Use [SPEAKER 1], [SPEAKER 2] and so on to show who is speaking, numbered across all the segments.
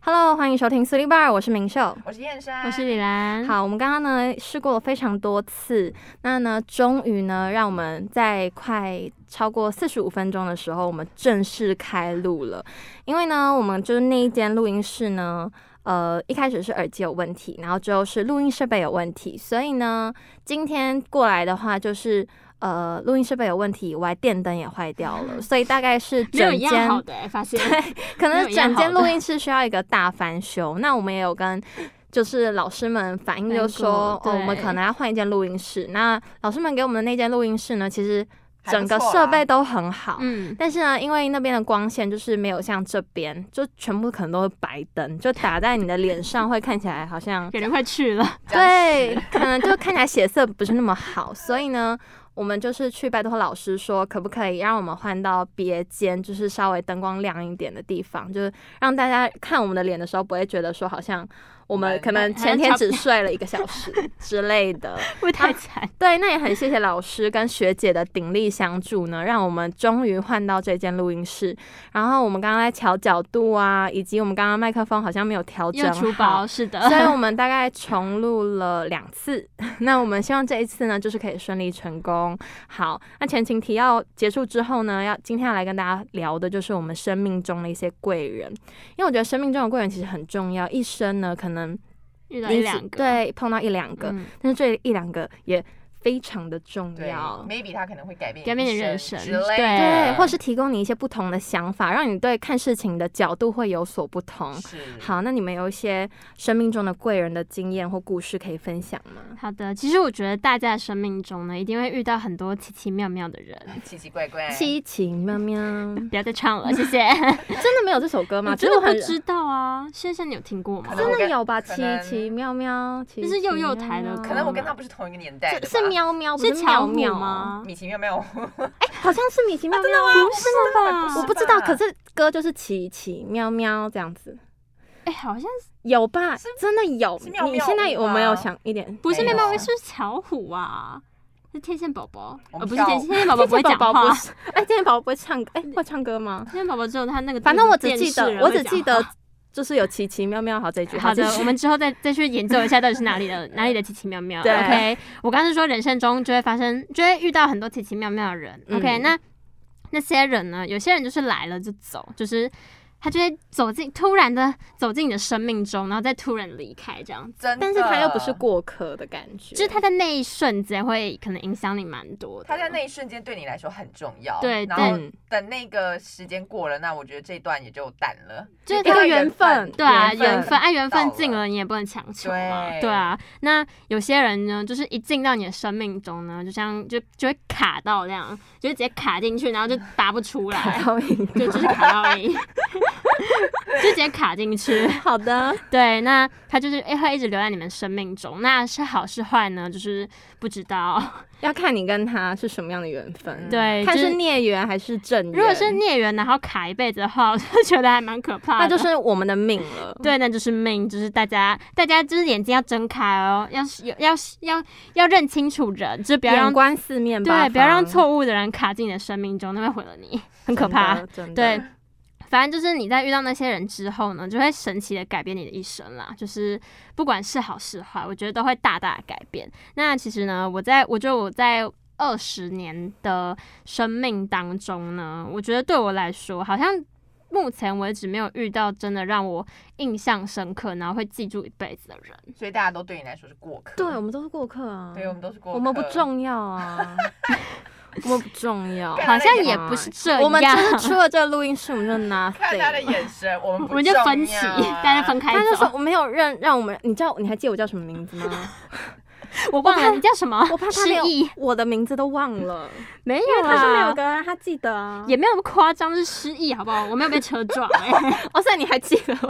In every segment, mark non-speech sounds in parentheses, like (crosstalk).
[SPEAKER 1] Hello，欢迎收听四零八二，我是明秀。
[SPEAKER 2] 我是燕山，
[SPEAKER 3] 我是李兰。，
[SPEAKER 1] 好，我们刚刚呢试过了非常多次，那呢终于呢让我们在快超过四十五分钟的时候，我们正式开录了。因为呢，我们就是那一间录音室呢，呃，一开始是耳机有问题，然后之后是录音设备有问题，所以呢，今天过来的话就是。呃，录音设备有问题以外，电灯也坏掉
[SPEAKER 3] (laughs)
[SPEAKER 1] 了，所以大概是
[SPEAKER 3] 没有
[SPEAKER 1] 整
[SPEAKER 3] 一
[SPEAKER 1] 间
[SPEAKER 3] 样好的、欸，发现 (laughs)
[SPEAKER 1] 可
[SPEAKER 3] 没
[SPEAKER 1] 能
[SPEAKER 3] 有一样
[SPEAKER 1] 整间
[SPEAKER 3] 好
[SPEAKER 1] 录
[SPEAKER 3] 的
[SPEAKER 1] 音室需要一个大翻修。那我们也有跟就是老师们反映，就说哦，
[SPEAKER 3] 反映过
[SPEAKER 1] 我们
[SPEAKER 3] 对
[SPEAKER 1] 可能要换一间录音室。那老师们给我们的那间录音室呢，其实
[SPEAKER 2] 还不
[SPEAKER 1] 整个
[SPEAKER 2] 错啦啊
[SPEAKER 1] 设备都很好。
[SPEAKER 3] 嗯，
[SPEAKER 1] 但是呢，因为那边的光线就是没有像这边，就全部可能都是白灯，就打在你的脸上，会看起来好像
[SPEAKER 3] 有人快去
[SPEAKER 2] (laughs)
[SPEAKER 3] 了，
[SPEAKER 2] 僵
[SPEAKER 1] 对，
[SPEAKER 3] (laughs)
[SPEAKER 1] 可能就看起来血色不是那么好，所以呢，我们就是去拜托老师说，可不可以让我们换到别间，就是稍微灯光亮一点的地方，就是让大家看我们的脸的时候，不会觉得说好像我们可能前天只睡了一个小时之类的。
[SPEAKER 3] 会不会太惨、
[SPEAKER 1] 对，那也很谢谢老师跟学姐的鼎力相助呢，让我们终于换到这间录音室。然后我们刚刚在调角度啊，以及我们刚刚麦克风好像没有调整
[SPEAKER 3] 又出
[SPEAKER 1] 好
[SPEAKER 3] 包，，是的，
[SPEAKER 1] (laughs) 所以我们大概重录了两次。 (laughs) 那我们希望这一次呢，就是可以顺利成功。好，那前情提要结束之后呢，要今天要来跟大家聊的就是我们生命中的一些贵人，因为我觉得生命中的贵人其实很重要，一生呢可能
[SPEAKER 3] (laughs) 遇到
[SPEAKER 1] 你
[SPEAKER 3] 一
[SPEAKER 1] 只
[SPEAKER 3] 两个，
[SPEAKER 1] 对碰到一两个，
[SPEAKER 3] 嗯，
[SPEAKER 1] 但是这一两个也非常的重
[SPEAKER 2] 对
[SPEAKER 1] 要。
[SPEAKER 2] ，maybe 他可能会改变
[SPEAKER 3] 改变你人
[SPEAKER 2] 生
[SPEAKER 3] 生
[SPEAKER 2] 之类的，
[SPEAKER 3] 对
[SPEAKER 1] 对，或是提供你一些不同的想法，让你对看事情的角度会有所不同。
[SPEAKER 3] 嗯
[SPEAKER 2] 是，
[SPEAKER 1] 好，那你们有一些生命中的贵人的经验或故事可以分享吗？
[SPEAKER 3] 好的。其实我觉得大家的生命中呢，一定会遇到很多奇奇妙妙的人。
[SPEAKER 2] 奇奇怪怪，
[SPEAKER 1] 七情喵喵，
[SPEAKER 3] 不要再唱了，谢谢。
[SPEAKER 1] 真的没有这首歌吗？
[SPEAKER 3] 我
[SPEAKER 1] 其实
[SPEAKER 3] 真的
[SPEAKER 1] 我很
[SPEAKER 3] 不知道啊，先生你有听过吗
[SPEAKER 2] 可？能
[SPEAKER 1] 真的
[SPEAKER 2] 我跟
[SPEAKER 1] 有吧？
[SPEAKER 2] 可
[SPEAKER 1] 七
[SPEAKER 2] 能
[SPEAKER 1] 情喵喵，这
[SPEAKER 3] 是幼幼台的
[SPEAKER 2] 可能我跟
[SPEAKER 3] 歌
[SPEAKER 2] 他不是同一个年代的吧，
[SPEAKER 1] 是喵喵，不
[SPEAKER 3] 是
[SPEAKER 1] 喵
[SPEAKER 3] 巧虎
[SPEAKER 1] 喵？
[SPEAKER 3] 吗？啊
[SPEAKER 2] 米奇妙妙，
[SPEAKER 1] 好像是米奇喵喵，
[SPEAKER 3] 不是吧？
[SPEAKER 1] 我
[SPEAKER 2] 是
[SPEAKER 1] 不知道。
[SPEAKER 2] 吧
[SPEAKER 1] 可是歌就是奇奇喵喵这样子，
[SPEAKER 3] 哎、好像是
[SPEAKER 1] 有吧
[SPEAKER 2] 是？
[SPEAKER 1] 真的有
[SPEAKER 2] 是喵。
[SPEAKER 1] 你
[SPEAKER 2] 喵
[SPEAKER 1] 现在
[SPEAKER 2] 屋
[SPEAKER 1] 有没有
[SPEAKER 2] 吗
[SPEAKER 1] 想一点？
[SPEAKER 3] 不是
[SPEAKER 2] 没
[SPEAKER 3] 面
[SPEAKER 2] 有
[SPEAKER 3] 包，是巧虎啊，是天线宝宝，
[SPEAKER 2] 我
[SPEAKER 3] 哦，
[SPEAKER 2] 们
[SPEAKER 3] 不是
[SPEAKER 2] 跳
[SPEAKER 3] 天线天线宝宝不会
[SPEAKER 1] 天
[SPEAKER 3] 讲
[SPEAKER 1] 线宝宝
[SPEAKER 3] 话
[SPEAKER 1] 不，是？哎，天线宝宝不会唱
[SPEAKER 3] (laughs)
[SPEAKER 1] 歌，哎，会唱歌吗？
[SPEAKER 3] 天线宝宝只有他那个，
[SPEAKER 1] 反正我只记得，我只记得。就是有奇奇喵喵好这一句，
[SPEAKER 3] 好的
[SPEAKER 1] 继，续
[SPEAKER 3] 我们之后再再去研究一下到底是哪里 (laughs) 的哪里的奇奇妙妙。
[SPEAKER 1] 对
[SPEAKER 3] OK，我刚是说人生中就会发生，就会遇到很多奇奇妙妙的人。OK，、
[SPEAKER 1] 嗯
[SPEAKER 3] 那那些人呢？有些人就是来了就走，就是他就会走进，突然的走进你的生命中，然后再突然离开这样。
[SPEAKER 2] 真的，
[SPEAKER 1] 但是他又不是，过客的感觉，
[SPEAKER 3] 就是他在那一瞬间会可能影响你蛮多的。
[SPEAKER 2] 他在那一瞬间对你来说很重要，
[SPEAKER 3] 对
[SPEAKER 2] 然
[SPEAKER 3] 但
[SPEAKER 2] 后
[SPEAKER 1] 嗯
[SPEAKER 2] 等那个时间过了，那我觉得这一段也就淡了，
[SPEAKER 3] 就是
[SPEAKER 1] 一
[SPEAKER 3] 他
[SPEAKER 1] 个
[SPEAKER 2] 缘
[SPEAKER 1] 缘分，
[SPEAKER 3] 对啊，
[SPEAKER 2] 缘
[SPEAKER 3] 缘
[SPEAKER 2] 分
[SPEAKER 1] (laughs)
[SPEAKER 3] 分，按缘分
[SPEAKER 2] 到
[SPEAKER 3] 进
[SPEAKER 2] 了
[SPEAKER 3] 了，你也不能强求嘛。
[SPEAKER 2] 对
[SPEAKER 3] 对啊，那有些人呢，就是一进到你的生命中呢，就像就就会卡到这样，就会直接卡进去，然后就拔不
[SPEAKER 1] (laughs)
[SPEAKER 3] 出来，
[SPEAKER 1] 投影
[SPEAKER 3] 就就是卡到而已， (laughs) 就直接卡进去。
[SPEAKER 1] (laughs) 好的，
[SPEAKER 3] 对，那他就是诶会一直留在你们生命中，那是好是坏呢？就是不知道。
[SPEAKER 1] (laughs) 要看你跟他是什么样的缘分，
[SPEAKER 3] 对，
[SPEAKER 1] 嗯看
[SPEAKER 3] 就是
[SPEAKER 1] 孽缘还是正缘。
[SPEAKER 3] 如果是孽缘，然后卡一辈子的话，我就觉得还蛮可怕的。
[SPEAKER 1] 那啊就是我们的命了。
[SPEAKER 3] 对，那就是命，就是大家，大家就是眼睛要睁开哦，要是有要是要要认清楚人，就不要
[SPEAKER 1] 眼
[SPEAKER 3] 让
[SPEAKER 1] 观四面八方，
[SPEAKER 3] 对，不要让错误的人卡进你的生命中，那会毁了你，很可怕
[SPEAKER 1] 真。的。真的
[SPEAKER 3] 对，反正就是你在遇到那些人之后呢，就会神奇的改变你的一生啦。就是不管是好是坏，我觉得都会大大地改变。那其实呢，我在我觉得我在二十年的生命当中呢，我觉得对我来说，好像目前为止没有遇到真的让我印象深刻，然后会记住一辈子的人。
[SPEAKER 2] 所以大家都对你来说是过
[SPEAKER 1] (laughs)
[SPEAKER 2] 客，
[SPEAKER 1] 对，我们都是过客啊，
[SPEAKER 2] 对，我们都是过
[SPEAKER 1] 我
[SPEAKER 2] 客，
[SPEAKER 1] 们不，重要
[SPEAKER 3] (laughs)
[SPEAKER 1] 啊，我们不重要，啊
[SPEAKER 2] 看
[SPEAKER 3] 好像也不是这样，
[SPEAKER 1] 我们就是出了这个录音室，我们就
[SPEAKER 3] (laughs)
[SPEAKER 2] 看他的
[SPEAKER 1] nothing。
[SPEAKER 2] 眼神，我们
[SPEAKER 3] 我
[SPEAKER 2] 不
[SPEAKER 3] 们就
[SPEAKER 2] 重
[SPEAKER 3] 分歧
[SPEAKER 2] 要，啊
[SPEAKER 3] 大家分开
[SPEAKER 1] 他就说哦
[SPEAKER 3] 走。
[SPEAKER 1] 我没有认让我们，你知道你还记得我叫什么名字
[SPEAKER 3] (laughs)
[SPEAKER 1] 吗？
[SPEAKER 3] 我忘了你叫什么？
[SPEAKER 1] 我怕他
[SPEAKER 3] 失
[SPEAKER 1] 连
[SPEAKER 3] 忆，
[SPEAKER 1] 我的名字都忘了，
[SPEAKER 3] 没
[SPEAKER 1] (laughs)
[SPEAKER 3] 有
[SPEAKER 1] 因为他是没
[SPEAKER 3] 啦
[SPEAKER 1] 有跟他记得啊。
[SPEAKER 3] 也没有那么夸张，是失忆好不好？我没有被车撞、
[SPEAKER 1] (laughs)
[SPEAKER 3] 欸，
[SPEAKER 1] 哦，所以你还记得我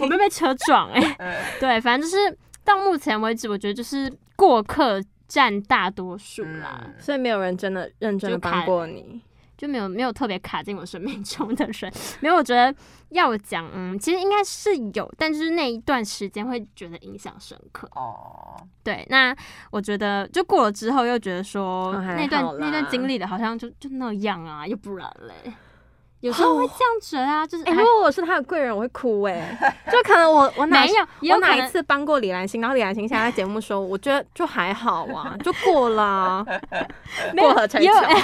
[SPEAKER 3] 我没有被车撞、哎，
[SPEAKER 2] 嗯
[SPEAKER 3] 对，反正就是到目前为止，我觉得就是过客占大多数啦，
[SPEAKER 2] 嗯
[SPEAKER 1] (laughs) 所以没有人真的认真的
[SPEAKER 3] 就看
[SPEAKER 1] 帮过你。
[SPEAKER 3] 就没有没有特别卡进我生命中的人。没有，我觉得要我讲，嗯，其实应该是有，但就是那一段时间会觉得印象深刻。
[SPEAKER 2] 哦，
[SPEAKER 3] 对，那我觉得就过了之后，又觉得说
[SPEAKER 1] 哦还
[SPEAKER 3] 那段
[SPEAKER 1] 好啦
[SPEAKER 3] 那段经历的好像就就那样啊，又不然嘞，有时候会这样觉得啊，就是
[SPEAKER 1] 哦哎、
[SPEAKER 3] 还
[SPEAKER 1] 如果我是他的贵人，我会哭哎、
[SPEAKER 3] (laughs)
[SPEAKER 1] 就可能我我哪
[SPEAKER 3] 没有，也有
[SPEAKER 1] 我
[SPEAKER 3] 可
[SPEAKER 1] 哪一
[SPEAKER 3] 能
[SPEAKER 1] 次帮过李兰心，然后李兰心现在在节目说，我觉得就还好
[SPEAKER 3] (laughs)
[SPEAKER 1] 啊，就过了啊、
[SPEAKER 3] 有
[SPEAKER 1] 过河拆
[SPEAKER 3] 也
[SPEAKER 1] 桥 (laughs)
[SPEAKER 3] (laughs) 有。哎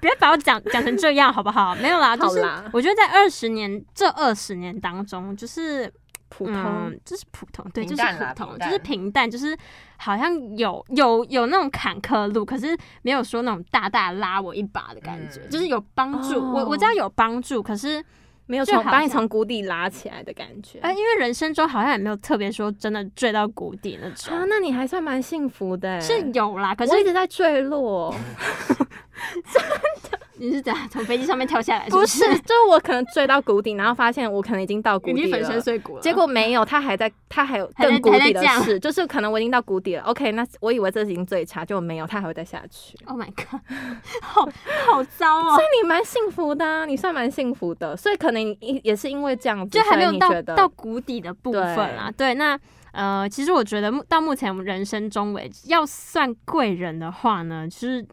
[SPEAKER 3] 不要把我讲讲成这样好不好？没有啦，就
[SPEAKER 1] 好
[SPEAKER 3] 是
[SPEAKER 1] 啦
[SPEAKER 3] 我觉得在二十年这二十年当中，就是
[SPEAKER 1] 普通、
[SPEAKER 3] 嗯，就是普通，对，就
[SPEAKER 2] 平
[SPEAKER 3] 是
[SPEAKER 2] 淡
[SPEAKER 3] 普
[SPEAKER 2] 啦
[SPEAKER 3] 通，
[SPEAKER 2] 平
[SPEAKER 3] 就
[SPEAKER 2] 淡
[SPEAKER 3] 是平淡，就是好像有有有那种坎坷路，可是没有说那种大大拉我一把的感觉，
[SPEAKER 2] 嗯
[SPEAKER 3] 就是有帮助。我我知
[SPEAKER 1] 哦
[SPEAKER 3] 道有帮助，可是
[SPEAKER 1] 没有
[SPEAKER 3] 就
[SPEAKER 1] 从
[SPEAKER 3] 好
[SPEAKER 1] 把你
[SPEAKER 3] 像
[SPEAKER 1] 从谷底拉起来的感觉。
[SPEAKER 3] 呃，因为人生中好像也没有特别说真的坠到谷底那种，
[SPEAKER 1] 啊，那你还算蛮幸福的、欸，
[SPEAKER 3] 是有啦。可
[SPEAKER 1] 我一
[SPEAKER 3] 是
[SPEAKER 1] 直在坠落，
[SPEAKER 3] 你是怎样从飞机上面跳下来
[SPEAKER 1] 不
[SPEAKER 3] 是
[SPEAKER 1] 是， (laughs) 就是我可能坠到谷底，然后发现我可能已经到谷
[SPEAKER 3] 已
[SPEAKER 1] 底
[SPEAKER 3] 经粉身
[SPEAKER 1] 了。
[SPEAKER 3] 碎骨了？
[SPEAKER 1] 结果没有，他还在，他还有
[SPEAKER 3] 还在
[SPEAKER 1] 更谷
[SPEAKER 3] 还在
[SPEAKER 1] 底的
[SPEAKER 3] 降
[SPEAKER 1] 事，就是可能我已经到谷底了。OK，那我以为这已经最差，结果没有，他还会再下去。
[SPEAKER 3] ，Oh my god，好 (laughs) 好糟哦、
[SPEAKER 1] 所以你蛮幸福的啊、你算蛮幸福的，所以可能你也是因为这样子，
[SPEAKER 3] 就还
[SPEAKER 1] 所
[SPEAKER 3] 没
[SPEAKER 1] 以
[SPEAKER 3] 有
[SPEAKER 1] 你
[SPEAKER 3] 到
[SPEAKER 1] 觉得
[SPEAKER 3] 到谷底的部分啊。对，那呃，其实我觉得目到目前我们人生中为止，要算贵人的话呢，就是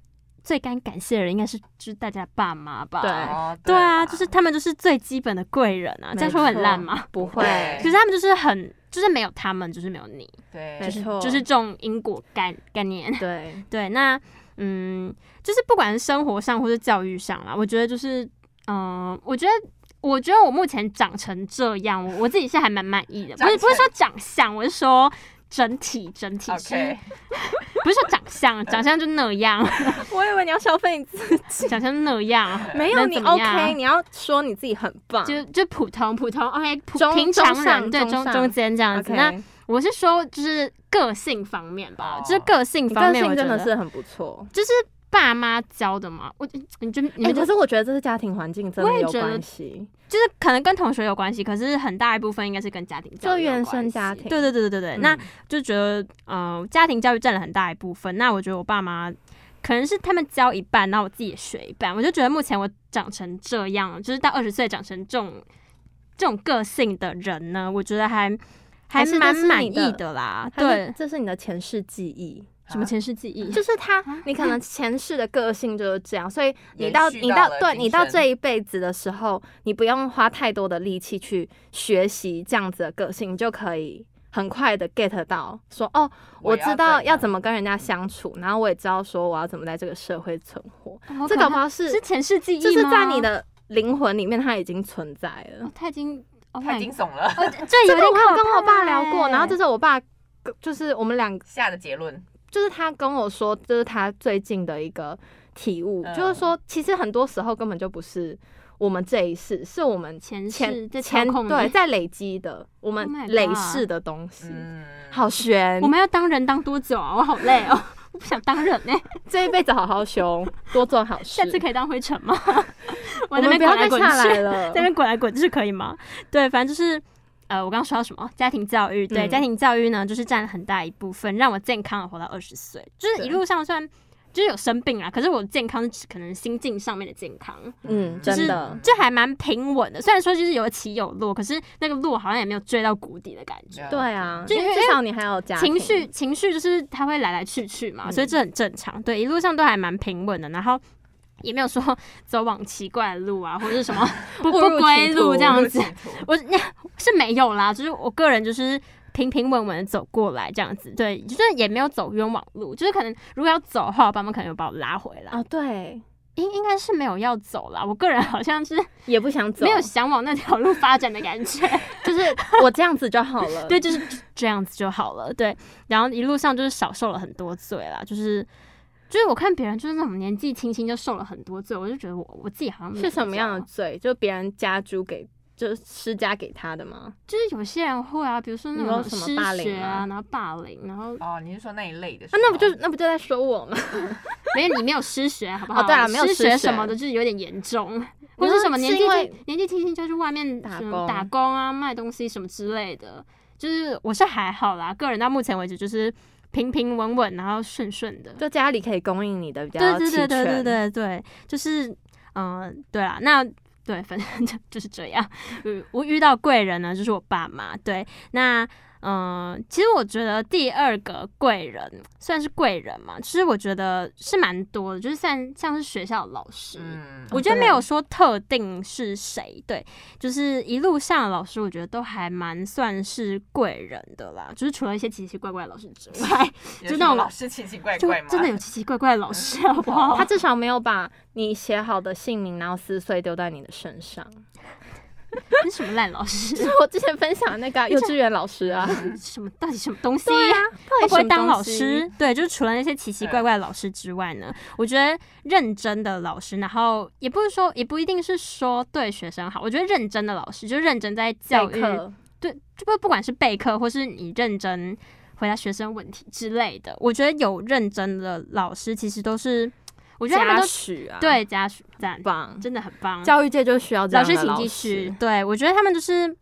[SPEAKER 3] 最该感谢的人应该是就是大家爸妈吧。
[SPEAKER 1] 对
[SPEAKER 2] 哦，
[SPEAKER 3] 对啊，
[SPEAKER 2] 啦
[SPEAKER 3] 就是他们就是最基本的贵人啊。这样说很烂吗？
[SPEAKER 1] 不会，
[SPEAKER 2] 对
[SPEAKER 3] (laughs) 就是他们就是很。就是没有他们，就是没有你，
[SPEAKER 2] 对，
[SPEAKER 1] 没
[SPEAKER 3] 就是
[SPEAKER 1] 错
[SPEAKER 3] 就是这种因果概概念。
[SPEAKER 1] 对，
[SPEAKER 3] 对，那嗯，就是不管是生活上或是教育上啦，我觉得就是嗯、我觉得。我觉得我目前长成这样，我我自己是还蛮满意的，不是
[SPEAKER 2] 长成
[SPEAKER 3] 不是说长相，我是说整体整体是
[SPEAKER 2] OK，
[SPEAKER 3] 不是说长相，长相就那样，
[SPEAKER 1] 我以为你要消费你自己，
[SPEAKER 3] 长相就那
[SPEAKER 1] (laughs)
[SPEAKER 3] 样，
[SPEAKER 1] 没有
[SPEAKER 3] 那
[SPEAKER 1] 你
[SPEAKER 3] 怎么样
[SPEAKER 1] OK，你要说你自己很棒，
[SPEAKER 3] 就就普通普通，OK，普
[SPEAKER 1] 中
[SPEAKER 3] 平常
[SPEAKER 1] 中
[SPEAKER 3] 人
[SPEAKER 1] 上
[SPEAKER 3] 对
[SPEAKER 1] 中
[SPEAKER 3] 中
[SPEAKER 1] 上
[SPEAKER 3] 中间这样子。那
[SPEAKER 1] OK，
[SPEAKER 3] 我是说就是个性方面吧，
[SPEAKER 2] 哦
[SPEAKER 3] 就是个性
[SPEAKER 1] 你
[SPEAKER 3] 方
[SPEAKER 1] 个
[SPEAKER 3] 面，
[SPEAKER 1] 性
[SPEAKER 3] 我觉
[SPEAKER 1] 真的
[SPEAKER 3] 得
[SPEAKER 1] 是很不错。
[SPEAKER 3] 就是爸妈教的嘛，我你就你
[SPEAKER 1] 哎、
[SPEAKER 3] 们就
[SPEAKER 1] 可是我觉得这是家庭环境真
[SPEAKER 3] 我
[SPEAKER 1] 的
[SPEAKER 3] 也
[SPEAKER 1] 有
[SPEAKER 3] 觉得
[SPEAKER 1] 关系，
[SPEAKER 3] 就是可能跟同学有关系，可是很大一部分应该是跟家庭教
[SPEAKER 1] 就
[SPEAKER 3] 育有
[SPEAKER 1] 原
[SPEAKER 3] 关
[SPEAKER 1] 生
[SPEAKER 3] 系
[SPEAKER 1] 家庭
[SPEAKER 3] 对对对对对对，
[SPEAKER 1] 嗯
[SPEAKER 3] 那就觉得呃，家庭教育占了很大一部分。那我觉得我爸妈可能是他们教一半，然后我自己也学一半。我就觉得目前我长成这样，就是到二十岁长成这种这种个性的人呢，我觉得还还
[SPEAKER 1] 还是这
[SPEAKER 3] 蛮
[SPEAKER 1] 是
[SPEAKER 3] 满
[SPEAKER 1] 你
[SPEAKER 3] 意
[SPEAKER 1] 的
[SPEAKER 3] 的啦。
[SPEAKER 1] 它是
[SPEAKER 3] 对，
[SPEAKER 1] 这是你的前世记忆，
[SPEAKER 3] 什么前世记忆？
[SPEAKER 1] 就是他
[SPEAKER 3] 啊，
[SPEAKER 1] 你可能前世的个性就是这样，所以你
[SPEAKER 2] 延
[SPEAKER 1] 到
[SPEAKER 2] 续
[SPEAKER 1] 你
[SPEAKER 2] 到
[SPEAKER 1] 到
[SPEAKER 2] 了
[SPEAKER 1] 对
[SPEAKER 2] 今
[SPEAKER 1] 你到
[SPEAKER 2] 生
[SPEAKER 1] 这一辈子的时候，你不用花太多的力气去学习这样子的个性，你就可以很快的 get 到说哦，
[SPEAKER 2] 我
[SPEAKER 1] 我
[SPEAKER 2] 要
[SPEAKER 1] 知道
[SPEAKER 2] 怎
[SPEAKER 1] 要
[SPEAKER 2] 样
[SPEAKER 1] 怎么跟人家相处，然后我也知道说我要怎么在这个社会存活。
[SPEAKER 3] 好
[SPEAKER 1] 这
[SPEAKER 3] 哦可
[SPEAKER 1] 搞
[SPEAKER 3] 怕
[SPEAKER 1] 不好是
[SPEAKER 3] 是前世记忆吗，
[SPEAKER 1] 就是在你的灵魂里面，它已经存在了
[SPEAKER 3] 哦，。他已经哦，
[SPEAKER 2] 太惊悚了。 (laughs)
[SPEAKER 3] (laughs) 哦，这
[SPEAKER 1] 这个
[SPEAKER 3] 有点
[SPEAKER 1] 我有
[SPEAKER 3] 可
[SPEAKER 1] 跟我爸
[SPEAKER 3] 怕
[SPEAKER 1] 聊过，
[SPEAKER 3] 欸
[SPEAKER 1] 然后这是我爸，就是我们两个
[SPEAKER 2] 下的结论，
[SPEAKER 1] 就是他跟我说，这、是他最近的一个体悟，
[SPEAKER 2] 嗯
[SPEAKER 1] 就是说，其实很多时候根本就不是我们这一世，是我们
[SPEAKER 3] 前世
[SPEAKER 1] 前
[SPEAKER 3] 在操
[SPEAKER 1] 前
[SPEAKER 3] 控你
[SPEAKER 1] 对在累积的，我
[SPEAKER 3] Oh my
[SPEAKER 1] 们
[SPEAKER 3] god
[SPEAKER 1] 累世的东西。
[SPEAKER 2] 嗯，
[SPEAKER 1] 好悬
[SPEAKER 3] 我，们要当人当多久啊？我好累哦，我不想当人
[SPEAKER 1] (laughs)
[SPEAKER 3] 哎、
[SPEAKER 1] 这一辈子好好
[SPEAKER 3] (laughs)
[SPEAKER 1] 修，多做好事。
[SPEAKER 3] 下次可以当灰尘吗？ (laughs)
[SPEAKER 1] 我
[SPEAKER 3] 在那
[SPEAKER 1] 们
[SPEAKER 3] 边
[SPEAKER 1] 不要再
[SPEAKER 3] 滚来滚
[SPEAKER 1] 下来
[SPEAKER 3] (laughs) 去，
[SPEAKER 1] 了
[SPEAKER 3] 在。那边滚来滚去可以吗？对，反正就是。呃，我刚刚说到什么？家庭教育，对、
[SPEAKER 1] 嗯
[SPEAKER 3] 家庭教育呢，就是占了很大一部分，让我健康的活到二十岁。就是一
[SPEAKER 1] 对
[SPEAKER 3] 路上虽然就是有生病啦，可是我健康是指可能心境上面的健康，
[SPEAKER 1] 嗯，
[SPEAKER 3] 就是
[SPEAKER 1] 真的，
[SPEAKER 3] 就还蛮平稳的。虽然说就是有起有落，可是那个落好像也没有坠到谷底的感觉。
[SPEAKER 2] 了
[SPEAKER 1] 对啊，
[SPEAKER 3] 就
[SPEAKER 1] 因为
[SPEAKER 3] 因为
[SPEAKER 1] 至少你还有家庭
[SPEAKER 3] 情绪情绪就是它会来来去去嘛，
[SPEAKER 1] 嗯
[SPEAKER 3] 所以这很正常。对，一路上都还蛮平稳的，然后也没有说 (laughs) 走往奇怪的路啊，或者是什么 (laughs) 不
[SPEAKER 1] 误入
[SPEAKER 3] 不归
[SPEAKER 1] 歧
[SPEAKER 3] 路
[SPEAKER 1] 途
[SPEAKER 3] 这
[SPEAKER 2] 误
[SPEAKER 3] 样
[SPEAKER 2] 入
[SPEAKER 3] 子
[SPEAKER 2] 歧。途
[SPEAKER 3] 我是没有啦，就是我个人就是。平平稳稳的走过来，这样子，对，就是也没有走冤枉路，就是可能如果要走的话，我爸妈可能有把我拉回来，
[SPEAKER 1] 哦，对，
[SPEAKER 3] 应应该是没有要走啦。我个人好像是
[SPEAKER 1] 也不想走，
[SPEAKER 3] 没有想往那条路发展的感觉，
[SPEAKER 1] 就是 (laughs) 我这样子就好了。
[SPEAKER 3] (laughs) 对，就是这样子就好了。对，然后一路上就是少受了很多罪啦，就是就是我看别人就是那种年纪轻轻就受了很多罪，我就觉得我我自己好像没有
[SPEAKER 1] 是什么
[SPEAKER 3] 这样
[SPEAKER 1] 样的罪？就别人家猪给，就是施加给他的吗？
[SPEAKER 3] 就是有些人会啊，比如说那
[SPEAKER 1] 你
[SPEAKER 3] 种
[SPEAKER 1] 说什么
[SPEAKER 3] 失
[SPEAKER 1] 霸凌
[SPEAKER 3] 学啊，
[SPEAKER 1] 啊
[SPEAKER 3] 然后霸凌，然后
[SPEAKER 2] 哦，你是说那一类的时
[SPEAKER 1] 啊
[SPEAKER 2] 候？，
[SPEAKER 1] 那不就那不就在说我吗？ (laughs)
[SPEAKER 3] 没有你没有失学好不好？
[SPEAKER 1] 哦对啊没有
[SPEAKER 3] 失
[SPEAKER 1] 失
[SPEAKER 3] 学
[SPEAKER 1] 学
[SPEAKER 3] 什么的，就是有点严重， (laughs)
[SPEAKER 1] 你
[SPEAKER 3] 或者
[SPEAKER 1] 说
[SPEAKER 3] 是什么年纪
[SPEAKER 1] 是因
[SPEAKER 3] 轻
[SPEAKER 1] 为
[SPEAKER 3] 年纪轻轻就去外面
[SPEAKER 1] 打
[SPEAKER 3] 什么
[SPEAKER 1] 工
[SPEAKER 3] 打工啊、卖东西什么之类的。就是我是还好啦，个人到目前为止就是平平稳稳，然后顺顺的。
[SPEAKER 1] 就家里可以供应你的比较
[SPEAKER 3] 对
[SPEAKER 1] 齐
[SPEAKER 3] 对对
[SPEAKER 1] 全。
[SPEAKER 3] 对对对对，就是嗯、呃对啦，那 (laughs) 对，反正就就是这样。嗯，我遇到贵人呢，就是我爸妈。对，那嗯、其实我觉得第二个贵人算是贵人嘛，其实我觉得是蛮多的，就是像像是学校的老师，
[SPEAKER 2] 嗯，
[SPEAKER 3] 我觉得没
[SPEAKER 1] 对
[SPEAKER 3] 有说特定是谁，对，就是一路上老师，我觉得都还蛮算是贵人的啦，就是除了一些奇奇怪怪的老师之外，
[SPEAKER 2] 有什
[SPEAKER 3] 就
[SPEAKER 2] 么
[SPEAKER 3] 那种
[SPEAKER 2] 老师奇奇怪
[SPEAKER 3] 就
[SPEAKER 2] 怪吗？
[SPEAKER 3] 真的有奇奇怪怪的老 (laughs) 师，好不好？
[SPEAKER 1] 他至少没有把你写好的姓名然后撕碎丢在你的身上。 (laughs)
[SPEAKER 3] (laughs) 是什么烂老师
[SPEAKER 1] 就？是我之前分享的那个啊幼稚园老师
[SPEAKER 3] (laughs)
[SPEAKER 1] 啊，
[SPEAKER 3] 什么到底什么东西？
[SPEAKER 1] 对啊，
[SPEAKER 3] 嗯会
[SPEAKER 1] 到底
[SPEAKER 3] 不
[SPEAKER 1] 什
[SPEAKER 3] 会
[SPEAKER 1] 么
[SPEAKER 3] 当老
[SPEAKER 1] 东西
[SPEAKER 3] 师？？对，就是除了那些奇奇怪怪的老师之外呢，我觉得认真的老师，然后也不是说，也不一定是说对学生好，我觉得认真的老师，就认真在教
[SPEAKER 1] 备
[SPEAKER 3] 育，
[SPEAKER 1] 课
[SPEAKER 3] 对，就不不管是备课或是你认真回答学生问题之类的，我觉得有认真的老师其实都是，我觉得他们
[SPEAKER 1] 嘉
[SPEAKER 3] 都
[SPEAKER 1] 许啊，，
[SPEAKER 3] 对家属赞， (laughs)
[SPEAKER 1] 棒。
[SPEAKER 3] 真的很棒。
[SPEAKER 1] 教育界就需要这
[SPEAKER 3] 老
[SPEAKER 1] 样的
[SPEAKER 3] 师请继续。对我觉得他们就是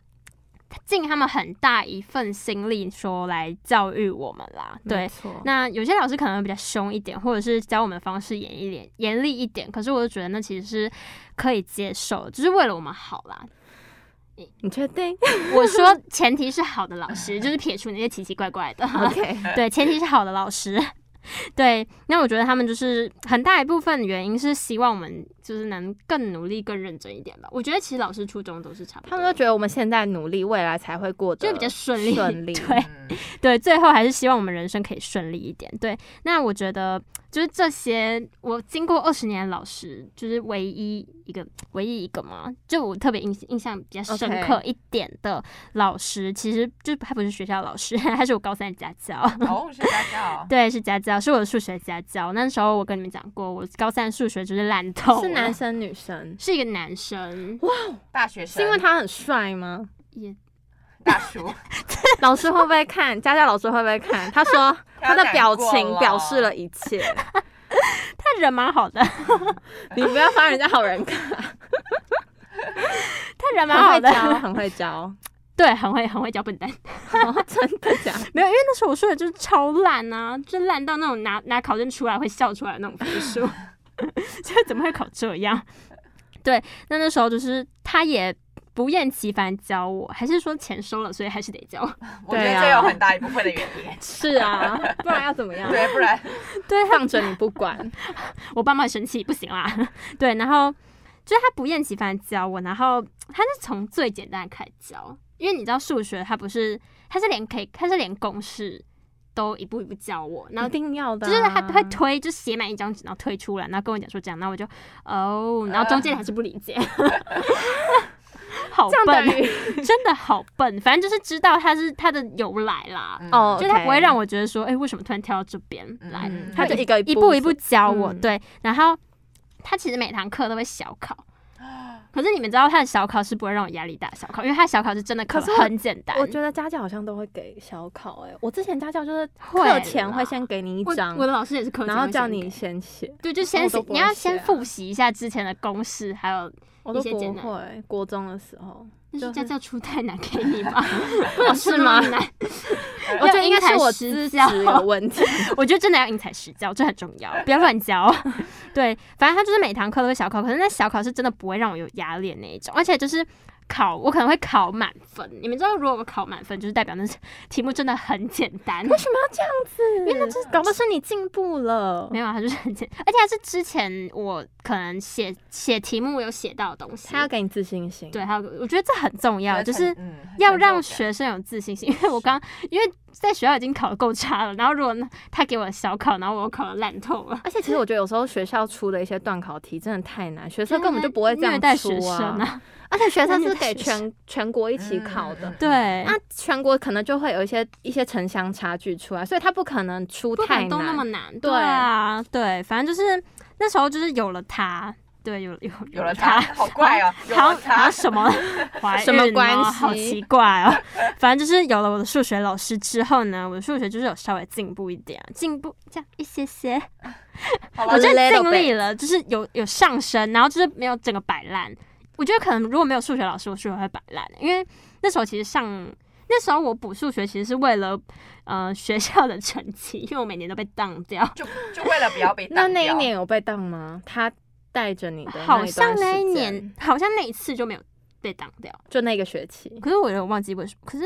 [SPEAKER 3] 尽他们很大一份心力，说来教育我们啦。
[SPEAKER 1] 没
[SPEAKER 3] 对，
[SPEAKER 1] 错
[SPEAKER 3] 那有些老师可能比较凶一点，或者是教我们方式严一点、严厉一点，可是我就觉得那其实是可以接受的，就是为了我们好啦。
[SPEAKER 1] 你确定 (laughs)
[SPEAKER 3] 我说前提是好的老师，就是撇除那些奇奇怪怪的。
[SPEAKER 1] ？OK，
[SPEAKER 3] 对，前提是好的老师。对，那我觉得他们就是很大一部分原因是希望我们就是能更努力、更认真一点吧。我觉得其实老师初衷都是差不多的，
[SPEAKER 1] 他们都觉得我们现在努力，未来才会过得
[SPEAKER 3] 就比较顺利，
[SPEAKER 1] 顺利
[SPEAKER 3] 对
[SPEAKER 2] 嗯
[SPEAKER 3] 对，最后还是希望我们人生可以顺利一点。对，那我觉得就是这些，我经过二十年的老师，就是唯一一个唯一一个嘛，就我特别印印象比较深
[SPEAKER 1] OK
[SPEAKER 3] 刻一点的老师其实就是他不是学校老师， (laughs) 他是我高三的家教。，
[SPEAKER 2] 哦，是家教
[SPEAKER 3] 对，是家教，是我的数学家教。那时候我跟你们讲过，我高三数学就是烂透了，
[SPEAKER 1] 是男生女生，
[SPEAKER 3] 是一个男生，
[SPEAKER 2] 大学生，
[SPEAKER 1] (laughs) 是因
[SPEAKER 3] 啊
[SPEAKER 1] 为他很帅吗？
[SPEAKER 3] 也
[SPEAKER 2] 大叔，
[SPEAKER 1] 老师会不会看？家教老师会不会看？他说 (laughs) 他的表情表示了一切，
[SPEAKER 3] 他人蛮好的， (laughs)
[SPEAKER 1] 你不要发人家好人卡， (laughs)
[SPEAKER 3] 他人蛮
[SPEAKER 1] 很
[SPEAKER 3] 好
[SPEAKER 1] 会教，
[SPEAKER 3] 的，
[SPEAKER 1] 很会教，
[SPEAKER 3] (laughs)
[SPEAKER 1] (laughs)
[SPEAKER 3] 对，很会很会教笨蛋。
[SPEAKER 1] 真的假的？
[SPEAKER 3] 没有，因为那时候我数学就是超烂啊，就烂到那种拿拿考卷出来会笑出来的那种分数，这怎么会考这样？ (laughs) 对，那那时候就是他也不厌其烦教我，还是说钱收了，所以还是得教。
[SPEAKER 2] (laughs) 我觉得
[SPEAKER 1] 对啊
[SPEAKER 2] 这有很大一部分的原因， (laughs)
[SPEAKER 1] 是啊，不然要怎么样？
[SPEAKER 2] 对，不然
[SPEAKER 3] 对，
[SPEAKER 1] 放着你不管，
[SPEAKER 3] 我爸妈很生气，不行啦。 (laughs) 对，然后就是他不厌其烦地教我，然后他是从最简单的开始教，因为你知道数学它不是，它是连可以，它是连公式都一步一步教我，
[SPEAKER 1] 一
[SPEAKER 3] 然后。
[SPEAKER 1] 定要的
[SPEAKER 3] 就
[SPEAKER 1] 啊。
[SPEAKER 3] 是他会推，就写满一张纸，然后推出来，然后跟我讲说这样，那我就哦，然后中间还是不理 (laughs) 解，好
[SPEAKER 1] 啊这样等
[SPEAKER 3] 笨，
[SPEAKER 1] 于
[SPEAKER 3] 真的好笨。反正就是知道它是它的由来啦，
[SPEAKER 2] 嗯
[SPEAKER 1] 哦，
[SPEAKER 3] 就是他不会让我觉得说，哎、为什么突然跳到这边来？
[SPEAKER 2] 嗯
[SPEAKER 1] 他就一个
[SPEAKER 3] 一步一步教
[SPEAKER 1] 嗯
[SPEAKER 3] 我，对。然后他其实每堂课都会小考，
[SPEAKER 1] 啊
[SPEAKER 3] 可是你们知道他的小考是不会让我压力大的小考，因为他的小考是真的可
[SPEAKER 1] 可是我
[SPEAKER 3] 很简单。
[SPEAKER 1] 我觉得家教好像都会给小考、欸，哎，我之前家教就是
[SPEAKER 3] 会
[SPEAKER 1] 课前会
[SPEAKER 3] 啦
[SPEAKER 1] 先给你一
[SPEAKER 3] 我
[SPEAKER 1] 张
[SPEAKER 3] 我，的老师也是课前
[SPEAKER 1] 然后
[SPEAKER 3] 会
[SPEAKER 1] 叫
[SPEAKER 3] 先
[SPEAKER 1] 你
[SPEAKER 3] 给
[SPEAKER 1] 先写，
[SPEAKER 3] 对，就
[SPEAKER 1] 我
[SPEAKER 3] 先
[SPEAKER 1] 都
[SPEAKER 3] 写
[SPEAKER 1] 不
[SPEAKER 3] 你
[SPEAKER 1] 会
[SPEAKER 3] 要
[SPEAKER 1] 写
[SPEAKER 3] 先
[SPEAKER 1] 啊
[SPEAKER 3] 复习一下之前的公式，还有
[SPEAKER 1] 我都
[SPEAKER 3] 一些
[SPEAKER 1] 不
[SPEAKER 3] 简单
[SPEAKER 1] 会。国中的时候，(laughs)
[SPEAKER 3] 那
[SPEAKER 1] 就是是
[SPEAKER 3] 家教出太难给你
[SPEAKER 1] (laughs)
[SPEAKER 3] 哦吧？
[SPEAKER 1] 是吗
[SPEAKER 3] 难， (laughs)
[SPEAKER 1] 我觉得哎应该是我资
[SPEAKER 3] 因材施
[SPEAKER 1] 质
[SPEAKER 3] 教
[SPEAKER 1] 有问题。
[SPEAKER 3] (laughs) 我觉得真的要因材施教，这很重要，不要乱
[SPEAKER 1] (laughs)
[SPEAKER 3] 教。对，反正他就是每堂课都会小考，可是那小考是真的不会让我有压力的那一种，而且就是考我可能会考满分。你们知道，如果我考满分，就是代表那 (laughs) 题目真的很简单。
[SPEAKER 1] 为什么要这样子？因为这搞不好是你进步了
[SPEAKER 3] 没。有啊，它就是很简，而且它是之前我可能写写题目有写到的东西。
[SPEAKER 1] 他要给你自信心，
[SPEAKER 3] 对，还有我觉得这很重要，就是
[SPEAKER 2] 嗯
[SPEAKER 3] 要让学生有自信心，因为我刚因为在学校已经考得够差了，然后如果呢他给我小考，然后我考得烂透了，
[SPEAKER 1] 而且其实我觉得有时候学校出的一些断考题真的太难，学生根本就不会这
[SPEAKER 3] 虐
[SPEAKER 1] 样
[SPEAKER 3] 待
[SPEAKER 1] 出
[SPEAKER 3] 学生
[SPEAKER 1] 啊。 (laughs) 而
[SPEAKER 3] 啊，
[SPEAKER 1] 且学生
[SPEAKER 3] 虐 (laughs)
[SPEAKER 1] 是
[SPEAKER 3] 待
[SPEAKER 1] 给
[SPEAKER 3] 学嗯
[SPEAKER 1] 全全国一起考
[SPEAKER 2] 嗯
[SPEAKER 1] 的，
[SPEAKER 3] 对，
[SPEAKER 1] 那全国可能就会有一些一些城乡差距出来，所以他不可能出
[SPEAKER 3] 不可
[SPEAKER 1] 太
[SPEAKER 3] 能都那么
[SPEAKER 1] 难。
[SPEAKER 3] 难，对啊，对，反正就是那时候就是有了他，对，有有
[SPEAKER 2] 有了
[SPEAKER 3] 了
[SPEAKER 2] 他，
[SPEAKER 3] 他。
[SPEAKER 2] 好怪哦，有
[SPEAKER 3] 好
[SPEAKER 2] 了他
[SPEAKER 3] 像，
[SPEAKER 1] (laughs)
[SPEAKER 3] 什么怀
[SPEAKER 1] 什么
[SPEAKER 3] 孕哦
[SPEAKER 1] 关
[SPEAKER 3] 好
[SPEAKER 1] 系
[SPEAKER 3] 奇怪哦。反正就是有了我的数学老师之后呢，我的数学就是有稍微进步一点、进步这样一些些。
[SPEAKER 2] 好
[SPEAKER 3] 我
[SPEAKER 2] 了，
[SPEAKER 3] 觉
[SPEAKER 1] little
[SPEAKER 3] 得尽
[SPEAKER 1] bit
[SPEAKER 3] 力了，就是有有上升，然后就是没有整个摆烂。我觉得可能如果没有数学老师，我数学会摆烂，欸因为那时候其实上那时候我补数学其实是为了呃学校的成绩，因为我每年都被当掉。
[SPEAKER 2] 就就为了不要被
[SPEAKER 1] 那
[SPEAKER 2] 当
[SPEAKER 1] 那一
[SPEAKER 2] 掉
[SPEAKER 1] 年有被当吗？他带着你的那一
[SPEAKER 3] 好
[SPEAKER 1] 段
[SPEAKER 3] 像那一
[SPEAKER 1] 时间
[SPEAKER 3] 年，好像那一次就没有被当掉，
[SPEAKER 1] 就那个学期，
[SPEAKER 3] 可是我有点忘记为什么。可是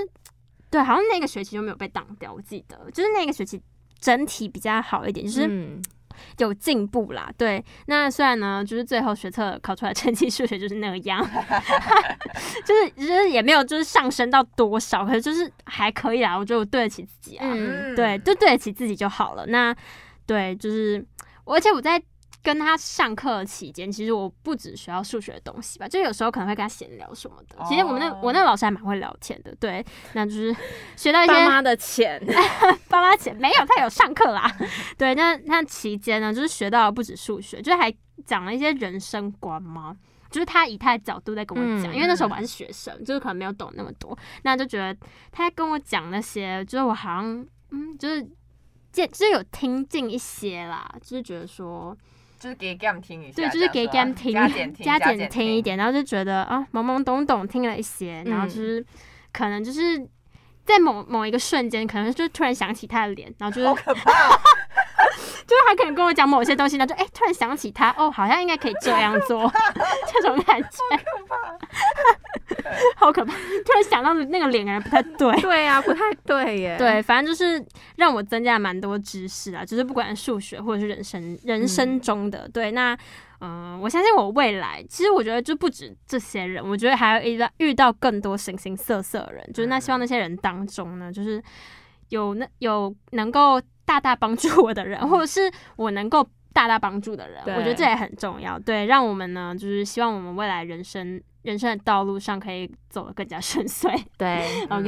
[SPEAKER 3] 对，好像那个学期就没有被挡掉，我记得就是那个学期整体比较好一点，就是
[SPEAKER 1] 嗯
[SPEAKER 3] 有进步啦。对，那虽然呢，就是最后学测考出来的成绩，数学就是那样， (laughs) 就是就是也没有就是上升到多少，可是就是还可以啦，我觉得我对得起自己啊，
[SPEAKER 1] 嗯
[SPEAKER 3] 对，就对得起自己就好了。那对，就是我而且我在。跟他上课的期间，其实我不只学到数学的东西吧，就有时候可能会跟他闲聊什么的。其实我们那
[SPEAKER 2] 哦
[SPEAKER 3] 我那个老师还蛮会聊天的，对，那就是学到一些
[SPEAKER 1] 爸妈的
[SPEAKER 3] (laughs)
[SPEAKER 1] 钱，
[SPEAKER 3] 爸妈钱没有，他有上课啦。 (laughs) 对，那那期间呢，就是学到了不止数学，就是还讲了一些人生观嘛。就是他以他的角度在跟我
[SPEAKER 1] 嗯
[SPEAKER 3] 讲，因为那时候我还是学生，就是可能没有懂那么多，那就觉得他在跟我讲那些，就是我好像嗯，就是见就是有听进一些啦，就是觉得说，
[SPEAKER 2] 就是给 Gam 听一下，
[SPEAKER 3] 对，就是给
[SPEAKER 2] g a
[SPEAKER 3] Gam
[SPEAKER 2] m
[SPEAKER 3] 听
[SPEAKER 2] 啊加减听，嗯
[SPEAKER 3] 加减
[SPEAKER 2] 减
[SPEAKER 3] 听一。点，然后就觉得啊懵懵懂懂听了一些，然后就是、可能就是在某某一个瞬间，可能就突然想起他的脸，然后就是
[SPEAKER 2] 好可怕！哦
[SPEAKER 3] (laughs) 就是他可能跟我讲某些东西，然后就哎、突然想起他，哦，好像应该可以这样做，这种感觉， (laughs) 好可怕，突然想到那个脸感觉不太对。
[SPEAKER 1] 对啊，不太对
[SPEAKER 3] (laughs)
[SPEAKER 1] 耶。，
[SPEAKER 3] 对，反正就是让我增加了蛮多知识啊，就是不管是数学或者是人生人生中的、对，那嗯、呃我相信我未来，其实我觉得就不止这些人，我觉得还要遇到遇到更多形形色色的人，就是那
[SPEAKER 2] 嗯
[SPEAKER 3] 希望那些人当中呢，就是有那有能够大大帮助我的人，或者是我能够大大帮助的人，
[SPEAKER 1] 嗯对
[SPEAKER 3] 我觉得这也很重要。对，让我们呢，就是希望我们未来人生人生的道路上可以走得更加顺遂。
[SPEAKER 1] 对
[SPEAKER 3] OK，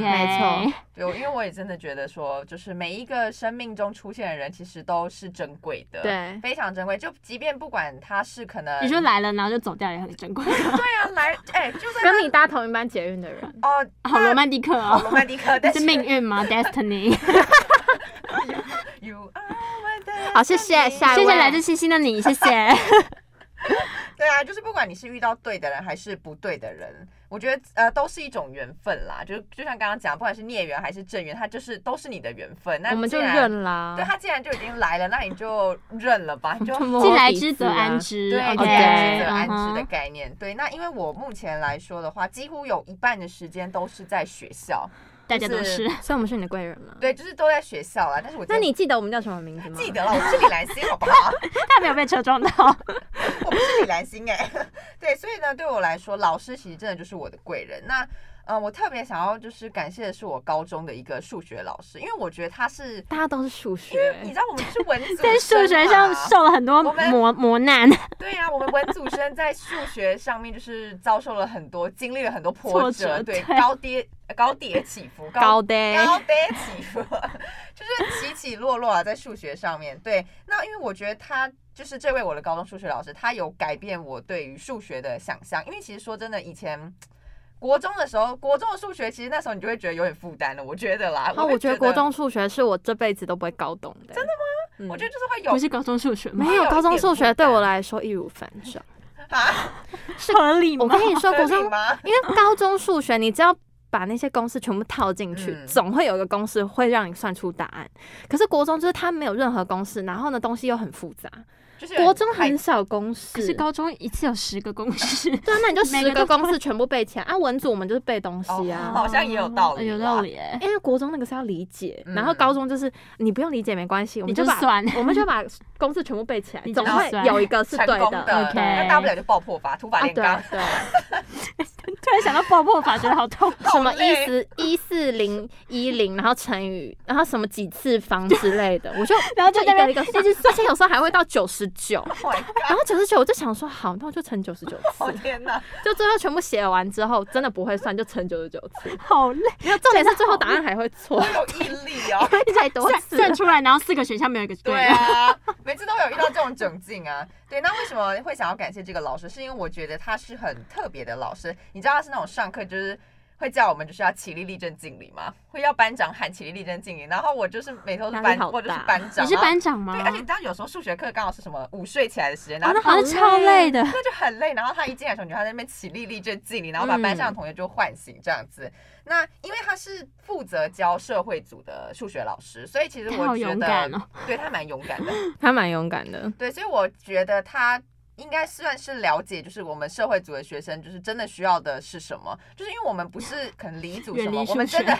[SPEAKER 1] 嗯 没错，
[SPEAKER 2] 嗯对，因为我也真的觉得说，就是每一个生命中出现的人，其实都是珍贵的，，
[SPEAKER 1] 对，
[SPEAKER 2] 非常珍贵。就即便不管他是可能，
[SPEAKER 3] 你说来了，然后就走掉也很珍贵， (laughs)
[SPEAKER 2] 对啊，来，哎，就算
[SPEAKER 1] 跟你搭同一班捷运的人，
[SPEAKER 2] 哦，
[SPEAKER 3] 好罗曼蒂
[SPEAKER 2] (laughs)
[SPEAKER 3] 克
[SPEAKER 2] 好
[SPEAKER 3] 哦。
[SPEAKER 2] 罗曼蒂
[SPEAKER 3] (laughs)
[SPEAKER 2] 克，但
[SPEAKER 3] 是
[SPEAKER 2] 是
[SPEAKER 3] 命运
[SPEAKER 2] (laughs)
[SPEAKER 3] 吗？Destiny。
[SPEAKER 2] You are my destiny
[SPEAKER 1] 好谢谢下一
[SPEAKER 3] 谢
[SPEAKER 1] 位
[SPEAKER 3] 谢来自星星的你，谢
[SPEAKER 2] (laughs)
[SPEAKER 3] 谢。
[SPEAKER 2] 对啊，就是不管你是遇到对的人还是不对的人，我觉得呃都是一种缘分啦。就就像刚刚讲，不管是孽缘还是正缘，它就是都是你的缘分。那
[SPEAKER 1] 我们就
[SPEAKER 2] 既然
[SPEAKER 1] 认啦
[SPEAKER 2] 对。他既然就已经来了，那你就认了吧，你
[SPEAKER 3] (laughs)
[SPEAKER 2] 就
[SPEAKER 1] 摸
[SPEAKER 3] 既来
[SPEAKER 1] 鼻
[SPEAKER 3] 之
[SPEAKER 1] 子
[SPEAKER 3] 则
[SPEAKER 1] 啊
[SPEAKER 3] 安之
[SPEAKER 2] 对，
[SPEAKER 3] ，OK，
[SPEAKER 2] 既然是安
[SPEAKER 3] 嗯
[SPEAKER 2] 之的
[SPEAKER 3] 哼
[SPEAKER 2] 概念。对，那因为我目前来说的话，几乎有一半的时间都是在学
[SPEAKER 3] (laughs)
[SPEAKER 2] 校，
[SPEAKER 3] 大家都是。
[SPEAKER 1] 所以我们是你的贵人吗？
[SPEAKER 2] 对，就是都在学校啦。但是我
[SPEAKER 1] 那
[SPEAKER 2] 今
[SPEAKER 1] 你
[SPEAKER 2] 天
[SPEAKER 1] 记得我们叫什么名字吗？
[SPEAKER 2] 记得了，我是李兰心，好不好？ (laughs)
[SPEAKER 3] 他没有被车撞到。
[SPEAKER 2] 我不是李兰心哎、 (laughs) 对，所以呢，对我来说，老师其实真的就是我的贵人。那呃，我特别想要就是感谢的是我高中的一个数学老师，因为我觉得他是，
[SPEAKER 1] 大家都是数学，
[SPEAKER 2] 你知道我们是文组生嘛，
[SPEAKER 3] (laughs) 在数学上受了很多
[SPEAKER 2] 啊我们
[SPEAKER 3] 磨磨难、
[SPEAKER 2] 对呀、我们文组生在数学上面就是遭受了很多，经历了很多
[SPEAKER 3] 挫
[SPEAKER 2] 波
[SPEAKER 3] 折
[SPEAKER 2] 折，对，
[SPEAKER 3] 对
[SPEAKER 2] 高跌呃高跌起伏，
[SPEAKER 1] 高的
[SPEAKER 2] 高低起伏， (laughs) 就是起起落落啊，在数学上面。对，那因为我觉得他就是这位我的高中数学老师，他有改变我对于数学的想象。因为其实说真的，以前。国中的时候，国中的数学其实那时候你就会觉得有点负担了，我觉得啦。
[SPEAKER 1] 哦，
[SPEAKER 2] 会
[SPEAKER 1] 我觉得国，中数学是我这辈子都不会搞懂的。真的吗
[SPEAKER 2] 我觉得
[SPEAKER 1] 得
[SPEAKER 2] 就是会有
[SPEAKER 3] 不是高中数学吗？
[SPEAKER 1] 没有
[SPEAKER 2] 有一
[SPEAKER 1] 高中
[SPEAKER 2] 点
[SPEAKER 1] 数
[SPEAKER 2] 负
[SPEAKER 1] 学对
[SPEAKER 2] 担
[SPEAKER 1] 我来说一无反手。
[SPEAKER 2] 啊，
[SPEAKER 3] 合理吗
[SPEAKER 1] 我？跟你说，国
[SPEAKER 2] 合理
[SPEAKER 1] 中
[SPEAKER 2] 吗？
[SPEAKER 1] 因为高中数学，你只要把那些公式全部套进去，
[SPEAKER 2] 嗯
[SPEAKER 1] 总会有一个公式会让你算出答案。可是国中就是它没有任何公式，然后呢东西又很复杂。
[SPEAKER 2] 就是
[SPEAKER 1] 国中
[SPEAKER 2] 还
[SPEAKER 1] 很少公
[SPEAKER 3] 可
[SPEAKER 1] 式，
[SPEAKER 3] 是高中一次有十个公
[SPEAKER 2] (laughs)
[SPEAKER 3] 式，
[SPEAKER 1] 对啊，那你就
[SPEAKER 3] 每
[SPEAKER 1] 十
[SPEAKER 3] 个
[SPEAKER 1] 个
[SPEAKER 3] 都
[SPEAKER 1] 公式全部背起来啊。文组我们就是背东西啊。
[SPEAKER 2] 好像哦也有道理
[SPEAKER 3] 有
[SPEAKER 2] 啦
[SPEAKER 3] 道理哎。
[SPEAKER 1] 因为国中那个是要理解，
[SPEAKER 2] 嗯
[SPEAKER 1] 然后高中就是你不用理解没关系，我
[SPEAKER 3] 你
[SPEAKER 1] 们
[SPEAKER 3] 就
[SPEAKER 1] 把
[SPEAKER 3] 算，
[SPEAKER 1] 我
[SPEAKER 3] (laughs)
[SPEAKER 1] 们就把公式全部背起来，
[SPEAKER 3] 你就
[SPEAKER 1] 总会
[SPEAKER 3] 算
[SPEAKER 1] 有一个是
[SPEAKER 2] 成
[SPEAKER 1] 对
[SPEAKER 2] 功
[SPEAKER 1] 的。
[SPEAKER 3] OK
[SPEAKER 2] 那大不了就爆破法，土法
[SPEAKER 1] 啊，
[SPEAKER 2] 炼
[SPEAKER 1] 对
[SPEAKER 2] 钢。
[SPEAKER 1] 对，
[SPEAKER 3] (laughs)
[SPEAKER 2] (laughs)
[SPEAKER 3] 突然想到爆破法，觉得好痛。
[SPEAKER 1] 什么一
[SPEAKER 2] 累
[SPEAKER 1] 四一四零一零，然后乘以，然后什么几次方之类的，我就
[SPEAKER 3] 然后就
[SPEAKER 1] 就
[SPEAKER 3] 在
[SPEAKER 1] 一个
[SPEAKER 3] 那边
[SPEAKER 1] 一个算，而且有时候还会到九十九，
[SPEAKER 2] Oh (laughs) my god！
[SPEAKER 1] 然后九十九我就想说，好，那我就乘九十九
[SPEAKER 2] 我
[SPEAKER 1] 次，
[SPEAKER 2] 天哪！
[SPEAKER 1] 就最后全部写完之后，真的不会算，就乘九十九
[SPEAKER 3] (laughs)
[SPEAKER 1] 次。
[SPEAKER 2] (laughs)
[SPEAKER 3] 好累，
[SPEAKER 1] 没有，重点是最后答案还会
[SPEAKER 3] (laughs)
[SPEAKER 1] 错，
[SPEAKER 2] 有毅
[SPEAKER 1] (laughs)
[SPEAKER 2] 力哦。
[SPEAKER 1] 太多
[SPEAKER 3] 算
[SPEAKER 1] 次。
[SPEAKER 3] 算出来，然后四个选项没有一个
[SPEAKER 2] 对
[SPEAKER 3] 的
[SPEAKER 2] 啊，每次都有遇到这种窘境啊。对，那为什么会想要感谢这个老师？是因为我觉得他是很特别的老师。你知道他是那种上课就是会叫我们就是要起立立正敬礼吗？会要班长喊起立立正敬礼。然后我就是每头是
[SPEAKER 1] 压
[SPEAKER 2] 班
[SPEAKER 1] 力啊好，大
[SPEAKER 2] 我就是班长。
[SPEAKER 1] (laughs)
[SPEAKER 3] 你是
[SPEAKER 2] 然后
[SPEAKER 3] 班长吗？
[SPEAKER 2] 对，而且你知道有时候数学课刚好是什么午睡起来的时间，然
[SPEAKER 1] 哦
[SPEAKER 2] 后
[SPEAKER 1] 那
[SPEAKER 3] 好像超累
[SPEAKER 2] (laughs)
[SPEAKER 3] 的。
[SPEAKER 2] 那就很累。然后他一进来的时候，你就他在那边起立立正敬礼，然后把班上的同学就唤醒这样子。那因为他是负责教社会组的数学老师，所以其实
[SPEAKER 3] 他好
[SPEAKER 2] 我觉
[SPEAKER 3] 勇
[SPEAKER 2] 得，
[SPEAKER 3] 敢哦
[SPEAKER 2] 对他蛮勇敢的。 (laughs)
[SPEAKER 1] 他蛮勇敢的，
[SPEAKER 2] 对，所以我觉得他应该算是了解，就是我们社会组的学生，就是真的需要的是什么？就是因为我们不是可能理组什么
[SPEAKER 3] 远离，
[SPEAKER 2] 我
[SPEAKER 3] 数
[SPEAKER 2] 们
[SPEAKER 3] 学
[SPEAKER 2] 真的，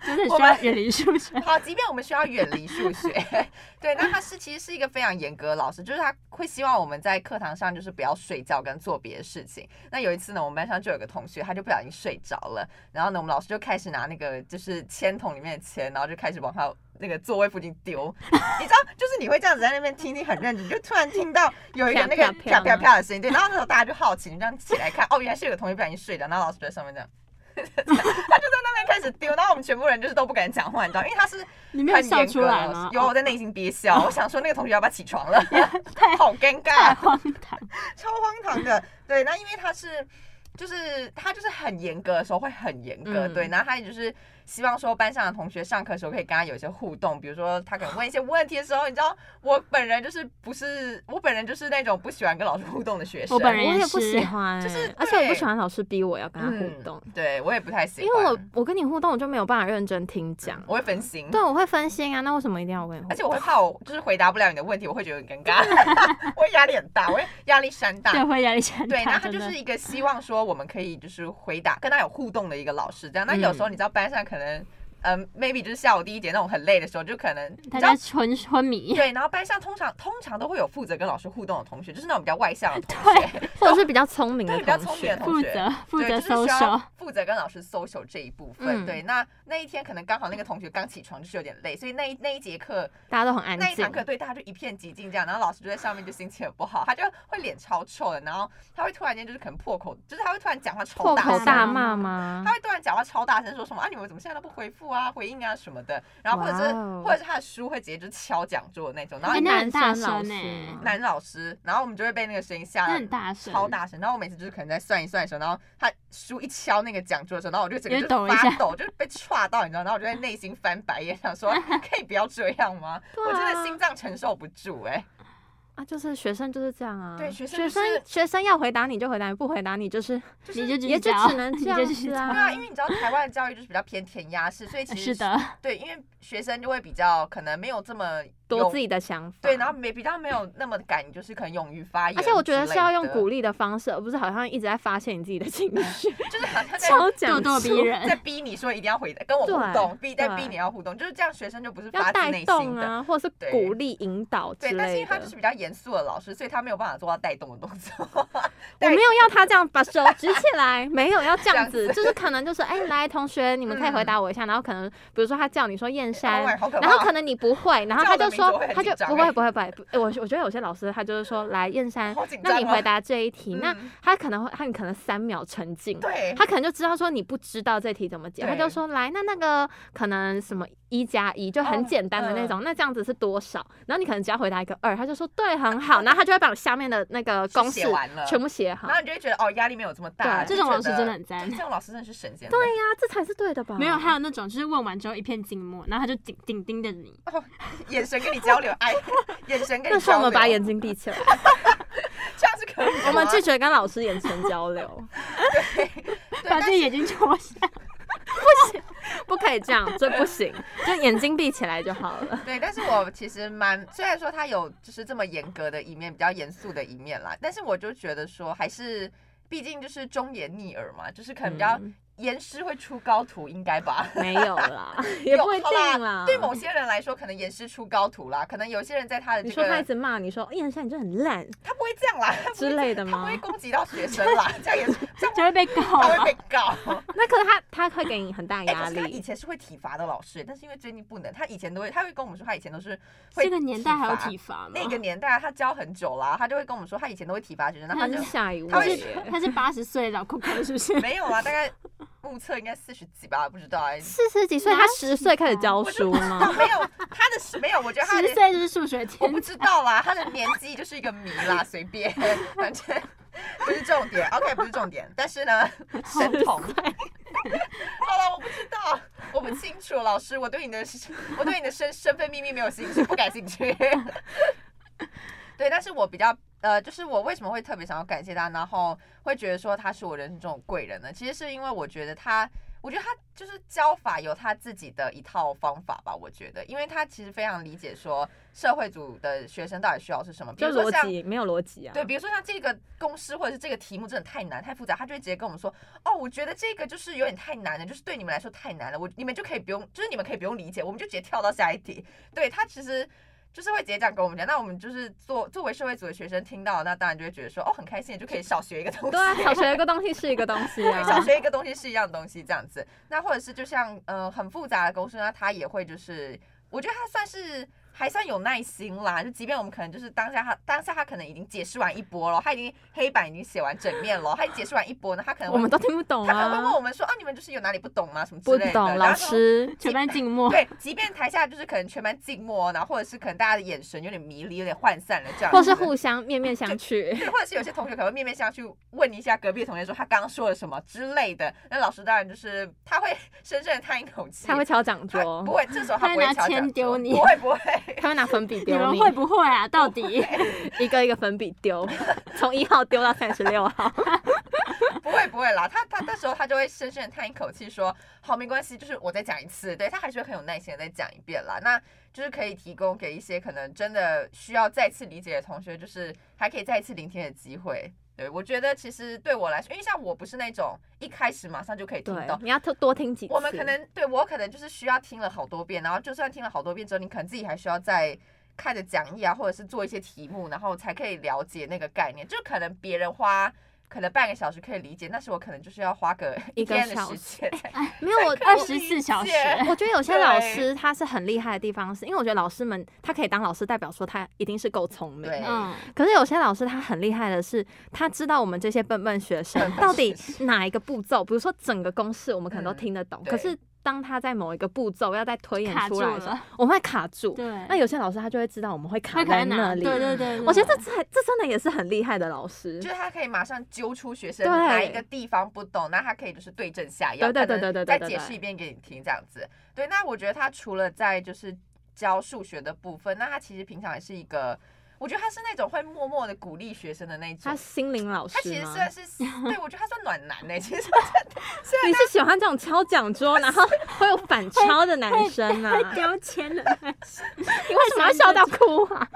[SPEAKER 3] (laughs) 真的
[SPEAKER 2] 我
[SPEAKER 3] 需
[SPEAKER 2] 们
[SPEAKER 3] 要远离数学。
[SPEAKER 2] 好，即便我们需要远离数学， (laughs) 对，那他是其实是一个非常严格的老师，就是他会希望我们在课堂上就是不要睡觉跟做别的事情。那有一次呢，我们班上就有个同学，他就不小心睡着了，然后呢，我们老师就开始拿那个就是铅筒里面的铅，然后就开始往他。那个座位附近丢， (laughs) 你知道，就是你会这样子在那边听听很认真，你就突然听到有一个那个
[SPEAKER 3] 啪啪啪
[SPEAKER 2] 啪啪啪的声音，对，然后那时候大家就好奇，你这样起来看，哦，原来是有个同学不小心睡着，然后老师就在上面这样， (laughs) 他就在那边开始丢，然后我们全部人就是都不敢讲话，你知道，因为他是
[SPEAKER 3] 你
[SPEAKER 2] 很
[SPEAKER 3] 没有
[SPEAKER 2] 严
[SPEAKER 3] 笑
[SPEAKER 2] 格
[SPEAKER 3] 出
[SPEAKER 2] 的
[SPEAKER 3] 来
[SPEAKER 2] 老师
[SPEAKER 3] 吗？
[SPEAKER 2] 有，
[SPEAKER 3] 哦
[SPEAKER 2] 我在内心憋笑。我想说那个同学要不要起
[SPEAKER 3] (laughs)
[SPEAKER 2] 床了？好尴尬，
[SPEAKER 3] 太荒唐。
[SPEAKER 2] 超荒唐的。
[SPEAKER 1] (laughs)
[SPEAKER 2] 对，那因为他是。就是他就是很严格的时候会很严格，
[SPEAKER 1] 嗯
[SPEAKER 2] 对，然后他也就是希望说班上的同学上课的时候可以跟他有一些互动，比如说他可能问一些问题的时候，你知道我本人就是不是我本人就是那种不喜欢跟老师互动的学生，
[SPEAKER 3] 我本
[SPEAKER 1] 我
[SPEAKER 3] 人
[SPEAKER 1] 也
[SPEAKER 3] 也
[SPEAKER 1] 不
[SPEAKER 3] 是 (laughs)
[SPEAKER 1] 喜欢、欸，
[SPEAKER 2] 就是
[SPEAKER 1] 而且我不
[SPEAKER 2] 对
[SPEAKER 1] 喜欢老师逼我要跟他互动，
[SPEAKER 2] 嗯、对我也不太喜
[SPEAKER 1] 因
[SPEAKER 2] 欢，
[SPEAKER 1] 为我我跟你互动，我就没有办法认真听讲。
[SPEAKER 2] 我会分心，
[SPEAKER 1] 对，我会分心啊，那为什么一定要问你互动？
[SPEAKER 2] 嗯而且我会怕我就是回答不了你的问题，我会觉得很尴尬， (laughs) 我会压力很大，我会压力山大。
[SPEAKER 3] 对，会压力
[SPEAKER 2] (laughs)
[SPEAKER 3] 山
[SPEAKER 2] 对，然
[SPEAKER 3] 大，
[SPEAKER 2] 后他
[SPEAKER 3] 真
[SPEAKER 2] 就
[SPEAKER 3] 的
[SPEAKER 2] 是。一个希望说我们可以就是回答跟他有互动的一个老师，这样。那
[SPEAKER 1] 嗯
[SPEAKER 2] 有时候你知道班上可能，嗯，maybe 就是下午第一节那种很累的时候，就可能你
[SPEAKER 3] 他
[SPEAKER 2] 知道
[SPEAKER 3] 在昏昏迷，
[SPEAKER 2] 对，然后班上通常通常都会有负责跟老师互动的同学，就是那种比较外向的同学，
[SPEAKER 3] 对，
[SPEAKER 1] (laughs) 或者是比较聪明
[SPEAKER 2] 对，
[SPEAKER 1] 的
[SPEAKER 2] 比较
[SPEAKER 1] 同
[SPEAKER 2] 聪明的
[SPEAKER 1] 学，
[SPEAKER 2] 同
[SPEAKER 3] 负
[SPEAKER 2] 学。
[SPEAKER 3] 责负
[SPEAKER 2] 对，
[SPEAKER 3] 责
[SPEAKER 2] 就是
[SPEAKER 3] 搜
[SPEAKER 2] 需要啊
[SPEAKER 3] 手，
[SPEAKER 2] 负责跟老师搜手这一部分。
[SPEAKER 1] 嗯
[SPEAKER 2] 对，那那一天可能刚好那个同学刚起床，就是有点累，所以那一那一节课
[SPEAKER 1] 大家都很安
[SPEAKER 2] 那一
[SPEAKER 1] 静
[SPEAKER 2] 堂。课对大家就一片寂静这样，然后老师就在上面就心情很不好，他就会脸超臭的，然后他会突然间就是可能破口，就是他会突然讲话超
[SPEAKER 1] 破
[SPEAKER 2] 大
[SPEAKER 1] 口
[SPEAKER 2] 声
[SPEAKER 1] 大骂吗
[SPEAKER 2] 他？会突然讲话超大声，说什么啊你们怎么现在都不回复啊回应啊什么的，然后或者是、
[SPEAKER 1] 哇哦
[SPEAKER 2] 或者是他的书会直接就敲讲桌的那种，然后
[SPEAKER 3] 哎
[SPEAKER 1] 是
[SPEAKER 3] 那
[SPEAKER 1] 男
[SPEAKER 3] 很大
[SPEAKER 1] 生老
[SPEAKER 3] 声
[SPEAKER 1] 师哦
[SPEAKER 3] 欸
[SPEAKER 1] 吗
[SPEAKER 2] 哦男老师，然后我们就会被那个声音吓
[SPEAKER 3] 那
[SPEAKER 2] 到
[SPEAKER 3] 很大声，
[SPEAKER 2] 超大声，然后我每次就是可能在算一算的时候，然后他书一敲那个讲桌的时候，然后我就整个
[SPEAKER 3] 也
[SPEAKER 2] 就
[SPEAKER 3] 抖一
[SPEAKER 2] 发
[SPEAKER 3] 下
[SPEAKER 2] 抖，就是被歘到，你知道，然后我就在内心翻白眼，
[SPEAKER 3] (laughs)
[SPEAKER 2] 想说可以不要这样吗？
[SPEAKER 1] 对
[SPEAKER 2] 我真的
[SPEAKER 1] 啊
[SPEAKER 2] 心脏承受不住哎、
[SPEAKER 1] 啊，就是学生就是这样啊。
[SPEAKER 2] 对学生
[SPEAKER 1] 学
[SPEAKER 2] 就
[SPEAKER 1] 生
[SPEAKER 2] 是
[SPEAKER 1] 学生要回答你就回答你，不回答你就是
[SPEAKER 2] 就是
[SPEAKER 3] 你就继续
[SPEAKER 1] 也就
[SPEAKER 3] 教
[SPEAKER 1] 只能
[SPEAKER 3] (laughs) 你
[SPEAKER 1] 这
[SPEAKER 3] 就
[SPEAKER 1] 样
[SPEAKER 3] 继续
[SPEAKER 1] 子
[SPEAKER 3] 教
[SPEAKER 2] 对啊，因为你知道台湾的教育就是比较偏填鸭式，
[SPEAKER 3] (laughs)
[SPEAKER 2] 所以其实
[SPEAKER 3] 是的，
[SPEAKER 2] 对，因为学生就会比较可能没有这么
[SPEAKER 1] 多
[SPEAKER 2] 有
[SPEAKER 1] 自己的想法。
[SPEAKER 2] 对，然后没比较没有那么敢，就是可能勇于发言
[SPEAKER 1] 嗯而
[SPEAKER 2] 之类的，
[SPEAKER 1] 且我觉得是要用鼓励的方式，而不是好像一直在发泄你自己的情
[SPEAKER 2] (laughs)
[SPEAKER 1] 绪，
[SPEAKER 2] 就是
[SPEAKER 1] (laughs)
[SPEAKER 2] 好像在
[SPEAKER 1] 超讲
[SPEAKER 3] 咄咄逼
[SPEAKER 1] 究
[SPEAKER 2] 在
[SPEAKER 3] 人，
[SPEAKER 2] 逼你说一定要回答，跟我互
[SPEAKER 1] 对
[SPEAKER 2] 动，逼在逼
[SPEAKER 1] 对
[SPEAKER 2] 你要互动，就是这样，学生就不 (laughs) 是
[SPEAKER 1] 要
[SPEAKER 2] 发自
[SPEAKER 1] 带
[SPEAKER 2] 内
[SPEAKER 1] 动
[SPEAKER 2] 心的。
[SPEAKER 1] 啊，或者是
[SPEAKER 2] 对
[SPEAKER 1] 鼓励引导之
[SPEAKER 2] 对，但是
[SPEAKER 1] 类
[SPEAKER 2] 因为他就
[SPEAKER 1] 的
[SPEAKER 2] 是。比较严肃的老师，所以他没有办法做到带动的动
[SPEAKER 1] (laughs)
[SPEAKER 2] 作。
[SPEAKER 1] 我没有要他这
[SPEAKER 2] (laughs)
[SPEAKER 1] 样把手举起来，没有要这样
[SPEAKER 2] 这
[SPEAKER 1] 子，
[SPEAKER 2] 样
[SPEAKER 1] 就是可能就是哎，来同学，你们可以回答我一下。然后可能比如说他叫你说燕
[SPEAKER 2] (laughs)
[SPEAKER 1] 山
[SPEAKER 2] Oh，my，好可 Oh 怕
[SPEAKER 1] 啊然后可能你不会，然后
[SPEAKER 2] 叫
[SPEAKER 1] 他
[SPEAKER 2] 我的
[SPEAKER 1] 就
[SPEAKER 2] 名字我
[SPEAKER 1] 说
[SPEAKER 2] 会很
[SPEAKER 1] 他就
[SPEAKER 2] 紧张
[SPEAKER 1] 不会
[SPEAKER 2] 欸
[SPEAKER 1] 不会不会，不哎我我觉得有些老师他就是说来燕山
[SPEAKER 2] 好紧，
[SPEAKER 1] 那你
[SPEAKER 2] 张啊
[SPEAKER 1] 回答这一题，那
[SPEAKER 2] 嗯
[SPEAKER 1] 他可能会他你可能三秒沉浸，
[SPEAKER 2] 对，
[SPEAKER 1] 他可能就知道说你不知道这题怎么解，
[SPEAKER 2] 对
[SPEAKER 1] 他就说来，那那个可能什么一加一就
[SPEAKER 2] 嗯
[SPEAKER 1] 很简单的那种，那这样子是多少？然后你可能只要回答一个二，他就说对，很
[SPEAKER 2] (laughs)
[SPEAKER 1] 好，然后他就会把下面的那个公式
[SPEAKER 2] 写完了，
[SPEAKER 1] 全部写好。
[SPEAKER 2] 然后你就会觉得哦，压力没有这么大。
[SPEAKER 1] 对
[SPEAKER 2] 就
[SPEAKER 3] 这种
[SPEAKER 2] 觉
[SPEAKER 3] 老师
[SPEAKER 2] 得
[SPEAKER 3] 真的很赞
[SPEAKER 2] 对这种老师真的是神仙。
[SPEAKER 1] 对呀、这才是对的吧？
[SPEAKER 3] 没有，还有那种就是问完之后一片静默，然后他就紧紧盯着你，
[SPEAKER 2] 哦眼神跟你交流，哎，
[SPEAKER 1] (laughs)
[SPEAKER 2] 眼神跟
[SPEAKER 1] 那
[SPEAKER 2] 你
[SPEAKER 1] 时候
[SPEAKER 2] 交
[SPEAKER 1] 我
[SPEAKER 2] 流，
[SPEAKER 1] 们把眼睛闭
[SPEAKER 2] (laughs)
[SPEAKER 1] 起来，
[SPEAKER 2] 这样是可以的吗。
[SPEAKER 1] 我们拒绝跟老师眼神交流，
[SPEAKER 2] 对
[SPEAKER 3] 把
[SPEAKER 2] 但
[SPEAKER 3] 自己眼睛戳下，
[SPEAKER 1] 不可以这样，这不行，就眼睛闭起来就好了。
[SPEAKER 2] 对，但是我其实蛮，虽然说他有就是这么严格的一面，比较严肃的一面啦，但是我就觉得说还是，毕竟就是忠言逆耳嘛，就是可能比较
[SPEAKER 1] 嗯
[SPEAKER 2] 严师会出高徒，应该吧。
[SPEAKER 1] 没有啦， (laughs) 也不一
[SPEAKER 2] 有好
[SPEAKER 1] 定啦。
[SPEAKER 2] 对某些人来说，可能严师出高徒啦，可能有些人在他的
[SPEAKER 1] 你
[SPEAKER 2] 这
[SPEAKER 1] 说他一
[SPEAKER 2] 个，
[SPEAKER 1] 直骂你说哎燕山你这很烂
[SPEAKER 2] 他不会这样啦，他不会
[SPEAKER 1] 之类的
[SPEAKER 2] 他不
[SPEAKER 1] 吗
[SPEAKER 2] 会？攻击到学生啦，这样也是，这样
[SPEAKER 3] 就会被告
[SPEAKER 2] 他
[SPEAKER 3] 啊
[SPEAKER 2] 会。被告。
[SPEAKER 1] 那可是他他会给你很大
[SPEAKER 2] (laughs) 哎
[SPEAKER 1] 压
[SPEAKER 2] 可是他以
[SPEAKER 1] 力。
[SPEAKER 2] 前是会体罚的老师，但是因为最近不能，他以前都会，他会跟我们说，他以前都是会
[SPEAKER 3] 这个年代还有
[SPEAKER 2] 罚
[SPEAKER 3] 体罚吗？
[SPEAKER 2] 那个年代他教很久啦，他就会跟我们说，他以前都会体罚学生，那他
[SPEAKER 1] 他
[SPEAKER 2] 就是
[SPEAKER 3] (laughs)
[SPEAKER 1] 下一
[SPEAKER 2] 他
[SPEAKER 1] 位
[SPEAKER 2] 会
[SPEAKER 1] 耶，
[SPEAKER 3] 他是八十岁老酷狗，是不是？
[SPEAKER 2] 没有啊，大概目测应该四十几吧，不知道哎、
[SPEAKER 1] 四十几岁，他十岁开始教书
[SPEAKER 2] (laughs) 哦，
[SPEAKER 1] 吗？
[SPEAKER 2] 没有，他的是没有，我觉得他的
[SPEAKER 3] 十岁就是数学
[SPEAKER 2] 我
[SPEAKER 3] 天
[SPEAKER 2] 不知道啦，他的年纪就是一个谜啦，随便，反正不是重点，OK，不是重点。但是呢，神童， (laughs) 好了，我不知道，我不清楚，老师，我对你的我对你的身身份秘密没有兴趣，不感兴趣。对，但是我比较呃，就是我为什么会特别想要感谢他，然后会觉得说他是我人生中的贵人呢？其实是因为我觉得他。我觉得他就是教法有他自己的一套方法吧，我觉得，因为他其实非常理解说社会组的学生到底需要是什么，比
[SPEAKER 1] 就
[SPEAKER 2] 如说
[SPEAKER 1] 逻
[SPEAKER 2] 像
[SPEAKER 1] 辑没有逻辑啊。
[SPEAKER 2] 对，，比如说像这个公式或者是这个题目真的太难太复杂，他就会直接跟我们说，哦，我觉得这个就是有点太难了，就是对你们来说太难了，我你们就可以不用，就是你们可以不用理解，我们就直接跳到下一题。对他其实就是会直接这样跟我们讲，那我们就是作作为社会组的学生听到，那当然就会觉得说，哦，很开心，就可以少学一个东西。
[SPEAKER 1] (laughs) 对啊，小学一个东西是一个东西啊。
[SPEAKER 2] 小学一个东西是一样东西这样子。那或者是就像呃很复杂的公式，那他也会就是，我觉得他算是还算有耐心啦。就即便我们可能就是当下他当下他可能已经解释完一波了，他已经黑板已经写完整面了，他已经解释完一波呢，那他可能
[SPEAKER 1] 我
[SPEAKER 2] 会
[SPEAKER 1] 们都听不懂
[SPEAKER 2] 他可能会问
[SPEAKER 1] 啊，
[SPEAKER 2] 我们说啊你们就是有哪里不懂吗？什么之
[SPEAKER 1] 不
[SPEAKER 2] 类的。
[SPEAKER 1] 懂
[SPEAKER 2] 然
[SPEAKER 1] 老
[SPEAKER 2] 后
[SPEAKER 1] 师。
[SPEAKER 3] 全班静
[SPEAKER 2] (laughs)
[SPEAKER 3] 默，
[SPEAKER 2] 对，即便台下就是可能全班静默，然后或者是可能大家的眼神有点迷离，有点涣散了这样子，
[SPEAKER 1] (laughs) 或是互相面面相觑，
[SPEAKER 2] 对，或者是有些同学可能会面面相觑，问一下隔壁的同学说他刚刚说了什么之类的。那老师当然就是他会深深的叹一口气，
[SPEAKER 1] 他会敲掌
[SPEAKER 2] 他
[SPEAKER 1] 桌
[SPEAKER 2] 不，会，这时候他
[SPEAKER 3] 他
[SPEAKER 2] 不会
[SPEAKER 3] 会拿
[SPEAKER 2] 敲
[SPEAKER 3] 铅
[SPEAKER 2] 掌
[SPEAKER 3] 丢
[SPEAKER 2] 桌
[SPEAKER 3] 你
[SPEAKER 2] 不会不会。
[SPEAKER 1] 他会拿粉笔
[SPEAKER 3] 你
[SPEAKER 1] 丢
[SPEAKER 3] 们会不会啊？到底
[SPEAKER 1] 一个一个粉笔
[SPEAKER 2] (laughs)
[SPEAKER 1] 丢，从一号丢到三十六号。
[SPEAKER 2] 不会不会啦，他他那时候他就会深深的叹一口气说，好没关系，就是我再讲一次，对他还是会很有耐心的再讲一遍啦。那就是可以提供给一些可能真的需要再次理解的同学，就是还可以再一次聆听的机会。对，我觉得其实对我来说，因为像我不是那种一开始马上就可以听
[SPEAKER 1] 对
[SPEAKER 2] 懂，，
[SPEAKER 1] 你要多多听几次。
[SPEAKER 2] 我们可能对我可能就是需要听了好多遍，然后就算听了好多遍之后，你可能自己还需要再看着讲义啊，或者是做一些题目，然后才可以了解那个概念。就可能别人花可能半个小时可以理解，但是我可能就是要花个 (laughs)
[SPEAKER 1] 一
[SPEAKER 2] 一
[SPEAKER 1] 个
[SPEAKER 2] 天的
[SPEAKER 1] 小
[SPEAKER 2] 时
[SPEAKER 1] 时
[SPEAKER 2] 间才。
[SPEAKER 1] 没有我
[SPEAKER 3] 二十四小时
[SPEAKER 2] 理解
[SPEAKER 1] 我觉得有些老师他是很厉害的地方是，因为我觉得老师们他可以当老师，代表说他一定是够聪明。
[SPEAKER 2] 对
[SPEAKER 3] 嗯，
[SPEAKER 1] 可是有些老师他很厉害的是，他知道我们这些笨笨学生
[SPEAKER 2] 笨笨
[SPEAKER 1] 到底
[SPEAKER 2] 学
[SPEAKER 1] 哪一个步骤，比如说整个公式我们可能都听得懂，
[SPEAKER 2] 嗯对
[SPEAKER 1] 可是当他在某一个步骤要再推演
[SPEAKER 3] 卡
[SPEAKER 1] 出
[SPEAKER 3] 住
[SPEAKER 1] 来的时候，
[SPEAKER 3] 了，
[SPEAKER 1] 我们会卡住。
[SPEAKER 3] 对，
[SPEAKER 1] 那有些老师他就会知道我们会卡
[SPEAKER 3] 会
[SPEAKER 1] 在
[SPEAKER 3] 可能拿
[SPEAKER 1] 那里。
[SPEAKER 3] 对对对，对
[SPEAKER 1] 我觉得这才这真的也是很厉害的老师
[SPEAKER 2] 就。是他可以马上揪出学生
[SPEAKER 1] 对
[SPEAKER 2] 哪一个地方不懂，那他可以就是对症下药，
[SPEAKER 1] 对对对
[SPEAKER 2] 可能
[SPEAKER 1] 对对对
[SPEAKER 2] 再
[SPEAKER 1] 对
[SPEAKER 2] 解
[SPEAKER 1] 对
[SPEAKER 2] 释一遍给你听这样子。对，那我觉得他除了在就是教数学的部分，那他其实平常也是一个，我觉得他是那种会默默的鼓励学生的那种
[SPEAKER 1] 他。心灵老师
[SPEAKER 2] 他其实
[SPEAKER 1] 吗？
[SPEAKER 2] 算是，
[SPEAKER 1] (laughs)
[SPEAKER 2] 对我觉得他算暖男呢、欸其实 (laughs)
[SPEAKER 1] 你是喜欢这种敲掌桌，然后会有反敲的男生啊？
[SPEAKER 3] 会丢钱的，
[SPEAKER 1] 你为什么要笑到哭啊？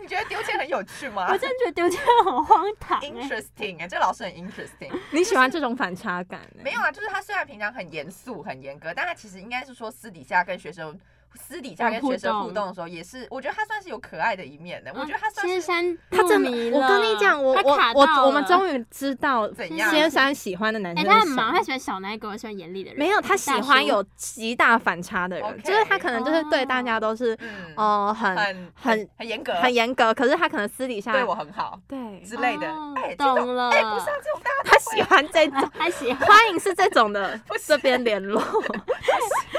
[SPEAKER 2] 你觉得丢钱很有趣吗
[SPEAKER 3] 我真的觉得丢钱很荒
[SPEAKER 2] (laughs)
[SPEAKER 3] 唐
[SPEAKER 1] 欸
[SPEAKER 3] 哎。
[SPEAKER 2] ？Interesting 哎、这老师很 interesting。
[SPEAKER 1] 你喜欢这种反差感、欸？
[SPEAKER 2] 没有啊，就是他虽然平常很严肃、很严格，但他其实应该是说私底下跟学生、私底下跟学生互动的时候，也是我觉得他算是有可爱的一面的。
[SPEAKER 1] 嗯
[SPEAKER 2] 我觉得他算
[SPEAKER 3] 仙
[SPEAKER 2] 是
[SPEAKER 3] 山
[SPEAKER 1] 他
[SPEAKER 3] 入
[SPEAKER 1] 真的
[SPEAKER 3] 迷，了，
[SPEAKER 1] 我跟你讲，我
[SPEAKER 3] 他
[SPEAKER 1] 我
[SPEAKER 3] 卡到
[SPEAKER 1] 我我们
[SPEAKER 3] 了
[SPEAKER 1] 终于知道
[SPEAKER 2] 怎样？
[SPEAKER 1] 先生喜欢的男
[SPEAKER 3] 哎，
[SPEAKER 1] 生
[SPEAKER 3] 他
[SPEAKER 1] 是
[SPEAKER 3] 很忙，
[SPEAKER 1] 谁。
[SPEAKER 3] 他喜欢小奶狗，喜欢严厉的人，
[SPEAKER 1] 没有，他喜欢有
[SPEAKER 3] 大
[SPEAKER 1] 极大反差的人，
[SPEAKER 2] OK
[SPEAKER 1] 就是他可能就是对大家都是
[SPEAKER 2] 嗯，
[SPEAKER 1] 哦很
[SPEAKER 2] 很
[SPEAKER 1] 很
[SPEAKER 2] 很严格，
[SPEAKER 1] 很严格，可是他可能私底下
[SPEAKER 2] 对我很好
[SPEAKER 1] 对
[SPEAKER 2] 之类的。哎、
[SPEAKER 3] 哦
[SPEAKER 2] 这种
[SPEAKER 3] 懂了
[SPEAKER 2] 哎、不是啊，啊这种大家
[SPEAKER 1] 他喜
[SPEAKER 2] (laughs)
[SPEAKER 1] 欢这种
[SPEAKER 3] 叔，。他喜欢
[SPEAKER 1] 欢迎是这种的，这边联络。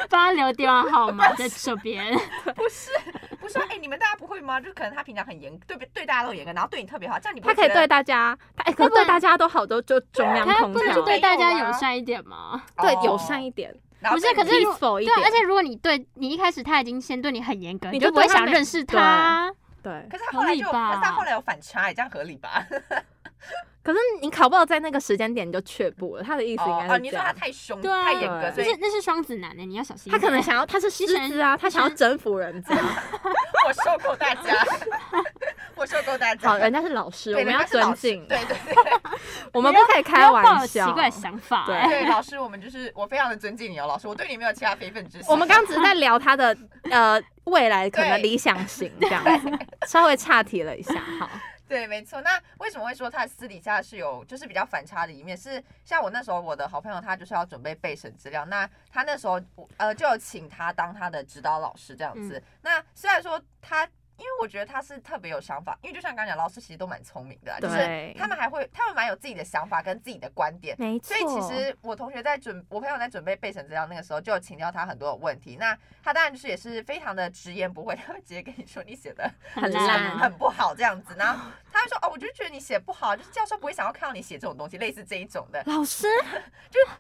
[SPEAKER 3] 帮他留电话号码在这
[SPEAKER 1] (laughs)
[SPEAKER 3] 边，
[SPEAKER 2] 不是不是啊，哎、你们大家不会吗？就可能他平常很严，对对大家都很严格，然后对你特别好，这样你不
[SPEAKER 1] 他
[SPEAKER 2] 会
[SPEAKER 1] 可以
[SPEAKER 2] 觉得
[SPEAKER 1] 对大家，他哎，可是
[SPEAKER 3] 不然
[SPEAKER 1] 对大家都好，都就中央
[SPEAKER 3] 他
[SPEAKER 1] 空
[SPEAKER 3] 不
[SPEAKER 1] 调
[SPEAKER 3] 能
[SPEAKER 2] 就
[SPEAKER 3] 对
[SPEAKER 1] 欸，
[SPEAKER 3] 大家
[SPEAKER 2] 没有啊
[SPEAKER 3] 友善一点吗？
[SPEAKER 1] 对
[SPEAKER 2] 哦
[SPEAKER 1] 友善一点，
[SPEAKER 2] 然后
[SPEAKER 3] 不是
[SPEAKER 2] 对你
[SPEAKER 3] 可是如
[SPEAKER 1] peaceful 一
[SPEAKER 3] 对啊，而
[SPEAKER 1] 点，
[SPEAKER 3] 且如果你对你一开始他已经先对你很严格，
[SPEAKER 1] 你
[SPEAKER 3] 你
[SPEAKER 1] 就
[SPEAKER 3] 就不会
[SPEAKER 1] 对他
[SPEAKER 3] 想
[SPEAKER 1] 没
[SPEAKER 3] 认识
[SPEAKER 1] 对
[SPEAKER 3] 他啊。
[SPEAKER 1] 对。
[SPEAKER 2] 可是他后来就有，
[SPEAKER 3] 合理吧
[SPEAKER 2] 可是他后来有反差，哎这样合理吧？
[SPEAKER 1] 可是你考不好在那个时间点你就却步了，他的意思应
[SPEAKER 2] 哦，
[SPEAKER 1] 该
[SPEAKER 2] 啊
[SPEAKER 1] 是
[SPEAKER 2] 你
[SPEAKER 1] 这
[SPEAKER 2] 说他
[SPEAKER 1] 样。
[SPEAKER 2] 太凶、
[SPEAKER 3] 对啊
[SPEAKER 2] 太严格，所
[SPEAKER 3] 就
[SPEAKER 2] 以
[SPEAKER 3] 是那是双子男的，欸你要小心一
[SPEAKER 1] 他
[SPEAKER 3] 点。
[SPEAKER 1] 可能想要，他是狮子啊，他想要征服人家。
[SPEAKER 2] (laughs) 我受够大家，我受够大家。
[SPEAKER 1] (laughs) 好，人家是老师，
[SPEAKER 2] 对
[SPEAKER 1] 我们
[SPEAKER 2] 人
[SPEAKER 1] 要
[SPEAKER 2] 家是老
[SPEAKER 1] 尊
[SPEAKER 2] 师
[SPEAKER 1] 敬，
[SPEAKER 2] 对对
[SPEAKER 1] (laughs)
[SPEAKER 2] 对
[SPEAKER 1] 我们不可以
[SPEAKER 3] 不
[SPEAKER 1] 开
[SPEAKER 3] 要抱有
[SPEAKER 1] 玩
[SPEAKER 3] 奇
[SPEAKER 1] 笑。
[SPEAKER 3] 怪的想法。
[SPEAKER 1] 对
[SPEAKER 3] 哎
[SPEAKER 2] 对，老师，我们就是我非常的尊敬你哦，老师，我对你没有其他非分之想。
[SPEAKER 1] 我们刚刚只 (laughs) 是在聊他的呃未来可能理想型这样子，
[SPEAKER 2] (laughs)
[SPEAKER 1] 稍微岔题了一下。好，
[SPEAKER 2] (laughs) 对，没错。那为什么会说他私底下是有就是比较反差的一面？是像我那时候我的好朋友，他就是要准备备审资料，那他那时候呃就有请他当他的指导老师这样
[SPEAKER 1] 嗯
[SPEAKER 2] 子。那虽然说他，因为我觉得他是特别有想法，因为就像刚刚讲，老师其实都蛮聪明的啊，就是
[SPEAKER 1] 对
[SPEAKER 2] 他们还会他们蛮有自己的想法跟自己的观点，
[SPEAKER 1] 没
[SPEAKER 2] 所以其实我同学在准，我朋友在准备备审资料那个时候，就有请教他很多的问题。那他当然就是也是非常的直言不讳， (laughs) 他会直接跟你说你写的
[SPEAKER 1] 很烂
[SPEAKER 2] 很不好这样子。然后他会说哦，我就觉得你写不好，就是教授不会想要看到你写这种东西，类似这一种的。
[SPEAKER 1] 老师，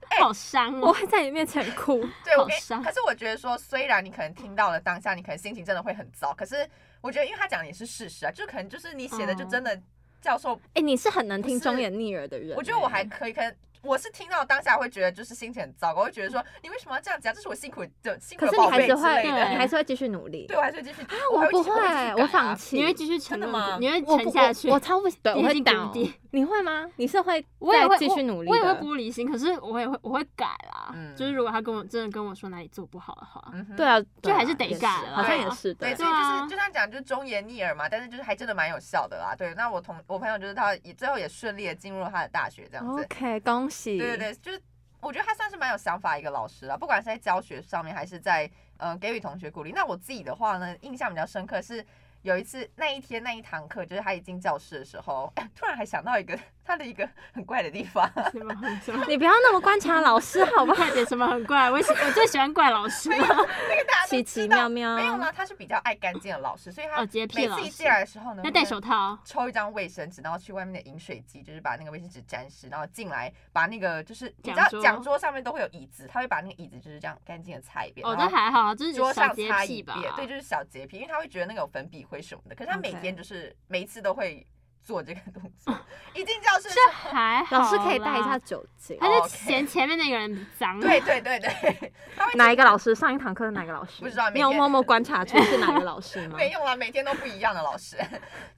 [SPEAKER 2] 哎
[SPEAKER 3] 好伤
[SPEAKER 1] 我
[SPEAKER 3] 哦。
[SPEAKER 1] 会在你面前哭。
[SPEAKER 2] 对，我
[SPEAKER 3] 好
[SPEAKER 2] 跟
[SPEAKER 3] 伤
[SPEAKER 2] 可是我觉得说，虽然你可能听到了当下，你可能心情真的会很糟，可是我觉得因为他讲的也是事实啊，就可能就是你写的就真的教授
[SPEAKER 1] (laughs) 哎，你是很能听
[SPEAKER 2] 不是
[SPEAKER 1] 忠言逆耳的人欸。
[SPEAKER 2] 我觉得我还可以，可能我是听到当下会觉得就是心情很糟糕，会觉得说你为什么要这样子啊？这是我辛苦的辛苦
[SPEAKER 1] 可
[SPEAKER 2] 的
[SPEAKER 1] 是你
[SPEAKER 2] 宝
[SPEAKER 1] 还
[SPEAKER 2] 贝
[SPEAKER 1] 是
[SPEAKER 2] 之
[SPEAKER 1] 会，
[SPEAKER 2] 类
[SPEAKER 1] 你
[SPEAKER 2] 的。
[SPEAKER 1] 还是会继续努力
[SPEAKER 2] (laughs) 对，。我还是会继续啊
[SPEAKER 1] 我
[SPEAKER 2] 还
[SPEAKER 1] 不
[SPEAKER 2] 继续我继
[SPEAKER 1] 会，
[SPEAKER 2] 续改
[SPEAKER 1] 我
[SPEAKER 2] 啊
[SPEAKER 1] 放弃。
[SPEAKER 3] 你会继续
[SPEAKER 2] 真
[SPEAKER 3] 沉
[SPEAKER 2] 的
[SPEAKER 3] 沦
[SPEAKER 2] 吗
[SPEAKER 3] 谷，你会
[SPEAKER 1] 我不
[SPEAKER 3] 沉下去。
[SPEAKER 1] 我我超不，对，我
[SPEAKER 3] 你已
[SPEAKER 1] 会
[SPEAKER 3] 经
[SPEAKER 1] 倒
[SPEAKER 3] 谷。底，
[SPEAKER 1] 你会吗？你是会
[SPEAKER 3] 我也会
[SPEAKER 1] 再继续努力
[SPEAKER 3] 我，我也会
[SPEAKER 1] 的。
[SPEAKER 3] 玻璃心，可是我也会我会改啦。
[SPEAKER 2] 嗯
[SPEAKER 3] 就是如果他跟我真的跟我说哪里做不好的话，
[SPEAKER 2] 嗯哼
[SPEAKER 1] 对啊，对啊
[SPEAKER 3] 还是得
[SPEAKER 1] 也是
[SPEAKER 3] 改了
[SPEAKER 1] 好像也是
[SPEAKER 2] 对，
[SPEAKER 1] 的。
[SPEAKER 2] 所以就
[SPEAKER 3] 啊
[SPEAKER 2] 是就像讲，就是忠言逆耳嘛，但是就是还真的蛮有效的啦。对，那我同我朋友就是他也最后也顺利的进入了他的大学这样子。
[SPEAKER 1] OK，恭喜。
[SPEAKER 2] 对对对，就是我觉得他算是蛮有想法一个老师啊，不管是在教学上面，还是在嗯、呃给予同学鼓励。那我自己的话呢，印象比较深刻是有一次那一天那一堂课，就是他一进教室的时候， (laughs) 突然还想到一个他的一个很怪的地方，
[SPEAKER 3] 什么很什么，
[SPEAKER 1] 你不要那么观察老师好
[SPEAKER 2] (laughs)
[SPEAKER 1] 不好？
[SPEAKER 3] (laughs) 快点什么很怪，我喜我最喜欢怪老师了。
[SPEAKER 2] 那个大家都
[SPEAKER 1] 奇
[SPEAKER 2] 知
[SPEAKER 1] 奇
[SPEAKER 2] 道
[SPEAKER 1] 妙。妙。
[SPEAKER 2] 没有啦，他是比较爱干净的老师，所以他
[SPEAKER 3] 哦洁癖
[SPEAKER 2] 每
[SPEAKER 3] 老
[SPEAKER 2] 次一
[SPEAKER 3] 师
[SPEAKER 2] 进来的时候呢，
[SPEAKER 3] 要
[SPEAKER 2] 就
[SPEAKER 3] 戴
[SPEAKER 2] 是
[SPEAKER 3] 手套，
[SPEAKER 2] 抽一张卫生纸，然后去外面的饮水机，就是把那个卫生纸沾湿，然后进来把那个就是你知
[SPEAKER 3] 讲
[SPEAKER 2] 道
[SPEAKER 3] 桌
[SPEAKER 2] 讲桌上面都会有椅子，他会把那个椅子就是这样干净的擦一遍，
[SPEAKER 3] 哦，
[SPEAKER 2] 然
[SPEAKER 3] 这
[SPEAKER 2] 后
[SPEAKER 3] 还好，这是
[SPEAKER 2] 桌
[SPEAKER 3] 小
[SPEAKER 2] 上
[SPEAKER 3] 洁
[SPEAKER 2] 擦
[SPEAKER 3] 癖
[SPEAKER 2] 一
[SPEAKER 3] 吧
[SPEAKER 2] 遍，？对，就是小洁癖，因为他会觉得那个有粉笔灰什么的，可是他每
[SPEAKER 1] OK
[SPEAKER 2] 天就是每一次都会做这个动作，
[SPEAKER 3] (laughs)
[SPEAKER 2] 一进教室的时
[SPEAKER 3] 这
[SPEAKER 2] 候，
[SPEAKER 3] 还好。
[SPEAKER 1] 老师可以带一下，哦酒精。
[SPEAKER 3] 他就
[SPEAKER 2] OK
[SPEAKER 3] 嫌前面那个人比脏。
[SPEAKER 2] 对对对对，他会
[SPEAKER 1] 哎哪一个老师？上一堂课是哪个老师？
[SPEAKER 2] 不知道
[SPEAKER 1] 你有
[SPEAKER 2] 每天
[SPEAKER 1] 默默观察出是哪个老师吗？
[SPEAKER 2] (laughs) 没有啦，啊每天都不一样的老师。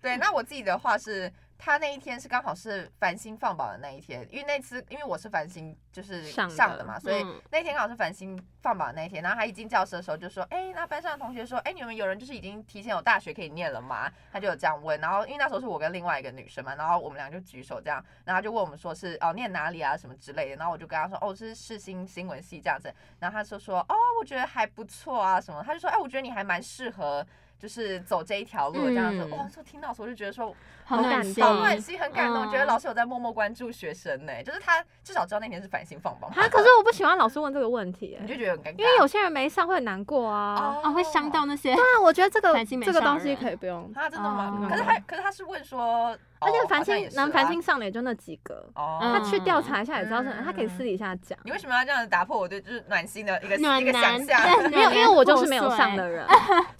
[SPEAKER 2] 对，那我自己的话是，他那一天是刚好是繁星放榜的那一天，因为那次因为我是繁星就是
[SPEAKER 1] 上的
[SPEAKER 2] 上的嘛，所以
[SPEAKER 3] 嗯
[SPEAKER 2] 那天刚好是繁星放榜的那一天。然后他一进教室的时候就说：“哎、那班上的同学说，哎、你们有人就是已经提前有大学可以念了吗？”他就有这样问。然后因为那时候是我跟另外一个女生嘛，然后我们俩就举手这样，然后他就问我们说是哦念哪里啊什么之类的。然后我就跟他说：“哦，是世新新闻系这样子。”然后他就说：“哦，我觉得还不错啊什么。”他就说：“哎、我觉得你还蛮适合。”就是走这一条路的这样子，
[SPEAKER 1] 嗯
[SPEAKER 2] 哇！就听到的时候就觉得说，
[SPEAKER 3] 好
[SPEAKER 1] 好
[SPEAKER 3] 暖
[SPEAKER 1] 感
[SPEAKER 3] 心，
[SPEAKER 1] 动
[SPEAKER 2] 好暖心，很感动，
[SPEAKER 3] 嗯
[SPEAKER 2] 觉得老师有在默默关注学生呢、就是他至少知道那天是繁星放榜嘛，
[SPEAKER 1] 啊，可是我不喜欢老师问这个问题、
[SPEAKER 2] 你 (laughs)
[SPEAKER 1] 欸，
[SPEAKER 2] 就觉得很尴尬，
[SPEAKER 1] 因为有些人没上会很难过啊。
[SPEAKER 3] 哦，会伤到那些。
[SPEAKER 1] 对啊，我觉得这个
[SPEAKER 3] 繁星没
[SPEAKER 1] 这个
[SPEAKER 3] 上
[SPEAKER 1] 东西
[SPEAKER 3] 人
[SPEAKER 1] 可以不用，
[SPEAKER 2] 啊，真的吗？
[SPEAKER 1] 哦
[SPEAKER 2] 可是他，可是他是问说，
[SPEAKER 1] 而且
[SPEAKER 2] 哦
[SPEAKER 1] 繁
[SPEAKER 2] 好像
[SPEAKER 1] 星
[SPEAKER 2] 也是
[SPEAKER 1] 能
[SPEAKER 2] 啦
[SPEAKER 1] 繁星上的也就那几个，
[SPEAKER 2] 哦，
[SPEAKER 1] 他
[SPEAKER 3] 嗯
[SPEAKER 1] 去调查一下也知道是，
[SPEAKER 2] 嗯
[SPEAKER 1] 他可以私底下讲。
[SPEAKER 2] 你为什么要这样子打破我对就是暖心的一个
[SPEAKER 3] 暖
[SPEAKER 2] 一个
[SPEAKER 3] 男
[SPEAKER 1] (laughs)
[SPEAKER 2] 想象？
[SPEAKER 1] 没有，因为我就是没有上的 (laughs) 人，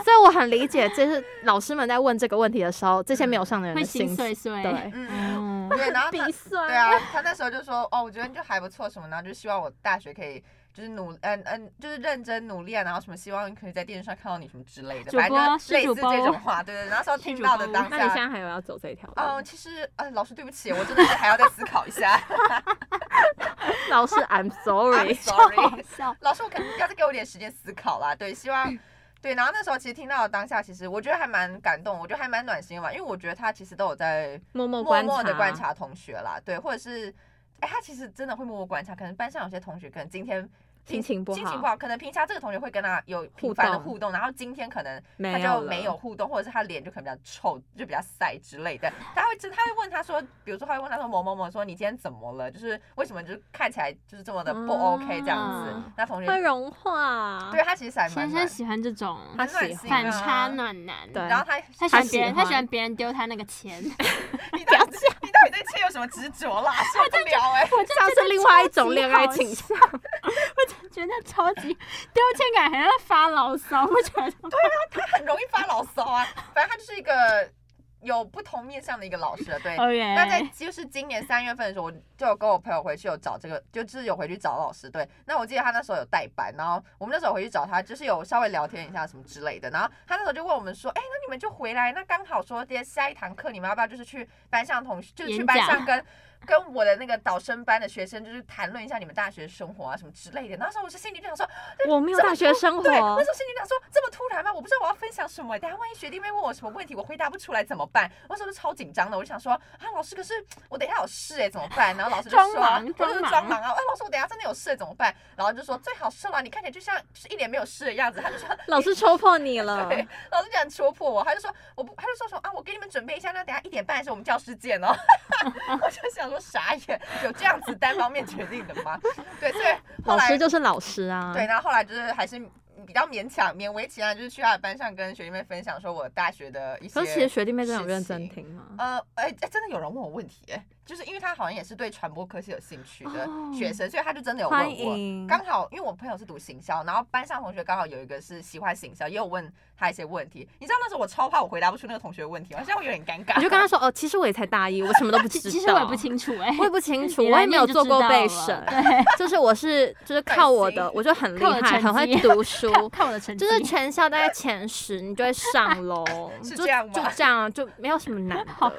[SPEAKER 1] 所以我很理解，就是老师们在问这个问题的时候，这些没有上的人
[SPEAKER 3] 会
[SPEAKER 1] 的
[SPEAKER 3] 心
[SPEAKER 1] 情 (laughs)
[SPEAKER 3] 碎碎。
[SPEAKER 1] 对，
[SPEAKER 2] 嗯，
[SPEAKER 3] 嗯，
[SPEAKER 2] 对，然后他
[SPEAKER 1] 鼻酸。
[SPEAKER 2] 对啊，他那时候就说，哦，我觉得你就还不错什么，然后就希望我大学可以就是努，嗯嗯，就是认真努力啊，然后什么希望可以在电视上看到你什么之类的，
[SPEAKER 3] 主播
[SPEAKER 2] 反正就类
[SPEAKER 3] 是主
[SPEAKER 2] 似
[SPEAKER 3] 播
[SPEAKER 2] 这种话，对对，然后那
[SPEAKER 3] (laughs)
[SPEAKER 2] 时候听到的当
[SPEAKER 1] 那你现
[SPEAKER 2] 下。
[SPEAKER 1] 在还有要走这一条路？
[SPEAKER 2] 嗯，其实，呃，老师，对不起，我真的是还要再思考一下。
[SPEAKER 1] 老师，I'm
[SPEAKER 2] I'm
[SPEAKER 3] (laughs)
[SPEAKER 1] sorry。
[SPEAKER 2] sorry，
[SPEAKER 3] 好笑。
[SPEAKER 2] 老师，我可能要再给我点时间思考啦。对，希
[SPEAKER 1] 嗯
[SPEAKER 2] 望对。然后那时候其实听到的当下，其实我觉得还蛮感动，我觉得还蛮暖心的嘛，因为我觉得他其实都有在
[SPEAKER 1] 默默
[SPEAKER 2] 默
[SPEAKER 1] 观
[SPEAKER 2] 默的
[SPEAKER 1] 察，
[SPEAKER 2] 观察同学啦，对，或者是哎，他其实真的会默默观察，可能班上有些同学可能今天。
[SPEAKER 1] 心情不
[SPEAKER 2] 心情
[SPEAKER 1] 好
[SPEAKER 2] 不好，可能平常这个同学会跟他有频繁的
[SPEAKER 1] 互动
[SPEAKER 2] 互动，然后今天可能他
[SPEAKER 1] 没
[SPEAKER 2] 就
[SPEAKER 1] 了
[SPEAKER 2] 没有互动，或者是他脸就可能比较臭，就比较晒之类的。他会真他会问他说，比如说他会问他说某某某说你今天怎么了？就是为什么就是看起来就是这么的不
[SPEAKER 1] 啊
[SPEAKER 2] OK 这样子？
[SPEAKER 1] 嗯
[SPEAKER 2] 那同学
[SPEAKER 1] 会融化。
[SPEAKER 2] 对他啊其实还蛮
[SPEAKER 3] 先
[SPEAKER 2] 暖
[SPEAKER 3] 生喜欢这种
[SPEAKER 1] 他
[SPEAKER 2] 蛮暖
[SPEAKER 1] 喜
[SPEAKER 2] 心的啊
[SPEAKER 3] 反差暖男，
[SPEAKER 1] 对
[SPEAKER 2] 然后他
[SPEAKER 3] 他喜
[SPEAKER 1] 他
[SPEAKER 3] 欢别人，
[SPEAKER 1] 喜
[SPEAKER 3] 他
[SPEAKER 1] 欢
[SPEAKER 3] 喜欢别人丢他那个钱， (laughs)
[SPEAKER 2] 你到底你到底对钱有什么执着
[SPEAKER 1] (laughs)
[SPEAKER 2] 啦？受不了哎、
[SPEAKER 3] 我
[SPEAKER 1] 这
[SPEAKER 3] 真
[SPEAKER 1] 样是另外一种恋爱倾向，
[SPEAKER 3] 觉得超级丢钱感，还要发牢骚，我觉得
[SPEAKER 2] (laughs) 很容易发牢骚啊。反正他就是一个有不同面向的一个老师了，对。
[SPEAKER 3] OK。
[SPEAKER 2] 那在就是今年三月份的时候，我就有跟我朋友回去有找这个，就是有回去找老师。对，那我记得他那时候有代班，然后我们那时候回去找他，就是有稍微聊天一下什么之类的。然后他那时候就问我们说：“哎、那你们就回来，那刚好说今天下一堂课，你们要不要就是去班上同学，就是去
[SPEAKER 3] 演
[SPEAKER 2] 班
[SPEAKER 3] 讲
[SPEAKER 2] 上跟跟我的那个导生班的学生，就是谈论一下你们大学生活啊什么之类的。”那时候我是心里就想说，
[SPEAKER 1] (laughs) 我没有大学生
[SPEAKER 2] 对，
[SPEAKER 1] 活
[SPEAKER 2] 那，时候心里想说，这么突然吗？我不知道我要分享什么、欸等下万一学弟妹问我什么问题，我回答不出来怎么办？我那时候就超紧张的，我就想说啊，老师，可是我等一下有事哎、怎么办？然后老师就说，
[SPEAKER 3] 装忙
[SPEAKER 2] 我就说
[SPEAKER 3] 装忙
[SPEAKER 2] 装忙啊，哎，老师，我等一下真的有事、怎么办？然后就说最好是啦，你看起来就像就是一脸没有事的样子。他就说，
[SPEAKER 1] 老师戳破你了。
[SPEAKER 2] (laughs) 对，老师就想戳破我，他就说我不，他就说什么啊，我给你们准备一下，那等一下一点半的时候我们教室见哦。 (laughs) 我就想说傻眼，有这样子单方面决定的吗？对，所以后
[SPEAKER 1] 老
[SPEAKER 2] 来
[SPEAKER 1] 师就是老师啊，
[SPEAKER 2] 对，，然后后来就是还是比较勉强、勉为其难，就是去他的班上跟学弟妹分享说我大学的一些 (laughs)
[SPEAKER 1] 可。是其实学弟妹真的有认真听吗？啊
[SPEAKER 2] 呃，哎、哎真的有人问我问题、哎，就是因为他好像也是对传播科系有兴趣的
[SPEAKER 1] 哦
[SPEAKER 2] 学生，所以他就真的有
[SPEAKER 1] 欢
[SPEAKER 2] 问我。
[SPEAKER 1] 迎，
[SPEAKER 2] 刚好因为我朋友是读行销，然后班上同学刚好有一个是喜欢行销，也有问他一些问题。你知道那时候我超怕我回答不出那个同学的问题吗，现在我有点尴尬。
[SPEAKER 1] 你就跟他说哦，其实我也才大一，我什么都不知
[SPEAKER 3] 其
[SPEAKER 1] 道。
[SPEAKER 3] 其实我也不清楚哎、
[SPEAKER 1] 我也不清楚，
[SPEAKER 3] 你
[SPEAKER 1] 我
[SPEAKER 3] 来
[SPEAKER 1] 也没有
[SPEAKER 3] 念就
[SPEAKER 1] 做
[SPEAKER 3] 知
[SPEAKER 1] 过
[SPEAKER 3] 道
[SPEAKER 1] 备
[SPEAKER 3] 了
[SPEAKER 1] 审，就是我是就是靠我的，
[SPEAKER 2] 可惜
[SPEAKER 1] 我就很厉
[SPEAKER 3] 靠我的
[SPEAKER 1] 害，
[SPEAKER 3] 成
[SPEAKER 1] 很会
[SPEAKER 3] 绩
[SPEAKER 1] 读
[SPEAKER 3] (laughs)
[SPEAKER 1] 书，
[SPEAKER 3] 看看我的成绩，
[SPEAKER 1] 就是全校大概前十，你就会上楼，
[SPEAKER 2] (laughs) 是
[SPEAKER 1] 就
[SPEAKER 2] 这样
[SPEAKER 1] 就
[SPEAKER 2] 吗
[SPEAKER 1] 这样，啊就没有什么难
[SPEAKER 3] 好
[SPEAKER 1] 的。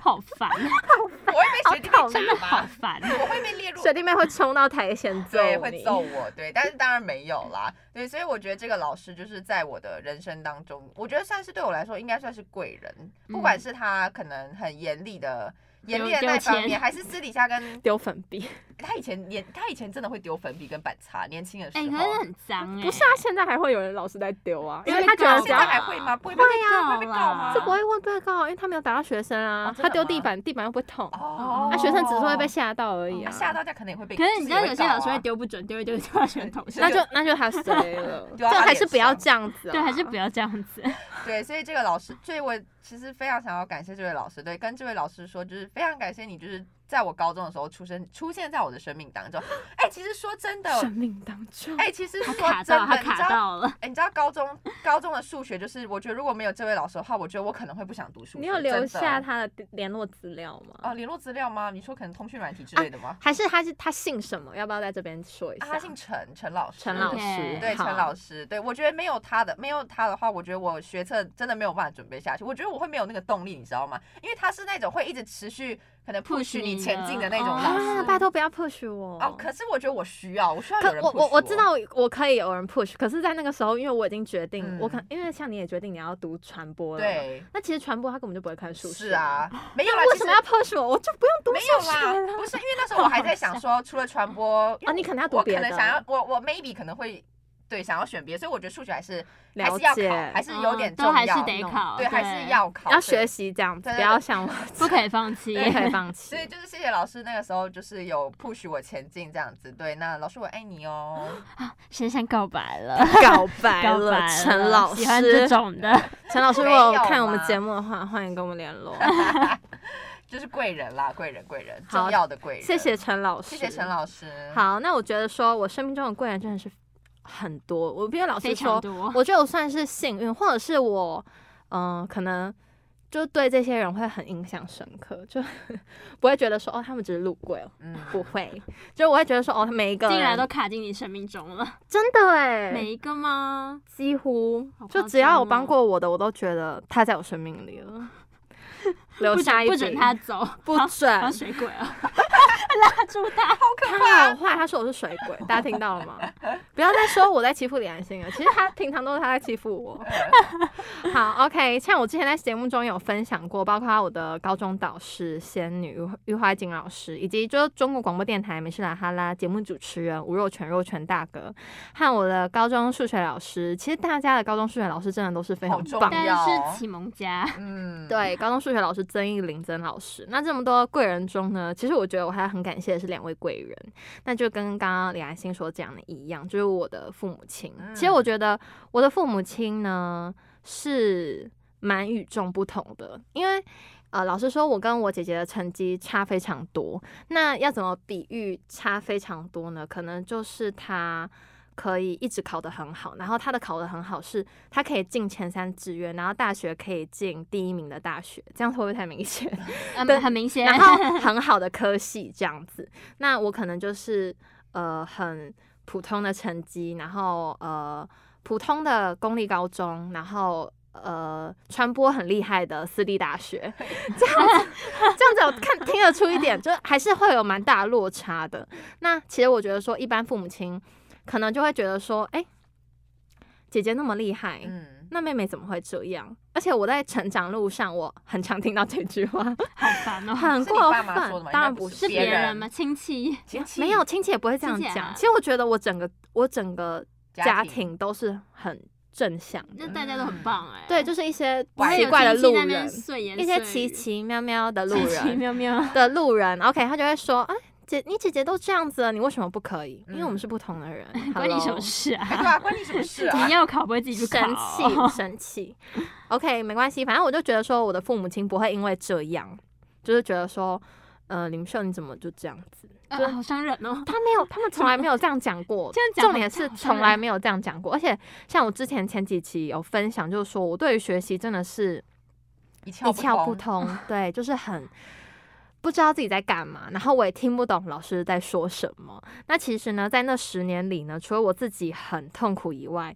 [SPEAKER 3] 好烦，
[SPEAKER 2] 我会被学弟
[SPEAKER 3] 好
[SPEAKER 2] 妹
[SPEAKER 3] 真的
[SPEAKER 2] 打
[SPEAKER 3] 好
[SPEAKER 2] 吧？
[SPEAKER 3] 烦。啊
[SPEAKER 2] (laughs) 我会被
[SPEAKER 1] (laughs)
[SPEAKER 2] 列入
[SPEAKER 1] 学弟妹会冲到台前揍
[SPEAKER 2] (laughs) 对，会
[SPEAKER 1] 你
[SPEAKER 2] 揍我，对，
[SPEAKER 3] (laughs)
[SPEAKER 2] 但是当然没有啦，对，所以我觉得这个老师就是在我的人生当中，我觉得算是对我来说应该算是贵人，不管
[SPEAKER 3] 嗯
[SPEAKER 2] 是他可能很严厉的。严
[SPEAKER 3] 丢
[SPEAKER 2] 厉的
[SPEAKER 3] 丢
[SPEAKER 2] 那一方
[SPEAKER 3] 钱
[SPEAKER 2] 面，还是私底下跟
[SPEAKER 1] 丢粉笔，
[SPEAKER 2] 他以前年，他以前真的会丢粉笔跟板擦，年轻的时
[SPEAKER 3] 哎、可
[SPEAKER 2] 候。
[SPEAKER 3] 是很脏哎、
[SPEAKER 1] 不是啊，现在还会有人老师在丢啊，因
[SPEAKER 3] 会
[SPEAKER 1] 为
[SPEAKER 3] 被
[SPEAKER 1] 他觉
[SPEAKER 3] 告
[SPEAKER 1] 得
[SPEAKER 2] 那
[SPEAKER 1] 只
[SPEAKER 2] 嗯现
[SPEAKER 1] 要
[SPEAKER 2] 在还会吗？不会被
[SPEAKER 3] 啊会
[SPEAKER 2] 告，
[SPEAKER 3] 告
[SPEAKER 2] 会被告
[SPEAKER 3] 啦
[SPEAKER 2] 吗？
[SPEAKER 1] 这不会问被告，因为他没有打到学生啊
[SPEAKER 2] 哦，真
[SPEAKER 1] 他
[SPEAKER 2] 的
[SPEAKER 1] 丢地
[SPEAKER 2] 吗
[SPEAKER 1] 板，地板又不会痛，
[SPEAKER 2] 哦，
[SPEAKER 3] 啊
[SPEAKER 1] 那学生只是会被吓到而已
[SPEAKER 3] 哦
[SPEAKER 1] 啊，
[SPEAKER 2] 吓到，他可能也会被。
[SPEAKER 3] 可是你知道
[SPEAKER 2] 就
[SPEAKER 3] 有
[SPEAKER 2] 也
[SPEAKER 3] 些
[SPEAKER 2] 告
[SPEAKER 3] 老师
[SPEAKER 2] 啊
[SPEAKER 3] 会丢不准，丢一丢丢到拳头上
[SPEAKER 1] 那。就那就他
[SPEAKER 2] (laughs)，
[SPEAKER 1] 谁了
[SPEAKER 2] 丢
[SPEAKER 1] 就
[SPEAKER 2] 到他
[SPEAKER 1] 还是
[SPEAKER 2] 脸
[SPEAKER 1] 不要
[SPEAKER 2] 上
[SPEAKER 1] 这样子啊，
[SPEAKER 3] 对，还是
[SPEAKER 2] (laughs)
[SPEAKER 3] 不要这样子。
[SPEAKER 1] (laughs)
[SPEAKER 2] 对，所以这个老师，所以我其实非常想要感谢这位老师，对，跟这位老师说，就是非常感谢你，就是在我高中的时候出生，出现在我的生命当中。哎，其实说真的，
[SPEAKER 1] 生命当中，
[SPEAKER 2] 哎，其实
[SPEAKER 3] 他
[SPEAKER 2] 说
[SPEAKER 3] 卡
[SPEAKER 2] 真
[SPEAKER 3] 到，
[SPEAKER 2] 的，
[SPEAKER 3] 他
[SPEAKER 2] 你知道，
[SPEAKER 3] 卡到了。
[SPEAKER 2] 哎，你知道高中高中的数学，就是我觉得如果没有这位老师的话，我觉得我可能会不想读数学。
[SPEAKER 1] 你有留
[SPEAKER 2] 真的
[SPEAKER 1] 下他的联络资料
[SPEAKER 2] 哦、
[SPEAKER 1] 吗？
[SPEAKER 2] 联络资料吗？你说可能通讯软体之
[SPEAKER 1] 啊
[SPEAKER 2] 类的吗？
[SPEAKER 1] 还是他是他姓什么？要不要在这边说一
[SPEAKER 2] 啊，
[SPEAKER 1] 下？
[SPEAKER 2] 他姓陈，陈老师，
[SPEAKER 1] 陈老
[SPEAKER 3] OK，
[SPEAKER 1] 师，
[SPEAKER 2] 对陈老
[SPEAKER 1] 师，
[SPEAKER 2] 师，对我觉得没有他的，没有他的话，我觉得我学测真的没有办法准备下去。我觉得我会没有那个动力，你知道吗？因为他是那种会一直持续可能
[SPEAKER 3] push
[SPEAKER 2] push
[SPEAKER 3] 你
[SPEAKER 2] 你前进的那种
[SPEAKER 3] 的
[SPEAKER 2] 老
[SPEAKER 1] 啊，
[SPEAKER 2] 师。
[SPEAKER 1] 拜托不要 push 我
[SPEAKER 2] 哦，可是我觉得我需要，我需要
[SPEAKER 1] 可
[SPEAKER 2] 有人 push
[SPEAKER 1] 我我我知道我可以有人 push，可是，在那个时候，因为我已经决定，
[SPEAKER 2] 嗯
[SPEAKER 1] 我可能因为像你也决定你要读传播了，，
[SPEAKER 2] 对，
[SPEAKER 1] 那其实传播他根本就不会看数学，
[SPEAKER 2] 是啊，，没有啦
[SPEAKER 1] 那，为
[SPEAKER 2] 其
[SPEAKER 1] 什
[SPEAKER 2] 实
[SPEAKER 1] 么要 push 我？我就不用读
[SPEAKER 2] 没
[SPEAKER 1] 数
[SPEAKER 2] 有啊
[SPEAKER 1] 学了
[SPEAKER 2] 啦，不是因为那时候我还
[SPEAKER 1] (laughs)
[SPEAKER 2] 在想说，除了传播，因
[SPEAKER 1] 哦
[SPEAKER 2] 为
[SPEAKER 1] 你可能要读
[SPEAKER 2] 我
[SPEAKER 1] 别
[SPEAKER 2] 可能
[SPEAKER 1] 的
[SPEAKER 2] 想要我我 maybe 可能会对想要选别的，所以我觉得数学还是还
[SPEAKER 1] 了
[SPEAKER 2] 是要
[SPEAKER 1] 解哦
[SPEAKER 2] 考，还是有
[SPEAKER 3] 嗯
[SPEAKER 2] 点重
[SPEAKER 3] 都
[SPEAKER 2] 要，
[SPEAKER 3] 还是得
[SPEAKER 1] 弄
[SPEAKER 3] 考，
[SPEAKER 2] 对，还是要考，
[SPEAKER 1] 要
[SPEAKER 2] 所以
[SPEAKER 1] 学习这样子，
[SPEAKER 2] 对对
[SPEAKER 1] 不
[SPEAKER 2] 对
[SPEAKER 1] 要像我，
[SPEAKER 3] 不可以放弃。
[SPEAKER 1] 不可以放弃
[SPEAKER 2] (laughs) 所。以就是谢谢老师，那个时候就是有 push 我前进这样子。对，那老师我爱你哦。
[SPEAKER 3] 先向告白了，
[SPEAKER 1] 告白
[SPEAKER 3] 告白
[SPEAKER 1] 了，
[SPEAKER 3] 了
[SPEAKER 1] 陈老师
[SPEAKER 3] 喜，欢这种的，
[SPEAKER 1] 陈老师，如
[SPEAKER 2] 没
[SPEAKER 1] 果有
[SPEAKER 2] 有
[SPEAKER 1] 看我们
[SPEAKER 2] 嘛
[SPEAKER 1] 节目的话，欢迎跟我们联
[SPEAKER 2] (laughs)
[SPEAKER 1] 络。
[SPEAKER 2] 就是贵人啦，贵人，贵人，
[SPEAKER 1] 好
[SPEAKER 2] 重要的贵人。
[SPEAKER 1] 谢谢，陈老师，
[SPEAKER 2] 谢谢陈老师。，
[SPEAKER 3] 嗯
[SPEAKER 1] 好，那我觉得说我生命中的贵人真的是很多，我必须老
[SPEAKER 3] 非
[SPEAKER 1] 实说，
[SPEAKER 3] 常多。 (laughs)
[SPEAKER 1] 我觉得我算是幸运，或者是我，嗯、可能就对这些人会很印象深刻，就 (laughs) 不会觉得说哦，他们只是路过，
[SPEAKER 2] 嗯，
[SPEAKER 1] 不会，就我会觉得说哦，他每一个
[SPEAKER 3] 竟然
[SPEAKER 1] 人
[SPEAKER 3] 都卡进你生命中
[SPEAKER 1] (laughs)
[SPEAKER 3] 了，
[SPEAKER 1] 真的哎，
[SPEAKER 3] 每一个吗？
[SPEAKER 1] 几乎
[SPEAKER 3] 好夸
[SPEAKER 1] 就只要有
[SPEAKER 3] 张哦
[SPEAKER 1] 帮过我的，我都觉得他在我生命里
[SPEAKER 3] (laughs)
[SPEAKER 1] 了，留
[SPEAKER 3] 不
[SPEAKER 1] 下
[SPEAKER 3] 准
[SPEAKER 1] 一
[SPEAKER 3] 不准
[SPEAKER 1] 笔
[SPEAKER 3] 他走，
[SPEAKER 1] 不
[SPEAKER 3] 好
[SPEAKER 1] 准
[SPEAKER 3] 好水
[SPEAKER 1] (laughs)
[SPEAKER 3] 鬼啊， (laughs) 拉住他。
[SPEAKER 1] 他好坏，他说我是水鬼，大家听到了吗？不要再说我在欺负李安心了，其实他平常都是他在欺负我。 (laughs) 好，OK，像我之前在节目中有分享过，包括我的高中导师仙女玉花锦老师，以及就是中国广播电台美式啦哈啦节目主持人吴若权若权大哥，和我的高中数学老师，其实大家的高中数学老师真的都是非常
[SPEAKER 2] 好重
[SPEAKER 1] 棒的
[SPEAKER 3] 但
[SPEAKER 2] 要
[SPEAKER 3] 是启蒙家，
[SPEAKER 2] 嗯，
[SPEAKER 1] 对，高中数学老师曾义林曾老师。那这么多贵人中呢，其实我觉得我还很感谢的是两位贵人，那就跟刚刚李安心所讲的一样，就是我的父母亲。其实
[SPEAKER 2] 嗯
[SPEAKER 1] 我觉得我的父母亲呢是蛮与众不同的，因为。呃，老实说，我跟我姐姐的成绩差非常多。那要怎么比喻差非常多呢？可能就是她可以一直考得很好，然后她的考得很好是他可以进前三志愿，然后大学可以进第一名的大学，这样会不会太明显？对
[SPEAKER 3] 嗯，很明显。
[SPEAKER 1] 然后很好的科系这样子，那我可能就是呃很普通的成绩，然后呃普通的公立高中，然后。呃，传播很厉害的私立大学，这样子，这样子我看听得出一点，就还是会有蛮大的落差的。那其实我觉得说，一般父母亲可能就会觉得说，哎、姐姐那么厉害，
[SPEAKER 2] 嗯，
[SPEAKER 1] 那妹妹怎么会这样？而且我在成长路上，我很常听到这句话，
[SPEAKER 3] 好烦哦，
[SPEAKER 1] 很
[SPEAKER 2] 是你
[SPEAKER 1] 过
[SPEAKER 2] 爸
[SPEAKER 1] 分
[SPEAKER 2] 妈说的吗。
[SPEAKER 1] 当然
[SPEAKER 2] 应该不
[SPEAKER 1] 是
[SPEAKER 3] 是
[SPEAKER 2] 别
[SPEAKER 3] 别
[SPEAKER 2] 人
[SPEAKER 3] 人吗？亲戚？
[SPEAKER 2] 亲戚
[SPEAKER 1] 没有亲戚也不会这样
[SPEAKER 3] 亲戚
[SPEAKER 1] 讲。
[SPEAKER 3] 啊
[SPEAKER 1] 其实我觉得我整个我整个家
[SPEAKER 2] 家，
[SPEAKER 1] 庭都是很正向
[SPEAKER 3] 那
[SPEAKER 1] 的，
[SPEAKER 3] 大家都很棒哎。
[SPEAKER 1] 对，就是一些
[SPEAKER 2] 不会
[SPEAKER 1] 奇
[SPEAKER 2] 有
[SPEAKER 1] 怪的路
[SPEAKER 3] 一
[SPEAKER 1] 人，一些奇
[SPEAKER 3] 奇
[SPEAKER 1] 奇妙妙
[SPEAKER 2] (laughs)
[SPEAKER 1] 的路
[SPEAKER 3] 奇
[SPEAKER 1] 人
[SPEAKER 3] 妙
[SPEAKER 1] (laughs)
[SPEAKER 3] 妙。
[SPEAKER 1] 的路人。OK，他就会说，哎、姐，你姐姐都这样子了，你为什么不可以？因为我们
[SPEAKER 2] 嗯
[SPEAKER 1] 是不同的
[SPEAKER 2] (laughs)
[SPEAKER 1] 人，
[SPEAKER 3] 关你什
[SPEAKER 1] Hello
[SPEAKER 3] 么事啊？
[SPEAKER 2] 哎对啊，关你什么事
[SPEAKER 1] (laughs)
[SPEAKER 2] 啊
[SPEAKER 3] 你？要考不会自己去
[SPEAKER 1] 生
[SPEAKER 3] 考，
[SPEAKER 2] (laughs)
[SPEAKER 3] (laughs)
[SPEAKER 1] 气，生气。OK，没关系，反正我就觉得说，我的父母亲不会因为这样，就是觉得说，呃，林秀你怎么就这样子？
[SPEAKER 2] 嗯
[SPEAKER 3] 啊，好伤人哦。。
[SPEAKER 1] 他没有，他们从来没有这样讲过
[SPEAKER 3] 这样讲
[SPEAKER 1] 重点是
[SPEAKER 3] 好像
[SPEAKER 1] 从来没有这样讲过，而且像我之前前几期有分享，就是说我对于学习真的是
[SPEAKER 2] 一
[SPEAKER 1] 一
[SPEAKER 2] 窍
[SPEAKER 1] 窍不
[SPEAKER 2] 通。
[SPEAKER 1] 通，对，就是很不知道自己在干嘛，然后我也听不懂老师在说什么。那其实呢，在那十年里呢，除了我自己很痛苦以外，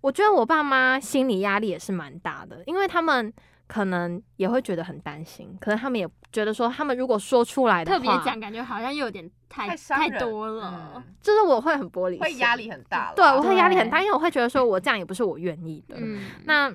[SPEAKER 1] 我觉得我爸妈心理压力也是蛮大的，因为他们。可能也会觉得很担心，可能他们也觉得说，他们如果说出来的话，
[SPEAKER 3] 特别讲，感觉好像又有点太
[SPEAKER 2] 太伤人
[SPEAKER 3] 多了。
[SPEAKER 2] 嗯
[SPEAKER 1] 就是我会很玻璃心，
[SPEAKER 2] 会压力很大了。
[SPEAKER 1] 对，我会压力很大，
[SPEAKER 3] 对
[SPEAKER 1] 因为我会觉得说我这样也不是我愿意的。
[SPEAKER 3] 嗯，
[SPEAKER 1] 那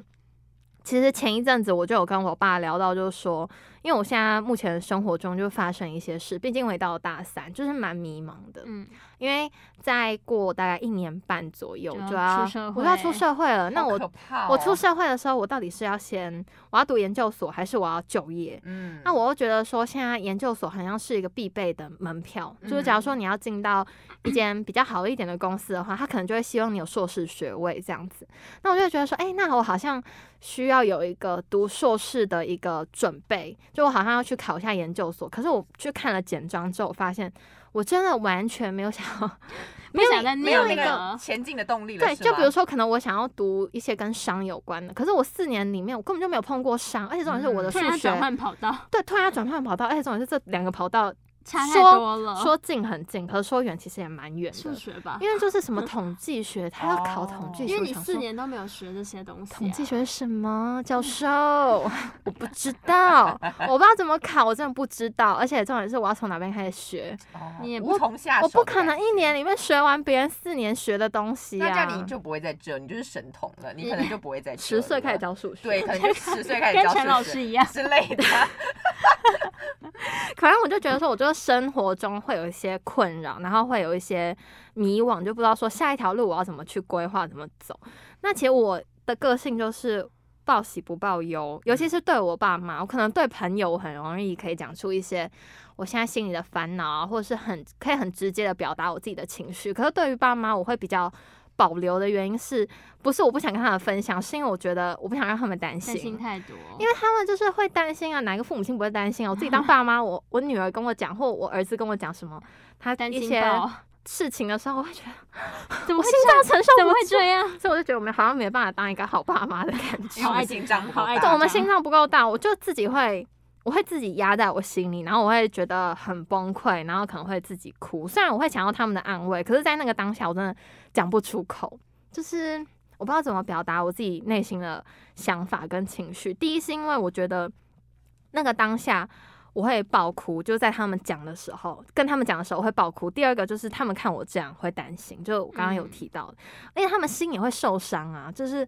[SPEAKER 1] 其实前一阵子我就有跟我爸聊到，就是说，因为我现在目前生活中就发生一些事，毕竟我也到了大三，就是蛮迷茫的。
[SPEAKER 3] 嗯，
[SPEAKER 1] 因为再过大概一年半左右就
[SPEAKER 3] 就要
[SPEAKER 1] 要
[SPEAKER 3] 哦出社
[SPEAKER 1] 我就要出
[SPEAKER 3] 会
[SPEAKER 1] 社会了，那
[SPEAKER 2] 好
[SPEAKER 1] 我
[SPEAKER 2] 可怕哦
[SPEAKER 1] 我出社会的时候，我到底是要先我要读研究所，还是我要就业？
[SPEAKER 2] 嗯，
[SPEAKER 1] 那我又觉得说，现在研究所好像是一个必备的门票，就是假如说你要进到一间比较好一点的公司的话，他可能就会希望你有硕士学位这样子。那我就会觉得说，哎、那我好像需要有一个读硕士的一个准备，就我好像要去考一下研究所。可是我去看了简章之后，我发现我真的完全没有想要，没有
[SPEAKER 3] 想再
[SPEAKER 1] 没
[SPEAKER 2] 没
[SPEAKER 1] 有
[SPEAKER 2] 有
[SPEAKER 1] 一
[SPEAKER 2] 那
[SPEAKER 1] 个。
[SPEAKER 2] 个前进的动力了。
[SPEAKER 1] 对，
[SPEAKER 2] 是
[SPEAKER 1] 就
[SPEAKER 2] 吗哦
[SPEAKER 1] 比如说，可能我想要读一些跟商有关的，可是我四年里面我根本就没有碰过商，而且重点是我的
[SPEAKER 3] 嗯突
[SPEAKER 1] 数
[SPEAKER 3] 然
[SPEAKER 1] 学
[SPEAKER 3] 转换跑道，
[SPEAKER 1] 对，突然要转换跑道，而且重点是这两个跑道
[SPEAKER 3] 差太
[SPEAKER 1] 说
[SPEAKER 3] 多
[SPEAKER 2] 嗯
[SPEAKER 3] 了。
[SPEAKER 1] 说近很近，可是说远其实也蛮远
[SPEAKER 3] 数
[SPEAKER 1] 的，
[SPEAKER 3] 学吧，
[SPEAKER 1] 因为就是什么统计学，他要考统计
[SPEAKER 2] 嗯哦为
[SPEAKER 1] 学，
[SPEAKER 3] 因为你
[SPEAKER 1] 我想
[SPEAKER 3] 四
[SPEAKER 1] 说
[SPEAKER 3] 年都没有学这些东西、啊，
[SPEAKER 1] 统计学是什么？
[SPEAKER 2] 嗯
[SPEAKER 1] 教授，我不知道，我不知道怎么考，我真的不知道，而且重点是我要从哪边开始学，
[SPEAKER 2] 哦
[SPEAKER 3] 你也
[SPEAKER 2] 无从下手，
[SPEAKER 1] 我不可能。一年里面学完别人四年学的东西
[SPEAKER 2] 那这样
[SPEAKER 1] 啊
[SPEAKER 2] 你。就不会在这，你就是神童了，你可能就不会在这
[SPEAKER 1] 十岁开始
[SPEAKER 2] 了
[SPEAKER 1] 教数学，
[SPEAKER 2] 对，可能就十岁开始
[SPEAKER 3] 跟
[SPEAKER 2] 教
[SPEAKER 3] 陈老
[SPEAKER 2] 数
[SPEAKER 3] 师
[SPEAKER 2] (laughs) 学
[SPEAKER 3] 一样，
[SPEAKER 2] 之类的。
[SPEAKER 1] 反正我就觉得说，我就生活中会有一些困扰，然后会有一些迷惘，就不知道说下一条路我要怎么去规划，怎么走。那其实我的个性就是报喜不报忧，尤其是对我爸妈，我可能对朋友我很容易可以讲出一些我现在心里的烦恼啊，或者是很可以很直接的表达我自己的情绪。可是对于爸妈，我会比较。保留的原因是不是我不想跟他们分享？是因为我觉得我不想让他们担
[SPEAKER 3] 担心
[SPEAKER 1] 心。
[SPEAKER 3] 太多，
[SPEAKER 1] 因为他们就是会担心啊，哪个父母亲不会担心啊？我自己当爸
[SPEAKER 3] (laughs)
[SPEAKER 1] 妈，我我女儿跟我讲，或我儿子跟我讲什么，他
[SPEAKER 3] 担
[SPEAKER 1] 一
[SPEAKER 3] 心
[SPEAKER 1] 些
[SPEAKER 3] 爆，
[SPEAKER 1] 事情的时候，我会觉得
[SPEAKER 3] 怎么
[SPEAKER 1] 我
[SPEAKER 3] 会
[SPEAKER 1] 心
[SPEAKER 3] 这样
[SPEAKER 1] 脏承受
[SPEAKER 3] 怎
[SPEAKER 1] 不
[SPEAKER 3] 么会
[SPEAKER 1] 住，
[SPEAKER 3] 这样？
[SPEAKER 1] 所以我就觉得我们好像没办法当一个好爸妈的感觉
[SPEAKER 2] 因为我
[SPEAKER 3] 好。爱
[SPEAKER 2] 们
[SPEAKER 3] 紧
[SPEAKER 2] 心
[SPEAKER 3] 张
[SPEAKER 2] 脏不
[SPEAKER 3] 好
[SPEAKER 2] 够
[SPEAKER 3] 爱
[SPEAKER 2] 大
[SPEAKER 1] 对，我
[SPEAKER 3] 紧
[SPEAKER 1] 们
[SPEAKER 3] 张
[SPEAKER 1] 心脏不够大，我就自己会，我会自己压在我心里，然后我会觉得很崩溃，然后可能会自己哭。虽然我会想要他们的安慰，可是，在那个当下，我真的讲不出口，就是我不知道怎么表达我自己内心的想法跟情绪。第一是因为我觉得那个当下。我会爆哭，就在他们讲的时候，跟他们讲的时候我会爆哭。第二个就是他们看我这样会担心，就我刚刚有
[SPEAKER 3] 嗯
[SPEAKER 1] 提到的，而且他们心也会受伤啊。就是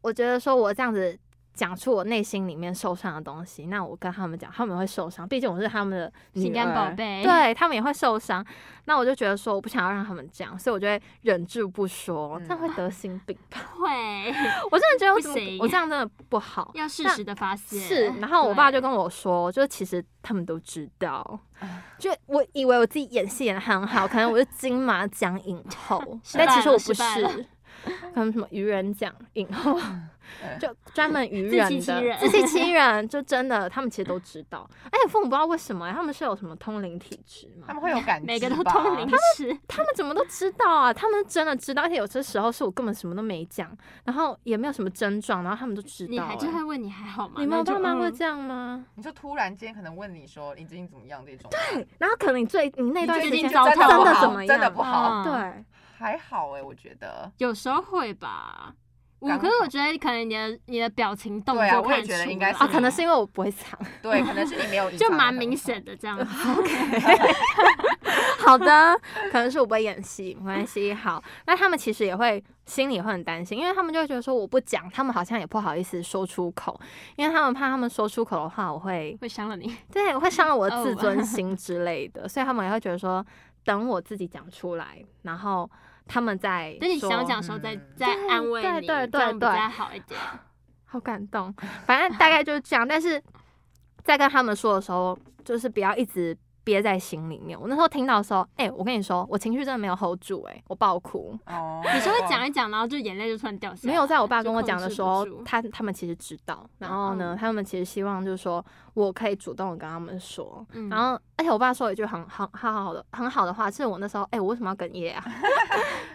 [SPEAKER 1] 我觉得说我这样子讲出我内心里面受伤的东西，那我跟他们讲，他们会受伤，毕竟我是他们的
[SPEAKER 3] 心
[SPEAKER 1] 女
[SPEAKER 3] 肝
[SPEAKER 1] 儿，
[SPEAKER 3] 宝贝，，
[SPEAKER 1] 对他们也会受伤。那我就觉得说，我不想要让他们这样，所以我就会忍住不说，
[SPEAKER 2] 嗯
[SPEAKER 1] 这样会得心病吧？
[SPEAKER 3] 会
[SPEAKER 1] (laughs) 我真的觉得我怎么
[SPEAKER 3] 不行
[SPEAKER 1] 我这样真的不好。
[SPEAKER 3] 要适
[SPEAKER 1] 那
[SPEAKER 3] 时的发现。
[SPEAKER 1] 是，然后我爸就
[SPEAKER 3] 哦对
[SPEAKER 1] 跟我说，就是其实他们都知道
[SPEAKER 2] 啊，
[SPEAKER 1] (laughs) 就我以为我自己演戏演的很好，可能我是金马奖影后
[SPEAKER 3] (laughs) ，失败
[SPEAKER 1] 但其实
[SPEAKER 3] 了
[SPEAKER 1] 我
[SPEAKER 3] 失
[SPEAKER 1] 不
[SPEAKER 3] 败了
[SPEAKER 1] 是， (laughs) 可能什么愚人奖影后， (laughs)
[SPEAKER 2] 嗯
[SPEAKER 1] 就专门愚
[SPEAKER 3] 自
[SPEAKER 1] 人
[SPEAKER 3] 欺欺人
[SPEAKER 1] 的自欺欺
[SPEAKER 3] (laughs)
[SPEAKER 1] 人，就真的他们其实都知道，而且父母不知道为什么，他们是有什么通灵体质吗
[SPEAKER 2] 他？们会有感知吧，
[SPEAKER 3] 每个都通灵师，
[SPEAKER 1] 他们怎么都知道啊？他们真的知道，而且有些时候是我根本什么都没讲，然后也没有什么症状，然后他们都知
[SPEAKER 3] 你
[SPEAKER 1] 道、
[SPEAKER 3] 还就
[SPEAKER 1] 欸
[SPEAKER 3] 会问你还好吗？
[SPEAKER 1] 你
[SPEAKER 3] 那
[SPEAKER 1] 们
[SPEAKER 3] 就
[SPEAKER 1] 爸妈会
[SPEAKER 3] 嗯
[SPEAKER 1] 这样吗？
[SPEAKER 2] 你就突然间可能问你说你最近怎么样这种，对，
[SPEAKER 1] (clears throat) 然后可能你最你那
[SPEAKER 2] 你
[SPEAKER 1] 段
[SPEAKER 2] 最
[SPEAKER 1] 时
[SPEAKER 2] 近
[SPEAKER 1] 间
[SPEAKER 3] 糟
[SPEAKER 2] 真的
[SPEAKER 3] 透
[SPEAKER 1] 真
[SPEAKER 2] 不
[SPEAKER 1] 的
[SPEAKER 2] 好
[SPEAKER 1] 怎么样？
[SPEAKER 2] 真的不好，
[SPEAKER 3] 嗯
[SPEAKER 1] 对，
[SPEAKER 2] 还好哎，我觉得。
[SPEAKER 3] 有时候会吧。我
[SPEAKER 2] 刚
[SPEAKER 3] 可是
[SPEAKER 2] 好
[SPEAKER 3] 我觉得可能你的你的表情动
[SPEAKER 2] 对啊
[SPEAKER 3] 作
[SPEAKER 2] 我也
[SPEAKER 3] 看得
[SPEAKER 2] 觉得
[SPEAKER 3] 出
[SPEAKER 2] 应该
[SPEAKER 3] 来
[SPEAKER 1] 啊，可能是因为我不会 (laughs) 唱。
[SPEAKER 2] 对，可能是你没有隐
[SPEAKER 3] 就
[SPEAKER 2] 藏得
[SPEAKER 3] 蛮
[SPEAKER 2] 很
[SPEAKER 3] 明
[SPEAKER 2] 好
[SPEAKER 3] 显。的这样子。
[SPEAKER 1] 好的，可能是我不会演戏，没关系。好，那他们其实也会心里会很担心，因为他们就会觉得说我不讲，他们好像也不好意思说出口，因为他们怕他们说出口的话，我会
[SPEAKER 3] 会伤了你。
[SPEAKER 1] 对我会伤了我
[SPEAKER 3] 哦
[SPEAKER 1] 的自尊心之类的，所以他们也会觉得说等我自己讲出来，然后他们再
[SPEAKER 3] 等你
[SPEAKER 1] 说
[SPEAKER 3] 想讲的时候再
[SPEAKER 2] 嗯
[SPEAKER 3] 再安慰
[SPEAKER 1] 对
[SPEAKER 3] 你，
[SPEAKER 1] 对
[SPEAKER 3] 这样
[SPEAKER 1] 对
[SPEAKER 3] 比
[SPEAKER 1] 对
[SPEAKER 3] 较好一点。
[SPEAKER 1] 好感动，反正大概就是这样。但是在跟他们说的时候，就是不要一直憋在心里面。我那时候听到的时候，哎、我跟你说，我情绪真的没有 hold 住、哎，我爆哭。
[SPEAKER 2] 哦，
[SPEAKER 3] 你是会讲一讲，然后就眼泪就突然掉下来。
[SPEAKER 1] 没有在我爸
[SPEAKER 3] 就
[SPEAKER 1] 跟我
[SPEAKER 3] 控
[SPEAKER 1] 讲的
[SPEAKER 3] 制
[SPEAKER 1] 时
[SPEAKER 3] 不
[SPEAKER 1] 候
[SPEAKER 3] 住，
[SPEAKER 1] 他他们其实知道，然后
[SPEAKER 2] 哦
[SPEAKER 1] 呢，他们其实希望就是说我可以主动地跟他们说，
[SPEAKER 3] 嗯
[SPEAKER 1] 然后而且我爸说了一句很很很好的很好的话，是我那时候哎、我为什么要哽咽啊？ (laughs)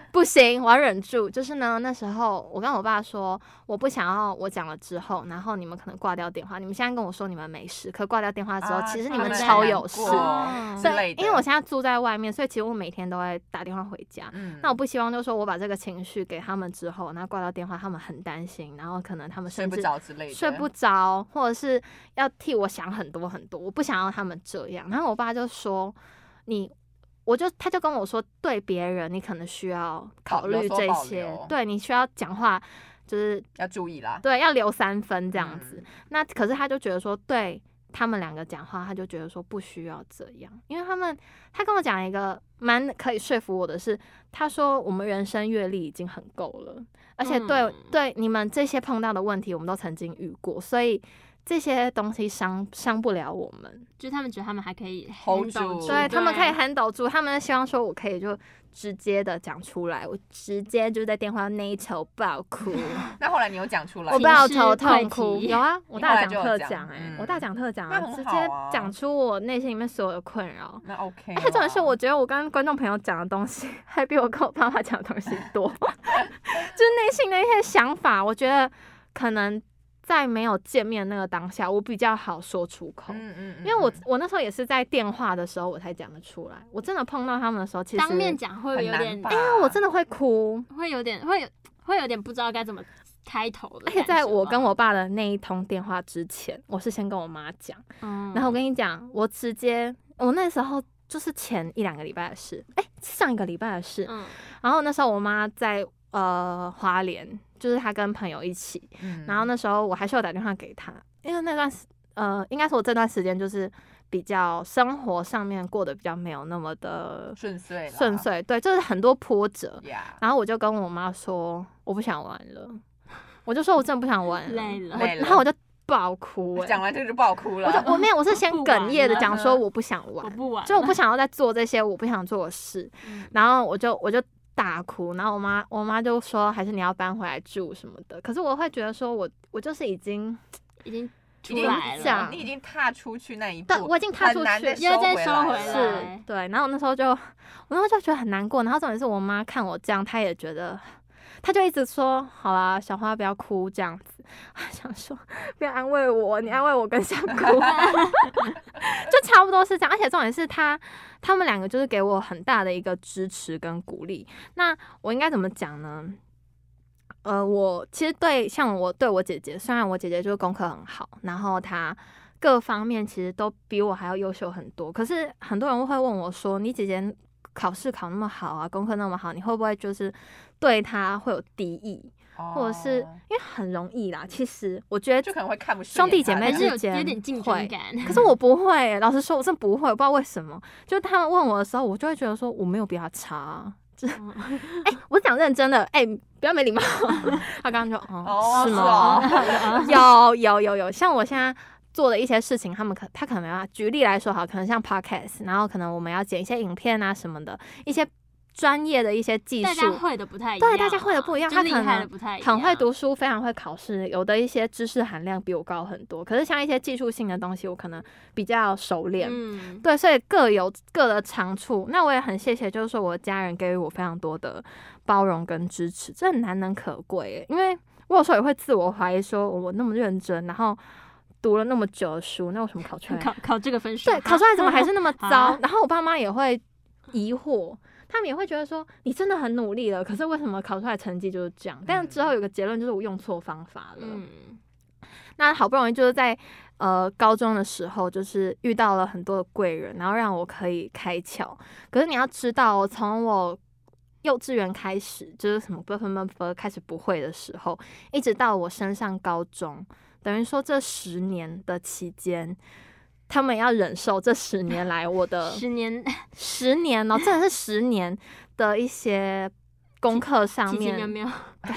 [SPEAKER 1] 不行，我要忍住。就是呢，那时候我跟我爸说，我不想要我讲了之后，然后你们可能挂掉电话。你们现在跟我说你们没事，可挂掉电话之后，
[SPEAKER 2] 啊
[SPEAKER 1] 其实
[SPEAKER 2] 他
[SPEAKER 1] 你们
[SPEAKER 2] 们
[SPEAKER 1] 超
[SPEAKER 2] 很
[SPEAKER 1] 有
[SPEAKER 2] 难
[SPEAKER 1] 事。
[SPEAKER 2] 过
[SPEAKER 3] 哦
[SPEAKER 2] 之
[SPEAKER 1] 所以
[SPEAKER 2] 类的
[SPEAKER 1] 因为我现在住在外面，所以其实我每天都会打电话回家。
[SPEAKER 2] 嗯
[SPEAKER 1] 那我不希望就是说我把这个情绪给他们之后，然后挂掉电话，他们很担心，然后可能他们
[SPEAKER 2] 睡
[SPEAKER 1] 甚
[SPEAKER 2] 不
[SPEAKER 1] 至
[SPEAKER 2] 着之类的，
[SPEAKER 1] 睡不着，或者是要替我想很多很多，我不想要他们这样。然后我爸就说：“你，我就他就跟我说，对别人你可能需要
[SPEAKER 2] 保
[SPEAKER 1] 考虑
[SPEAKER 2] 有所
[SPEAKER 1] 这
[SPEAKER 2] 保
[SPEAKER 1] 些
[SPEAKER 2] 留，
[SPEAKER 1] 对你需要讲话就是
[SPEAKER 2] 要注意啦。
[SPEAKER 1] 对要留三分这样
[SPEAKER 2] 嗯
[SPEAKER 1] 子。那可是他就觉得说，对他们两个讲话，他就觉得说不需要这样，因为他们他跟我讲一个蛮可以说服我的是，他说我们人生阅历已经很够了，而且对、
[SPEAKER 3] 嗯
[SPEAKER 1] 对你们这些碰到的问题，我们都曾经遇过，所以。这些东西伤伤不了我们，
[SPEAKER 3] 就是他们觉得他们还可以
[SPEAKER 2] Hold 住
[SPEAKER 3] handle 住啊
[SPEAKER 1] 对他们可以 handle 住，他们希望说我可以就直接的讲出来，我直接就在电话那一头爆哭。
[SPEAKER 2] 那后来你有讲出来
[SPEAKER 1] 我
[SPEAKER 3] 情
[SPEAKER 1] 爆
[SPEAKER 3] 绪
[SPEAKER 1] 头
[SPEAKER 3] 溃
[SPEAKER 1] 痛哭，
[SPEAKER 3] 堤
[SPEAKER 1] 有
[SPEAKER 2] (laughs)
[SPEAKER 1] 啊，我
[SPEAKER 2] 你
[SPEAKER 1] 大
[SPEAKER 2] 后来就
[SPEAKER 1] 讲
[SPEAKER 2] 有
[SPEAKER 1] 特
[SPEAKER 2] 讲
[SPEAKER 1] 讲哎、
[SPEAKER 2] 嗯
[SPEAKER 1] 我大讲特讲、
[SPEAKER 2] 那很
[SPEAKER 1] 直
[SPEAKER 2] 好
[SPEAKER 1] 接
[SPEAKER 2] 啊
[SPEAKER 1] 讲出我内心里面所有的困扰。
[SPEAKER 2] 那 OK 哦
[SPEAKER 1] 而
[SPEAKER 2] 啦。
[SPEAKER 1] 且哎重点是，我觉得我跟观众朋友讲的东西，还比我跟我爸爸讲的东西
[SPEAKER 2] (laughs)
[SPEAKER 1] 多，就是内心的一些想法，我觉得可能在没有见面那个当下，我比较好说出口。
[SPEAKER 2] 嗯嗯
[SPEAKER 1] 因
[SPEAKER 2] 嗯，
[SPEAKER 1] 为我
[SPEAKER 2] 嗯
[SPEAKER 1] 我那时候也是在电话的时候我才讲得出来，我真的碰到他们的时候，其实
[SPEAKER 3] 当面讲会
[SPEAKER 2] 很
[SPEAKER 3] 有
[SPEAKER 2] 难
[SPEAKER 3] 点，
[SPEAKER 2] 吧
[SPEAKER 1] 因为我真的会哭，
[SPEAKER 3] 会有点会有会有点不知道该怎么开头的
[SPEAKER 1] 而
[SPEAKER 3] 感觉
[SPEAKER 1] 且
[SPEAKER 3] 吧。
[SPEAKER 1] 在我跟我爸的那一通电话之前，我是先跟我妈讲。
[SPEAKER 3] 嗯，
[SPEAKER 1] 然后我跟你讲，我直接，我那时候就是前一两个礼拜的事，哎、上一个礼拜的事。
[SPEAKER 3] 嗯
[SPEAKER 1] 然后那时候我妈在呃花莲，就是她跟朋友一起。
[SPEAKER 2] 嗯
[SPEAKER 1] 然后那时候我还是有打电话给她，因为那段时呃，应该说我这段时间就是比较生活上面过得比较没有那么的
[SPEAKER 2] 顺遂啦
[SPEAKER 1] 顺遂，对，就是很多波折。
[SPEAKER 2] 呀，
[SPEAKER 1] 然后我就跟我妈说，我不想玩了，我就说我真的不想玩了，
[SPEAKER 3] 累了
[SPEAKER 1] 我
[SPEAKER 2] 累了
[SPEAKER 1] 然后我就爆哭、哎，
[SPEAKER 2] 讲完这个就爆哭
[SPEAKER 1] 我 (laughs)
[SPEAKER 2] 了。
[SPEAKER 1] 就我没有，我是先
[SPEAKER 3] 我不
[SPEAKER 1] 哽
[SPEAKER 3] 玩
[SPEAKER 1] 咽的
[SPEAKER 3] 了
[SPEAKER 1] 讲说我不想
[SPEAKER 3] 我
[SPEAKER 1] 玩，
[SPEAKER 3] 不玩了，
[SPEAKER 1] 就我不想要再做这些我不想做的事，
[SPEAKER 3] 嗯
[SPEAKER 1] 然后我就我就大哭，然后我妈我妈就说还是你要搬回来住什么的，可是我会觉得说我我就是已经
[SPEAKER 3] 已经
[SPEAKER 2] 已
[SPEAKER 3] 出
[SPEAKER 2] 经
[SPEAKER 3] 来
[SPEAKER 1] 讲
[SPEAKER 3] 了，
[SPEAKER 1] 了
[SPEAKER 2] 你已经踏出去那一步，
[SPEAKER 1] 对我已经踏出
[SPEAKER 2] 很难
[SPEAKER 1] 去
[SPEAKER 2] 再
[SPEAKER 3] 又再收
[SPEAKER 2] 回
[SPEAKER 3] 回
[SPEAKER 2] 来
[SPEAKER 3] 来
[SPEAKER 2] 了
[SPEAKER 1] 是对，然后我那时候就我那时候就觉得很难过，然后重点是我妈看我这样，她也觉得。她就一直说：“好啦，小花不要哭，这样子。” (laughs) 想说不要安慰我，你安慰我更想哭。就差不多是这样。而且重点是他他们两个就是给我很大的一个支持跟鼓励。那我应该怎么讲呢？呃，我其实对像我对我姐姐，虽然我姐姐就是功课很好，然后她各方面其实都比我还要优秀很多。可是很多人会问我说：“你姐姐考试考那么好啊，功课那么好，你会不会就是对她会有敌意，或者是
[SPEAKER 2] 哦
[SPEAKER 1] 因为很容易啦？其实我觉
[SPEAKER 2] 就
[SPEAKER 1] 得
[SPEAKER 2] 可能会看不
[SPEAKER 1] 兄
[SPEAKER 2] 顺
[SPEAKER 1] 弟
[SPEAKER 2] 眼他
[SPEAKER 1] 姐妹
[SPEAKER 3] (laughs) 还
[SPEAKER 2] 这
[SPEAKER 3] 是
[SPEAKER 2] 样
[SPEAKER 1] 之
[SPEAKER 3] 有
[SPEAKER 1] 间
[SPEAKER 3] 有点竞
[SPEAKER 1] 会
[SPEAKER 3] 争感。
[SPEAKER 1] 可是我不会，老实说，我真的不会，我不知道为什么。就他们问我的时候，我就会觉得说我没有比他差啊。就是
[SPEAKER 3] 嗯
[SPEAKER 1] 哎、我讲认真的，哎、不要没
[SPEAKER 3] (laughs)
[SPEAKER 1] 礼貌。他刚刚说，哦，
[SPEAKER 2] 哦
[SPEAKER 1] 是
[SPEAKER 2] 是
[SPEAKER 1] 吗？
[SPEAKER 3] 哦 (laughs)
[SPEAKER 1] 有有有有，像我现在做的一些事情，他们可他可能没办法。举例来说，好，可能像 podcast，然后可能我们要剪一些影片啊什么的，一些专业的一些技
[SPEAKER 3] 大家
[SPEAKER 1] 术。
[SPEAKER 3] 会的不太一样
[SPEAKER 1] 对
[SPEAKER 3] 啊，
[SPEAKER 1] 大家会的不一样
[SPEAKER 3] 就
[SPEAKER 1] 他
[SPEAKER 3] 厉
[SPEAKER 1] 可
[SPEAKER 3] 害
[SPEAKER 1] 能
[SPEAKER 3] 的不太一样，
[SPEAKER 1] 很会读书，非常会考试，有的一些知识含量比我高很多。可是像一些技术性的东西，我可能比较熟练，
[SPEAKER 3] 嗯，
[SPEAKER 1] 对，所以各有各的长处。那我也很谢谢，就是说我的家人给予我非常多的包容跟支持，这很难能可贵耶。因为我有时候也会自我怀疑，说我那么认真，然后读了那么久的书，那为什么考出来？
[SPEAKER 3] 考考这个分数，
[SPEAKER 1] 对，考出来怎么还是那么糟
[SPEAKER 3] 啊？
[SPEAKER 1] 然后我爸妈也会疑惑。他们也会觉得说你真的很努力了，可是为什么考出来成绩就是这样？但是之后有个结论就是我用错方法了。
[SPEAKER 3] (laughs) 嗯，
[SPEAKER 1] 那好不容易就是在呃高中的时候，就是遇到了很多的贵人，然后让我可以开窍。可是你要知道哦，从我幼稚园开始，就是什么 b u f f e b u f 开始不会的时候，一直到我升上高中，等于说这十年的期间。他们要忍受这十年来我的
[SPEAKER 3] 十年
[SPEAKER 1] 十年哦，真的是十年的一些功课上
[SPEAKER 3] 奇奇
[SPEAKER 1] 面
[SPEAKER 3] (laughs) 妙妙，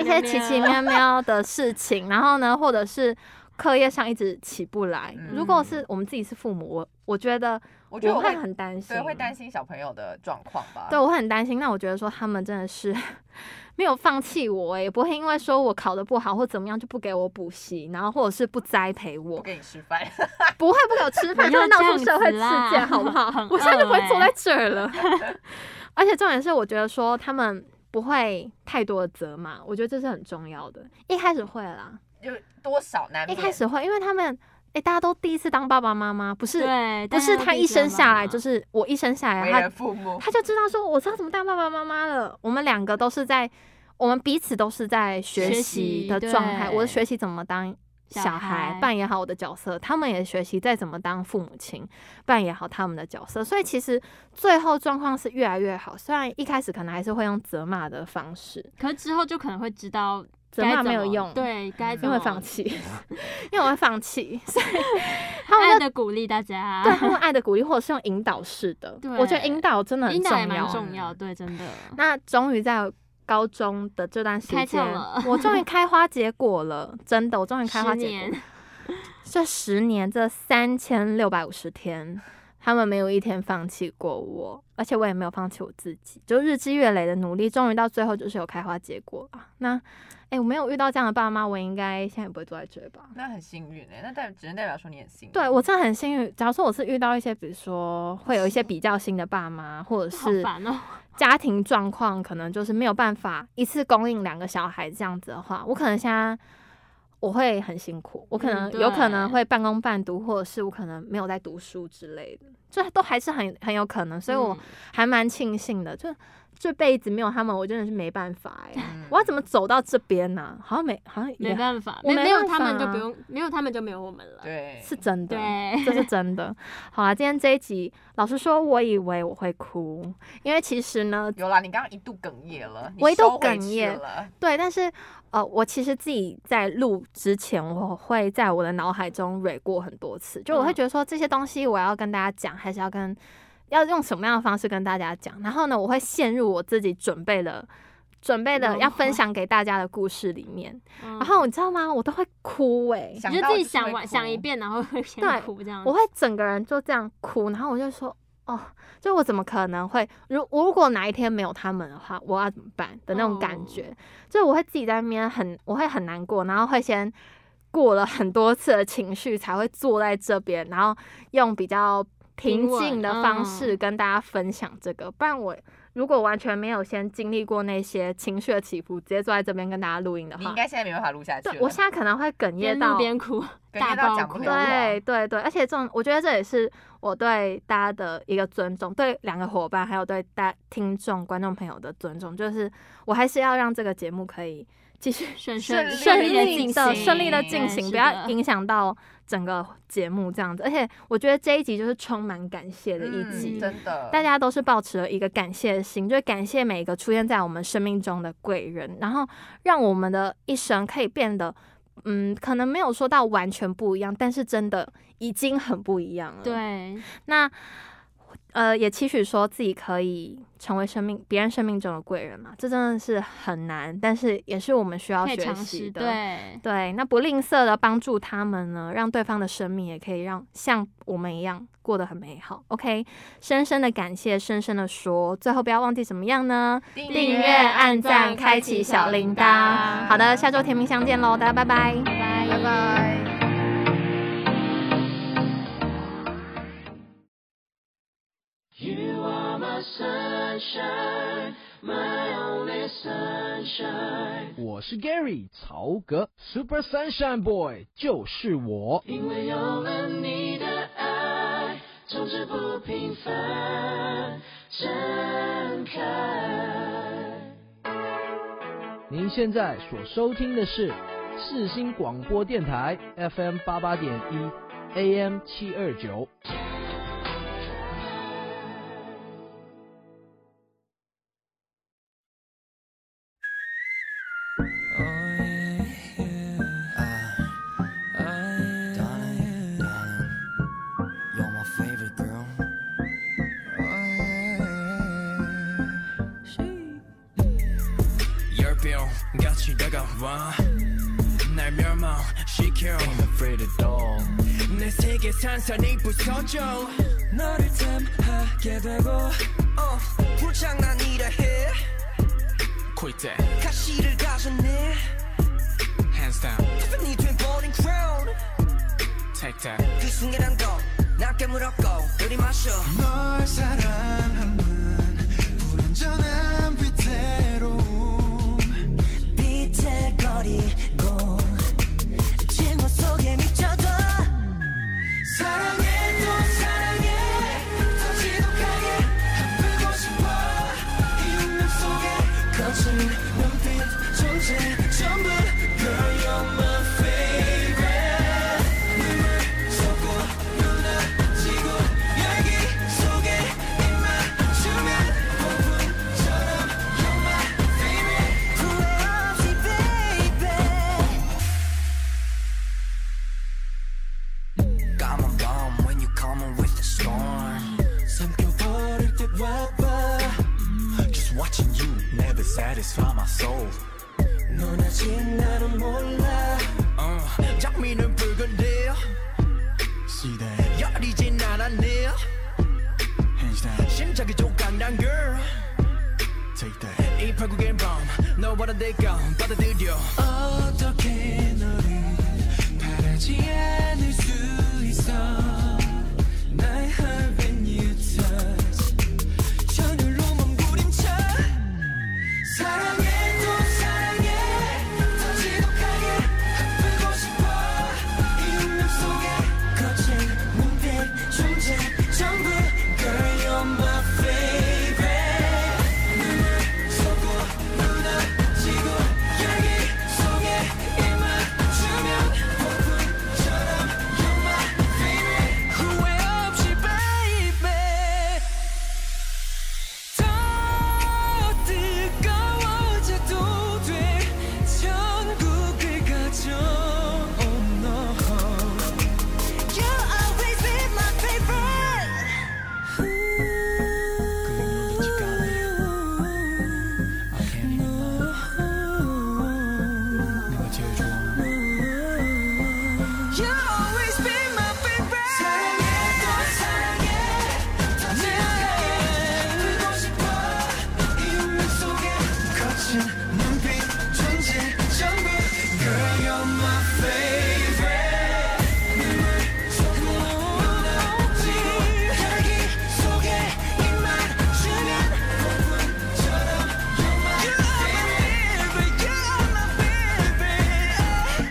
[SPEAKER 1] 一些奇奇妙妙的事情，然后呢，或者是课业上一直起不来。
[SPEAKER 2] 嗯
[SPEAKER 1] 如果是我们自己是父母，我我觉得
[SPEAKER 2] 我觉得我
[SPEAKER 1] 会
[SPEAKER 2] 会
[SPEAKER 1] 很担心，
[SPEAKER 2] 对会担心小朋友的状况吧。
[SPEAKER 1] 对，我会很担心。那我觉得说他们真的是没有放弃我、欸，也不会因为说我考得不好或怎么样就不给我补习，然后或者是不栽培
[SPEAKER 2] 我
[SPEAKER 1] 我，
[SPEAKER 2] 给你示范，
[SPEAKER 1] 不会不给我吃饭，
[SPEAKER 3] 不要
[SPEAKER 1] 会闹
[SPEAKER 3] 这样
[SPEAKER 1] 出社会
[SPEAKER 3] 子
[SPEAKER 1] 事
[SPEAKER 3] 啦
[SPEAKER 1] 件，好不好
[SPEAKER 3] 很？
[SPEAKER 1] 我现在就不会
[SPEAKER 3] 恶
[SPEAKER 1] 坐
[SPEAKER 3] 欸
[SPEAKER 1] 在这儿了。 (laughs) 而且重点是，我觉得说他们不会太多的责骂，我觉得这是很重要的。一开始会啦，
[SPEAKER 2] 就多少难
[SPEAKER 1] 一
[SPEAKER 2] 免。
[SPEAKER 1] 开始会，因为他们哎、大家都第一次当爸爸妈妈，不是
[SPEAKER 3] 对，
[SPEAKER 1] 不是他一生下来就是是我一生下来
[SPEAKER 2] 为
[SPEAKER 1] 他
[SPEAKER 2] 人父母，
[SPEAKER 1] 他就知道说我知道怎么当爸爸妈妈了。我们两个都是在，我们彼此都是在学
[SPEAKER 3] 学
[SPEAKER 1] 习
[SPEAKER 3] 习
[SPEAKER 1] 的状态。
[SPEAKER 3] 对
[SPEAKER 1] 我学习怎么当
[SPEAKER 3] 小
[SPEAKER 1] 小孩，
[SPEAKER 3] 孩
[SPEAKER 1] 扮演好我的角色；他们也学习再怎么当父母亲，扮演好他们的角色。所以其实最后状况是越来越好。虽然一开始可能还是会用责骂的方式，
[SPEAKER 3] 可是之后就可能会知道
[SPEAKER 1] 责
[SPEAKER 3] 该
[SPEAKER 1] 骂
[SPEAKER 3] 怎
[SPEAKER 1] 没有
[SPEAKER 3] 么
[SPEAKER 1] 用，，嗯
[SPEAKER 3] 对，该
[SPEAKER 1] 因
[SPEAKER 3] 怎
[SPEAKER 1] 为
[SPEAKER 3] 么
[SPEAKER 1] 放弃， (laughs) 因为我会放弃，
[SPEAKER 3] (laughs)
[SPEAKER 1] 所以他们就
[SPEAKER 3] 爱的鼓励大家，啊
[SPEAKER 1] 对，他们爱的鼓励，或者是用引导式的。
[SPEAKER 3] 对
[SPEAKER 1] 我觉得引导真的很
[SPEAKER 3] 引
[SPEAKER 1] 重
[SPEAKER 3] 导也蛮
[SPEAKER 1] 要。
[SPEAKER 3] 重要，对，真
[SPEAKER 1] (laughs)
[SPEAKER 3] 的。
[SPEAKER 1] 那终于在高中的这段时
[SPEAKER 3] 开窍
[SPEAKER 1] 间
[SPEAKER 3] 了，
[SPEAKER 1] 我终于开花结果
[SPEAKER 3] (laughs)
[SPEAKER 1] 了，真的，我终于开花
[SPEAKER 3] 十
[SPEAKER 1] 结
[SPEAKER 3] 年
[SPEAKER 1] 果。，这十年，这三千六百五十天，他们没有一天放弃过我，而且我也没有放弃我自己，就日积月累的努力，终于到最后就是有开花结果了。那，哎、我没有遇到这样的爸妈，我应该现在也不会坐在这里吧？
[SPEAKER 2] 那很幸运哎、那代只能代表说你很幸运。
[SPEAKER 1] 对我真的很幸运。假如说我是遇到一些，比如说会有一些比较新的爸妈，或者
[SPEAKER 3] 好
[SPEAKER 1] 是
[SPEAKER 3] 烦哦。
[SPEAKER 1] 家庭状况可能就是没有办法一次供应两个小孩这样子的话，我可能现在我会很辛苦，我可能
[SPEAKER 3] 嗯对
[SPEAKER 1] 有可能会半工半读，或者是我可能没有在读书之类的，这都还是很很有可能，所以我
[SPEAKER 3] 嗯
[SPEAKER 1] 还蛮庆幸的，就这辈子没有他们，我真的是没办
[SPEAKER 3] (laughs)
[SPEAKER 1] 法哎、
[SPEAKER 2] 嗯
[SPEAKER 1] 我要怎么走到这边呢、好像没好像
[SPEAKER 3] 没
[SPEAKER 1] 也
[SPEAKER 3] 办法，
[SPEAKER 1] 我
[SPEAKER 3] 没
[SPEAKER 1] 没
[SPEAKER 3] 没有
[SPEAKER 1] 办
[SPEAKER 3] 他们就
[SPEAKER 1] 法
[SPEAKER 3] 不用，没有他们就没有我们了。
[SPEAKER 2] 对，
[SPEAKER 1] 是真的，
[SPEAKER 3] 对，
[SPEAKER 1] 这是真的。好啦，今天这一集，老实说，我以为我会哭，因为其实呢，
[SPEAKER 2] 有啦，你刚刚一度哽咽了，你
[SPEAKER 1] 我一度
[SPEAKER 2] 收回
[SPEAKER 1] 哽
[SPEAKER 2] 去
[SPEAKER 1] 咽
[SPEAKER 2] 了，
[SPEAKER 1] 对，但是呃，我其实自己在录之前，我会在我的脑海中蕊过很多次，就我会
[SPEAKER 3] 嗯
[SPEAKER 1] 觉得说这些东西我要跟大家讲，还是要跟要用什么样的方式跟大家讲。然后呢，我会陷入我自己准备了准备的
[SPEAKER 3] 融
[SPEAKER 1] 要分
[SPEAKER 3] 化
[SPEAKER 1] 享给大家的故事里面。
[SPEAKER 3] 然
[SPEAKER 1] 然后你知道吗？我都会哭欸诶、
[SPEAKER 2] 想
[SPEAKER 3] 嗯你就
[SPEAKER 2] 到
[SPEAKER 3] 自己
[SPEAKER 2] 是
[SPEAKER 3] 想
[SPEAKER 2] 会
[SPEAKER 3] 完想一
[SPEAKER 2] 哭，
[SPEAKER 3] 遍，然后会先
[SPEAKER 1] 对
[SPEAKER 3] 哭这样子。
[SPEAKER 1] 我会整个人就这样哭，然后我就说。哦，就我怎么可能会？如我如果哪一天没有他们的话，我要怎么办的那种感觉就我会自己在那边很，我会很难过，然后会先过了很多次的情绪，才会坐在这边，然后用比较平
[SPEAKER 3] 平稳
[SPEAKER 1] 静的方
[SPEAKER 3] 嗯
[SPEAKER 1] 式跟大家分享这个。不然我如果完全没有先经历过那些情绪的起伏，直接坐在这边跟大家录音的
[SPEAKER 2] 你应
[SPEAKER 1] 话，
[SPEAKER 2] 该现在没办法录下去
[SPEAKER 1] 对
[SPEAKER 2] 了。
[SPEAKER 1] 我现在可能会哽咽
[SPEAKER 3] 边
[SPEAKER 1] 到
[SPEAKER 3] 录边哭，
[SPEAKER 2] 哽
[SPEAKER 3] 大
[SPEAKER 2] 咽到
[SPEAKER 3] 爆
[SPEAKER 2] 讲不
[SPEAKER 3] 哭
[SPEAKER 2] 了话
[SPEAKER 1] 对对对，而且这种我觉得这也是我对大家的一个尊重，对两个伙伴还有对大听众、观众朋友的尊重，就是我还是要让这个节目可以继 (laughs) 续
[SPEAKER 3] 顺
[SPEAKER 2] 顺
[SPEAKER 3] 顺
[SPEAKER 1] 顺
[SPEAKER 3] 的
[SPEAKER 1] 利
[SPEAKER 3] 进
[SPEAKER 1] 的、
[SPEAKER 3] 行
[SPEAKER 1] 顺利的
[SPEAKER 2] 对
[SPEAKER 1] 进行，
[SPEAKER 3] 是
[SPEAKER 1] 不要
[SPEAKER 3] 的
[SPEAKER 1] 影响到整个节目这样子。而且我觉得这一集就是充满感谢的一集，
[SPEAKER 2] 嗯，真的，
[SPEAKER 1] 大家都是抱持了一个感谢的心，就是感谢每一个出现在我们生命中的贵人，然后让我们的一生可以变得，嗯，可能没有说到完全不一样，但是真的已经很不一样了。，
[SPEAKER 3] 对，
[SPEAKER 1] 那呃，也期许说自己可以成为生命别人生命中的贵人嘛，这真的是很难，但是也是我们需要
[SPEAKER 3] 可以
[SPEAKER 1] 学
[SPEAKER 3] 尝
[SPEAKER 1] 习
[SPEAKER 3] 试。
[SPEAKER 1] 的。
[SPEAKER 3] 对，
[SPEAKER 1] 对，那不吝啬的帮助他们呢，让对方的生命也可以让像我们一样过得很美好。OK，深深的感谢，深深的说，最后不要忘记怎么样呢？订阅、按赞、开启小铃铛。好的，下周甜蜜相见喽，大家拜拜。
[SPEAKER 3] 拜
[SPEAKER 2] 拜拜。
[SPEAKER 4] You are my sunshine, my only sunshine。
[SPEAKER 5] 我是 Gary 曹格，Super Sunshine Boy 就是我。
[SPEAKER 4] 因为有了你的爱，从此不平凡。展开。
[SPEAKER 5] 您现在所收听的是世新广播电台 FM 八八点一，AM 七二九。
[SPEAKER 6] Oh yeah, yeah. Ah, yeah,
[SPEAKER 7] Darling, darling, you're my favorite girl.
[SPEAKER 6] 열병 같이 다가와 날 멸망 now. She care, ain't afraid at all. 내 세계 산산이 부서져. 너를 탐하게 되고, 어, 불장난이라 해. 콜때 가시를 가졌네. Hands down. Tiffany twin golden crown. Take that. 그 순간한 거. 나 깨물었고 우리 마셔 널 사랑하는 불완전한 위태로움 비틀거리고 증오 속에 미쳐도 사랑해 또 사랑해 더 지독하게 아프고 싶어 이 운명 속에 거친 눈빛 존재 전부 Girl you're my favorite 눈물 솟고 지고 열기 속에 입만 주면 폭풍처럼 You're my favorite 후회 없이 baby
[SPEAKER 7] Got my bomb when you coming with the storm.
[SPEAKER 6] 삼켜버릴 듯 와봐
[SPEAKER 7] Just watching you never satisfy my soul.
[SPEAKER 6] 넌 아직 나를 몰라 어,
[SPEAKER 7] Uh,
[SPEAKER 6] 장미는 붉은데
[SPEAKER 7] See that?
[SPEAKER 6] 여리진 않았네
[SPEAKER 7] Hands down.
[SPEAKER 6] 심장이 조각난 girl
[SPEAKER 7] Take that.
[SPEAKER 6] 이 파국의 밤 너와 나 내가 받아들여 어떻게 너를 바라지 않을 수 있어 나의 heart when you touch 전율로 몸부림쳐 사랑해 또 사랑해 더 지독하게 아프고 싶어 이 운명 속에 거친 눈빛 존재 전부 Girl you're my favorite 속고 무너지고 열기 속에 입만 주면 폭풍처럼 You're my baby 후회 없이 baby 더 뜨거워져도 돼 천국을 가져온 너 You'll always be my favorite
[SPEAKER 7] 그냥 너도
[SPEAKER 6] 너
[SPEAKER 7] I can't even lie. 내가 제일 좋아하는
[SPEAKER 6] You'll always be my favorite. 사랑해 또 사랑해 더 지독하게 보고 싶어 이 운명 속에 거친 눈빛 존재 전부 Girl you're my favorite 눈물 솟고 무너지고 열기 속에 입만 주면 폭풍처럼 You're my favorite You're my favorite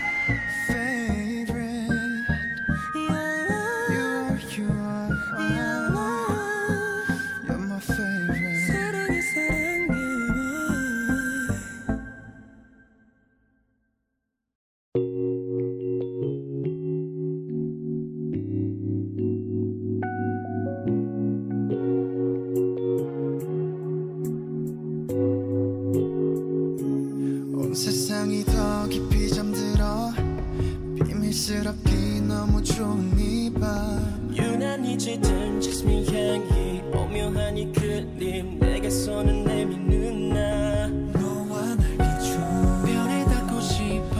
[SPEAKER 6] favorite. You're, you are, you're my favorite. 사랑해, 사랑해.
[SPEAKER 8] 온 세상이 더 깊이 잠들어 비밀스럽기 너무 좋은 이밤
[SPEAKER 4] 유난히 짙은 jasmine 향이 오묘한 이 그림 내게 손을 내미는 나
[SPEAKER 8] 너와 날 비춰
[SPEAKER 4] 별에 닿고 싶어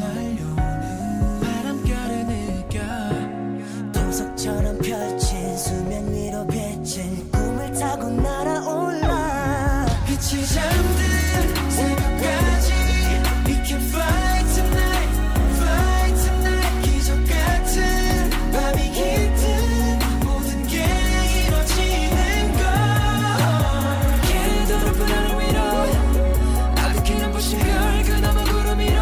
[SPEAKER 8] 날려오는
[SPEAKER 4] 바람결에 느껴
[SPEAKER 9] 동석처럼 펼친 수면 위로 비친 꿈을 타고 날아올라
[SPEAKER 4] 빛이 잠든 새벽까지 We can fly tonight Fly tonight 기적 같은 밤이 깃든 모든 게 이뤄지는 걸 길도록 불안을 위로 아득히는 부신 별 그나마 구름 위로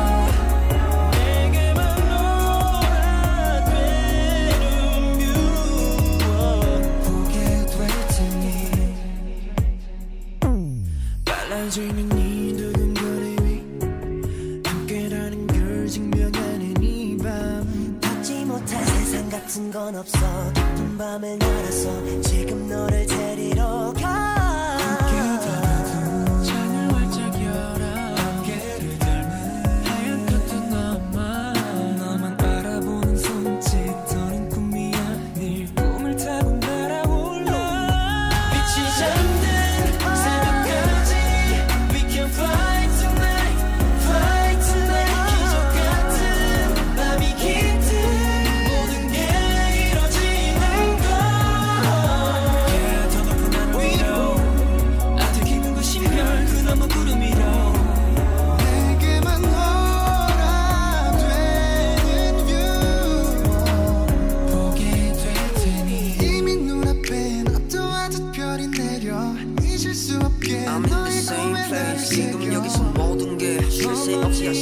[SPEAKER 4] 내게만 너와 되는 뮤원
[SPEAKER 8] 보게 될 테니
[SPEAKER 4] 빨라지는 이 두근거림이 함께라는 걸 증명하는 이밤
[SPEAKER 9] 받지 못할 세상 같은 건 없어 깊은 밤을 날아서 지금 너를 데리러 가
[SPEAKER 4] 창을 활짝 열어 어깨를 닮은 하얀 커튼 너만 너만 알아보는 손짓 너는 꿈이 아닐 꿈을 타고 날아올라 빛이 잠든 새벽까지 We can fly tonight Fly tonight 기적 같은
[SPEAKER 6] 그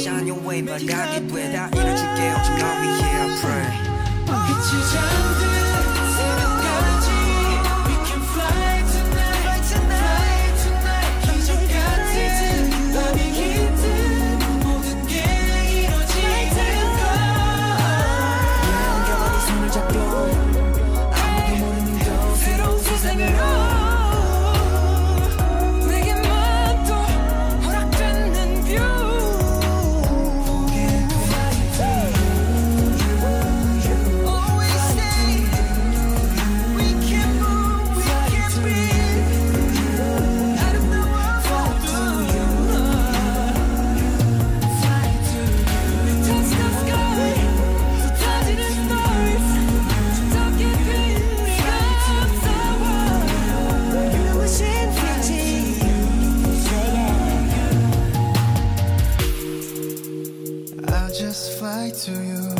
[SPEAKER 7] 연락이 되다 이뤄질게요 정말 위해 I pray
[SPEAKER 6] 빛이 잠든 새벽까지 We can fly tonight Fly tonight 기적 같은 밤이 깃든 모든 게 이뤄지는 걸
[SPEAKER 10] 이 손을 잡고 아무도 모르는 걸
[SPEAKER 6] 새로운 세상으로 내게 맛도 허락되는 뷰 Always say we can move, we can be 아름다워 We touch the sky, 흩어지는 stories 짙게 빛 네가 감싸워
[SPEAKER 10] 유무신 빛이 내게
[SPEAKER 6] I'll just fly to you